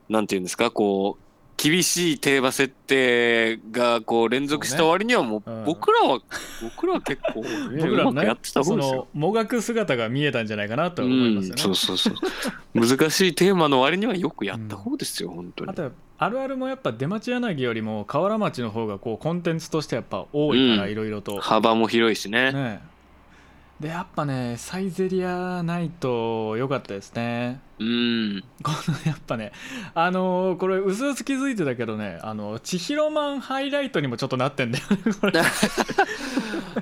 Speaker 1: なんていうんですか、こう、厳しいテーマ設定がこう連続した割にはもう
Speaker 2: うん
Speaker 1: 僕らは、僕らは結構、僕らうまくやってた方ですよ。
Speaker 2: そのもがく姿が見えたんじゃないかなと
Speaker 1: う
Speaker 2: 思います
Speaker 1: ん
Speaker 2: よ、ね、
Speaker 1: そうそうそう。難しいテーマの割にはよくやった方ですよ、本当に
Speaker 2: あ。とあるあるもやっぱ出町柳よりも河原町の方がこうコンテンツとしてやっぱ多いから
Speaker 1: うん
Speaker 2: いろいろと、
Speaker 1: 幅も広いしね。
Speaker 2: ねでやっぱねサイゼリアないと良かったですね
Speaker 1: うん。
Speaker 2: やっぱねあのーこれうすうす気づいてたけどねあの千尋マンハイライトにもちょっとなってんだよね これ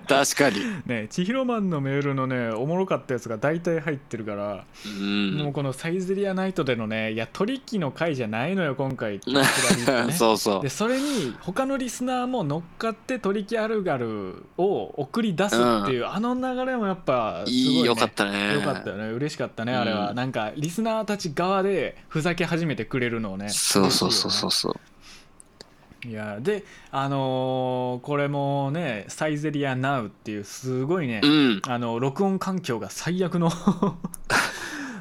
Speaker 1: 確かに。
Speaker 2: ね千尋マンのメールのねおもろかったやつが大体入ってるから、
Speaker 1: うん。
Speaker 2: もうこのサイゼリアナイトでのねいや取引の回じゃないのよ今回って
Speaker 1: そうそう
Speaker 2: で。それに他のリスナーも乗っかって「取引あるある」を送り出すっていう、あの流れもやっぱすごい、ね、
Speaker 1: いいよかったね
Speaker 2: よかったよね嬉しかったね、あれ
Speaker 1: う
Speaker 2: は
Speaker 1: ん
Speaker 2: なんかリスナーたち側でふざけ始めてくれるのをね
Speaker 1: そうそうそうそうそう。
Speaker 2: いやであのーこれもねサイゼリアナウっていうすごいね、
Speaker 1: うん
Speaker 2: あの録音環境が最悪の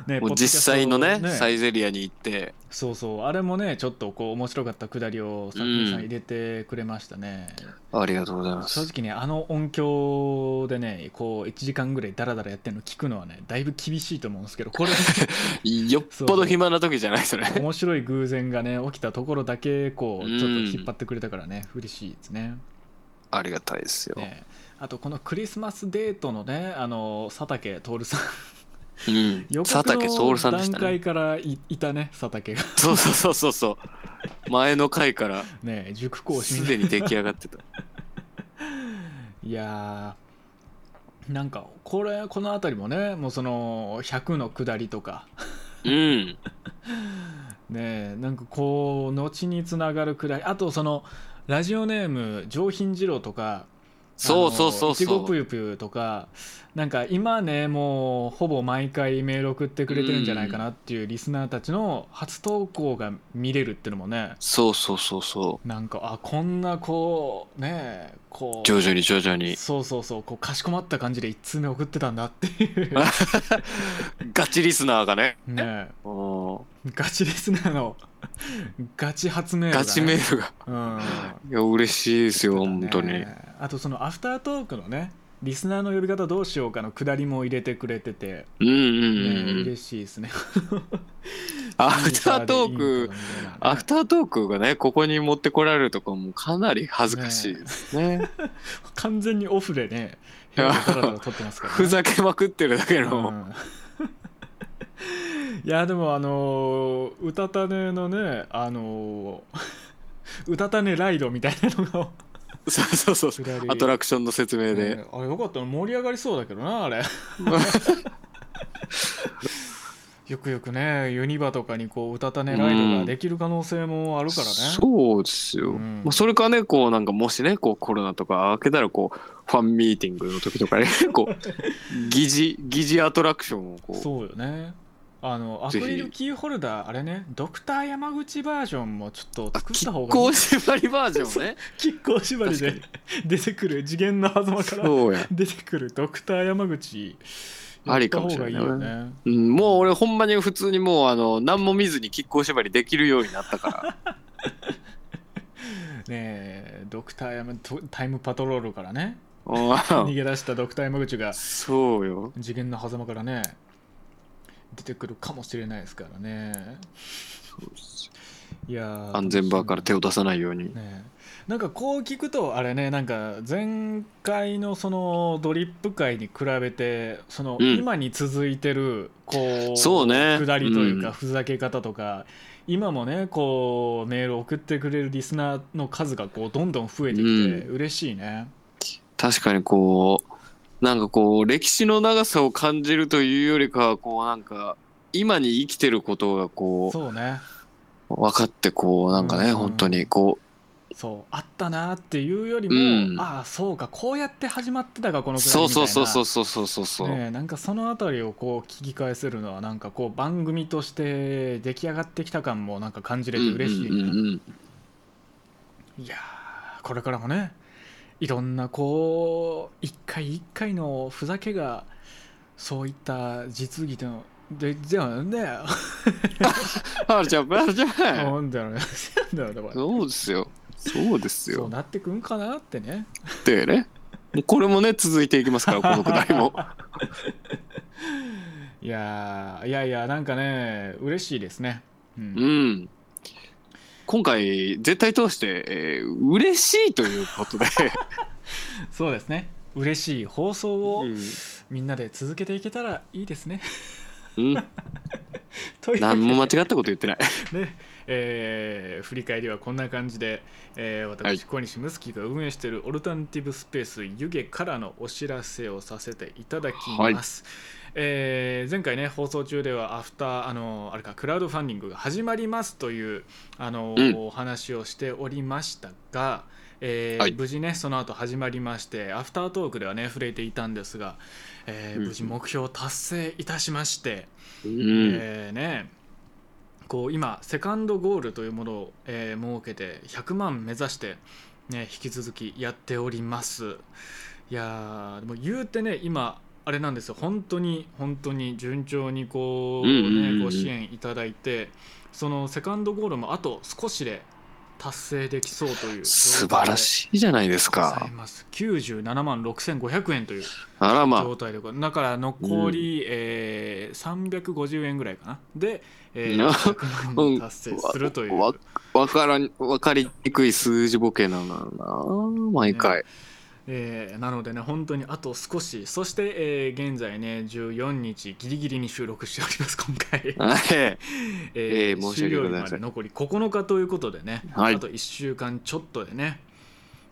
Speaker 2: ね
Speaker 1: も
Speaker 2: ポッド
Speaker 1: う
Speaker 2: キャス
Speaker 1: 実
Speaker 2: トを
Speaker 1: 際のねサイゼリアに行って
Speaker 2: そうそうあれもねちょっとこう面白かったくだりを作品さん入れてくれましたね、
Speaker 1: ありがとうございます
Speaker 2: 正直ねあの音響でねこう1時間ぐらいダラダラやってるの聞くのはねだいぶ厳しいと思うんですけどこれ
Speaker 1: よっぽど暇な時じゃないそれ
Speaker 2: 面白い偶然がね起きたところだけこう
Speaker 1: うん
Speaker 2: ちょっと引っ張ってくれたからね嬉しいですね
Speaker 1: ありがたいですよ、
Speaker 2: ねあとこのクリスマスデートのねあの佐竹徹さん
Speaker 1: うん
Speaker 2: 予
Speaker 1: 佐
Speaker 2: 告
Speaker 1: 竹
Speaker 2: の
Speaker 1: 徹さんでし
Speaker 2: 段
Speaker 1: たね
Speaker 2: 階からいいたね佐竹が
Speaker 1: そうそうそうそうそう前の回から
Speaker 2: ね塾講師み
Speaker 1: す
Speaker 2: た
Speaker 1: で
Speaker 2: いな
Speaker 1: に出来上がってた
Speaker 2: いやーなんかこれこの辺りもねもうその100の下りとか
Speaker 1: うん
Speaker 2: ねえなんかこう後につながるくらいあとそのラジオネーム上品二郎とか
Speaker 1: そうそうそうそう
Speaker 2: あのいちごぷゆぷゆとかなんか今ねもうほぼ毎回メール送ってくれてるんじゃないかなっていうリスナーたちの初投稿が見れるっていうのもね
Speaker 1: そうそうそうそう
Speaker 2: なんかあこんなこうねえこう
Speaker 1: 徐々に徐々に
Speaker 2: そうそうそうこうかしこまった感じで1通目送ってたんだっていう
Speaker 1: ガチリスナーがね
Speaker 2: ねえ
Speaker 1: お
Speaker 2: ガチリスナーのガチ発明、
Speaker 1: ガチメールが
Speaker 2: うん
Speaker 1: いや嬉しいですよ本当に
Speaker 2: あとそのアフタートークのねリスナーの寄り方どうしようかのくだりも入れてくれてて、
Speaker 1: うんうんう
Speaker 2: ね
Speaker 1: んうん、
Speaker 2: 嬉しいですね
Speaker 1: ア フタートークアフタートークがねここに持ってこられるとかもかなり恥ずかしいですね
Speaker 2: 完全にオフでね部屋でダラダラ撮ってま すからね、
Speaker 1: ふざけまくってるだけの、
Speaker 2: いやでもあのーうたたねのねあのー うたたねライドみたいなのが
Speaker 1: そうそう そう
Speaker 2: り
Speaker 1: アトラクションの説明で、
Speaker 2: ねあれよかったな盛り上がりそうだけどな あれよくよくねユニバとかにこううたたねライドができる可能性もあるからね、
Speaker 1: そうですよ、まあ、それかねこうなんかもしねこうコロナとか明けたらこうファンミーティングの時とかねこ う疑似疑似アトラクションをこう
Speaker 2: そうよねあのアク
Speaker 1: ぜひ
Speaker 2: リルキーホルダーあれねドクター山口バージョンもちょっと作った方がいい
Speaker 1: こう縛りバージョンね
Speaker 2: 亀甲縛りで出てくる次元の狭間から
Speaker 1: そうや
Speaker 2: 出てくるドクター山口
Speaker 1: ありかもしれない,、
Speaker 2: やった方がいいよね
Speaker 1: うん、もう俺ほんまに普通にもうあの何も見ずに亀甲縛りできるようになったから
Speaker 2: ねえドクター山とタイムパトロールからね
Speaker 1: おー
Speaker 2: 逃げ出したドクター山口が
Speaker 1: そうよ
Speaker 2: 次元の狭間からね出てくるかもしれないですからね。いやー
Speaker 1: 安全バーから手を出さないように、
Speaker 2: なんかこう聞くとあれねなんか前回のそのドリップ界に比べてその
Speaker 1: うん
Speaker 2: 今に続いてるこう
Speaker 1: そうね
Speaker 2: 下りという
Speaker 1: う
Speaker 2: か
Speaker 1: ん
Speaker 2: ふざけ方とか今もねこうメール送ってくれるリスナーの数がこうどんどん増えてきて嬉しいね。
Speaker 1: 確かにこうなんかこう歴史の長さを感じるというよりかはこうなんか今に生きてることがこ
Speaker 2: そうね
Speaker 1: う分かってこうなんかね、本当にこ
Speaker 2: そうあったなっていうよりも、
Speaker 1: うん
Speaker 2: ああそうかこうやって始まってたかこ
Speaker 1: う
Speaker 2: のくらいみたい
Speaker 1: そう
Speaker 2: な
Speaker 1: そうそうそうそうそうそうそう、
Speaker 2: ねえ、なんかその辺りをこう聞き返せるのはなんかこう番組として出来上がってきた感もなんか感じれて嬉しいね、
Speaker 1: うんうんうんうん
Speaker 2: いやーこれからもねいろんなこう一回一回のふざけがそういった実技でのでじゃあね
Speaker 1: あるじゃんあるじゃん
Speaker 2: なんだろうね なんだろうねこれ
Speaker 1: そうですよそうです
Speaker 2: そ
Speaker 1: よ
Speaker 2: うなってくんかなってね
Speaker 1: でねもうこれもね続いていきますからこのくだりも
Speaker 2: いやーいやいやなんかね嬉しいですね
Speaker 1: うん今回絶対通して、えー嬉しいということ で
Speaker 2: そうですね嬉しい放送をみんなで続けていけたらいいですね、
Speaker 1: うん
Speaker 2: というわけ
Speaker 1: 何
Speaker 2: で
Speaker 1: も間違ったこと言ってない
Speaker 2: ねえー振り返りはこんな感じで、えー
Speaker 1: はい
Speaker 2: 私小西睦月が運営しているオルタナティブスペース湯気からのお知らせをさせていただきます、えー前回ね放送中ではアフターあのあれかクラウドファンディングが始まりますというあの、
Speaker 1: うん
Speaker 2: お話をしておりましたが、えー
Speaker 1: はい
Speaker 2: 無事ねその後始まりましてアフタートークではね触れていたんですが、えー
Speaker 1: うん
Speaker 2: 無事目標を達成いたしまして、
Speaker 1: うん
Speaker 2: えーねこう今セカンドゴールというものを、えー設けて100万目指して、ね、引き続きやっておりますいやーでも言うてね今あれなんですよ本当に本当に順調にこう,、
Speaker 1: うんうんうんうん
Speaker 2: ね、ご支援いただいてそのセカンドゴールもあと少しで達成できそうという
Speaker 1: 素晴ら
Speaker 2: い
Speaker 1: しいじゃないです
Speaker 2: ござ
Speaker 1: か
Speaker 2: います97万6500円という
Speaker 1: あらま
Speaker 2: 状態でこれだから残り、えー350円ぐらいかなで、えー
Speaker 1: な
Speaker 2: 100万を達成するという、
Speaker 1: わわからんわかりにくい数字ボケなのよな毎回、
Speaker 2: えーなのでね本当にあと少しそして、えー現在ね14日ギリギリに収録しております 今回
Speaker 1: はい
Speaker 2: え
Speaker 1: え
Speaker 2: ー
Speaker 1: ー申し訳ございません
Speaker 2: 終了日まで残り9日ということでね、
Speaker 1: はい
Speaker 2: あと1週間ちょっとでね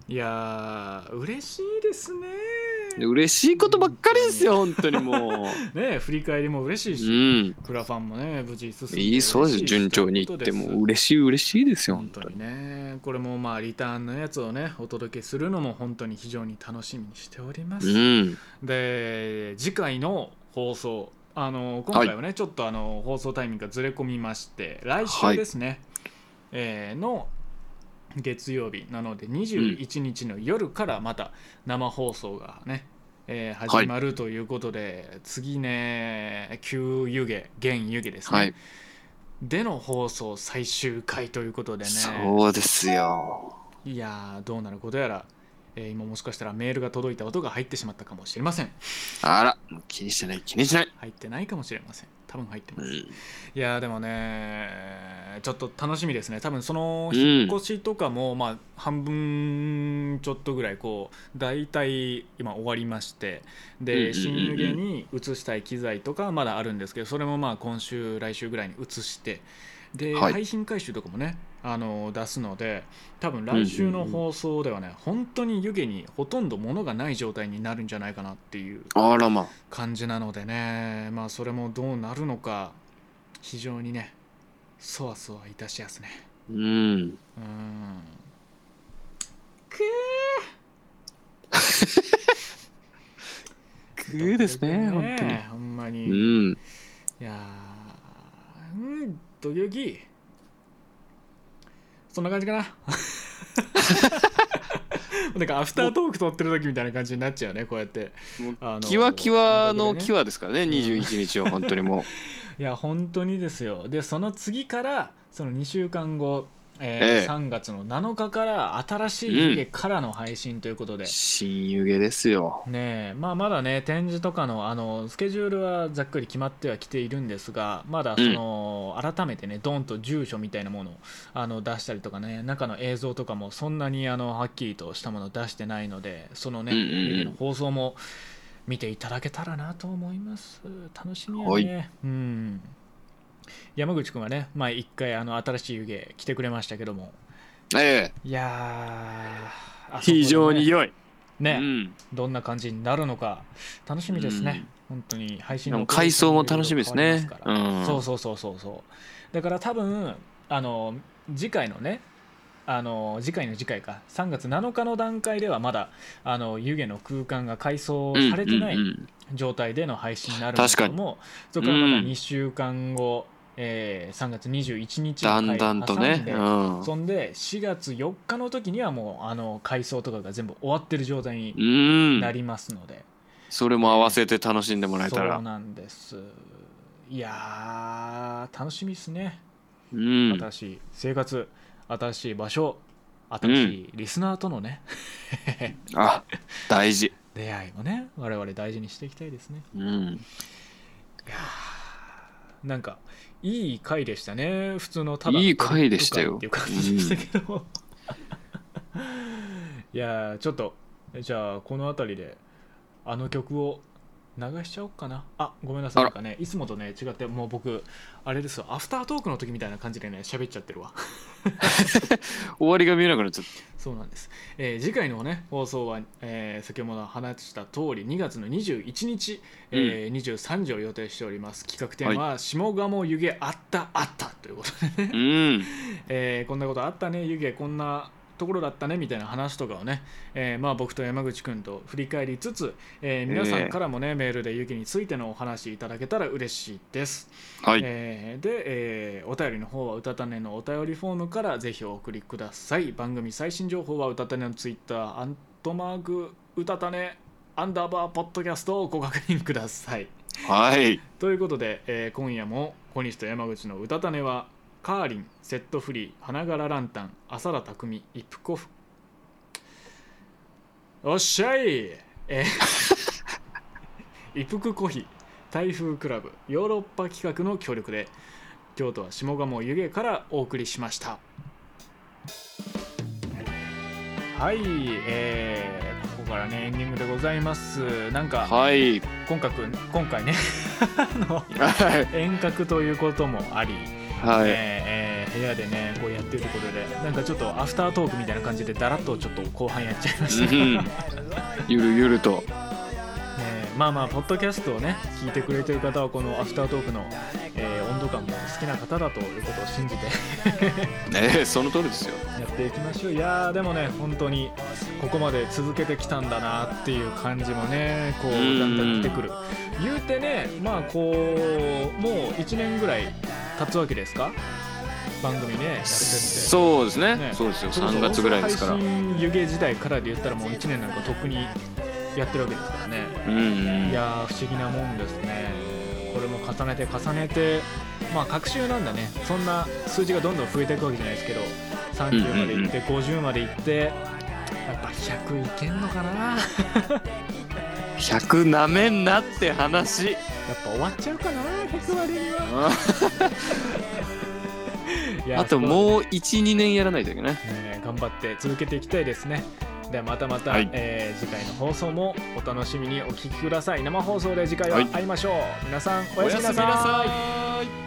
Speaker 2: いやー嬉しいですね
Speaker 1: で嬉しいことばっかりですよ本当に も
Speaker 2: ね振り返りも嬉しい
Speaker 1: う
Speaker 2: し、
Speaker 1: ん
Speaker 2: クラファンもね無事進ん
Speaker 1: う
Speaker 2: で
Speaker 1: いいそうです順調にいってもう嬉しい嬉しいですよ本当
Speaker 2: 本当にねこれもまあリターンのやつをねお届けするのも本当に非常に楽しみにしております、
Speaker 1: うん
Speaker 2: で次回の放送あの今回はね、ちょっとあの放送タイミングがずれ込みまして来週ですね、えーの月曜日なので21日の夜からまた生放送がね、えー
Speaker 1: はい
Speaker 2: 始まるということで、次ね旧湯気現湯気ですね、
Speaker 1: はい
Speaker 2: での放送最終回ということでね
Speaker 1: そうですよ
Speaker 2: いやーどうなることやら、えー今もしかしたらメールが届いた音が入ってしまったかもしれません
Speaker 1: あらもう気にしてない気にしない
Speaker 2: 入ってないかもしれません多分入ってます、いやーでもねちょっと楽しみですね多分その
Speaker 1: うん
Speaker 2: 引っ越しとかも、まあ半分ちょっとぐらいこう大体今終わりましてで
Speaker 1: うんうんうん
Speaker 2: 新
Speaker 1: うん
Speaker 2: 湯気に移したい機材とかはまだあるんですけどそれもまあ今週来週ぐらいに移してで、
Speaker 1: はい
Speaker 2: 配信回収とかもねあの出すので多分来週の放送ではね、本当に湯気にほとんど物がない状態になるんじゃないかなっていう
Speaker 1: あらま
Speaker 2: 感じなのでねまあそれもどうなるのか非常にねそわそわいたしやすね
Speaker 1: うん
Speaker 2: うーん
Speaker 1: グーですね本当に
Speaker 2: ねえほんまに、
Speaker 1: う
Speaker 2: い
Speaker 1: ん
Speaker 2: やーうんとゆきそんな感じか ななんかアフタートーク撮ってる時みたいな感じになっちゃうねこうやってあの
Speaker 1: キワキワのキワですからね
Speaker 2: うん
Speaker 1: 21日は本 当にも
Speaker 2: いや本当にですよでその次からその2週間後え
Speaker 1: ええ
Speaker 2: ー3月の7日から新しい湯気からの配信ということで、
Speaker 1: 新湯気ですよ。
Speaker 2: ねえまあ、まだね展示とかのあのスケジュールはざっくり決まってはきているんですがまだその、改めてねドンと住所みたいなものをあの出したりとかね中の映像とかもそんなにあのはっきりとしたものを出してないのでそのね、
Speaker 1: うんうんうん
Speaker 2: 家での放送も見ていただけたらなと思います楽しみやね、
Speaker 1: はい
Speaker 2: うん山口君はね前一回あの新しい湯気来てくれましたけども
Speaker 1: ええ
Speaker 2: いやーあそこでね
Speaker 1: 非常に良い。
Speaker 2: ね、
Speaker 1: うん
Speaker 2: どんな感じになるのか楽しみですね、本当に配信
Speaker 1: でも
Speaker 2: の
Speaker 1: 回想も楽しみですね。うん。
Speaker 2: そうそうそうそうそうだから多分あの次回のねあの次回の次回か3月7日の段階ではまだあの湯気の空間が改装されてない
Speaker 1: うんうんうん
Speaker 2: 状態での配信になるんですけども、そこからまた2週間後、えー3月21日の回
Speaker 1: だんだんとね
Speaker 2: 挟で
Speaker 1: うん
Speaker 2: そんで4月4日の時にはもうあの改装とかが全部終わってる状態
Speaker 1: う
Speaker 2: に
Speaker 1: ん
Speaker 2: なりますので、
Speaker 1: それも合わせて楽しんでもらえた
Speaker 2: そ
Speaker 1: ら
Speaker 2: う。なんですいやー楽しみですね、
Speaker 1: うん。
Speaker 2: 新しい生活新しい場所新しいリスナーとのね、
Speaker 1: あ、大事。
Speaker 2: 出会いもね我々大事にしていきたいですね
Speaker 1: うん。
Speaker 2: なんかいい回でしたね普通のただの
Speaker 1: いい回でしたよ
Speaker 2: っていう感じでしたけど、 いやーちょっとじゃあこの辺りであの曲を流しちゃおうかなあごめんなさ
Speaker 1: あ
Speaker 2: いな
Speaker 1: ら
Speaker 2: んかねいつもとね違ってもう僕あれですよアフタートークの時みたいな感じでね喋っちゃってるわ
Speaker 1: 終わりが見えなくなっちゃっ
Speaker 2: そうなんです、えー次回のね放送は、えー先ほど話した通り2月の21日、えー23時を予定しております企画展は「下鴨湯気あったあった」ということでね
Speaker 1: た。うん。
Speaker 2: えーこんなことあったね湯気こんなところだったねみたいな話とかをね、えーまあ、僕と山口君と振り返りつつ、えー皆さんからもね、メールで湯気についてのお話いただけたら嬉しいです、
Speaker 1: はい
Speaker 2: えーで、えーお便りの方はうたたねのお便りフォームからぜひお送りください番組最新情報はうたたねのツイッターアントマークうたたねアンダーバーポッドキャストをご確認ください
Speaker 1: はい。
Speaker 2: ということで、えー今夜も小西と山口の歌種はカーリンセットフリー花柄ランタン浅田匠イプコフおっしゃいえーイプクコヒ台風クラブヨーロッパ企画の協力で京都は下鴨湯気からお送りしましたはいえーここからねエンディングでございますなんか、
Speaker 1: はい。
Speaker 2: 今回今回ねあの遠隔ということもあり、
Speaker 1: はい
Speaker 2: えーえー部屋でねこうやってることでなんかちょっとアフタートークみたいな感じでだらっとちょっと後半やっちゃいました
Speaker 1: う
Speaker 2: が、
Speaker 1: んゆるゆると。
Speaker 2: えーまあまあポッドキャストをね聞いてくれてる方はこのアフタートークの、えー温度感も好きな方だということを信じて
Speaker 1: ええ、その通りですよ。
Speaker 2: やっていきましょういやーでもね本当にここまで続けてきたんだなっていう感じもねこう
Speaker 1: うん
Speaker 2: だんだん出てくる言うてねまあこうもう1年ぐらい経つわけですか番組ねやってって
Speaker 1: そうですね。そうですよ。
Speaker 2: それこそ
Speaker 1: 3月ぐらいですから。う
Speaker 2: 配
Speaker 1: ん
Speaker 2: 信湯気時代からで言ったらもう1年なんかとっくにやってるわけですからね、
Speaker 1: うん
Speaker 2: い。やー不思議なもんですねこれも重ねて重ねてまあ隔週なんだねそんな数字がどんどん増えていくわけじゃないですけど30までいって50までいってやっぱ100いけんのかなやっ
Speaker 1: 100なめんなって話。
Speaker 2: ぱ終わっちゃうかな100割には
Speaker 1: うん
Speaker 2: いや
Speaker 1: あと
Speaker 2: そう
Speaker 1: もう12年やらないといけないね。
Speaker 2: ね頑張って続けていきたいですねではまたまた、
Speaker 1: はい
Speaker 2: えー次回の放送もお楽しみにお聞きください生放送で次回
Speaker 1: は
Speaker 2: はい会いましょう、皆さんお
Speaker 1: お
Speaker 2: やすみなさい
Speaker 1: い。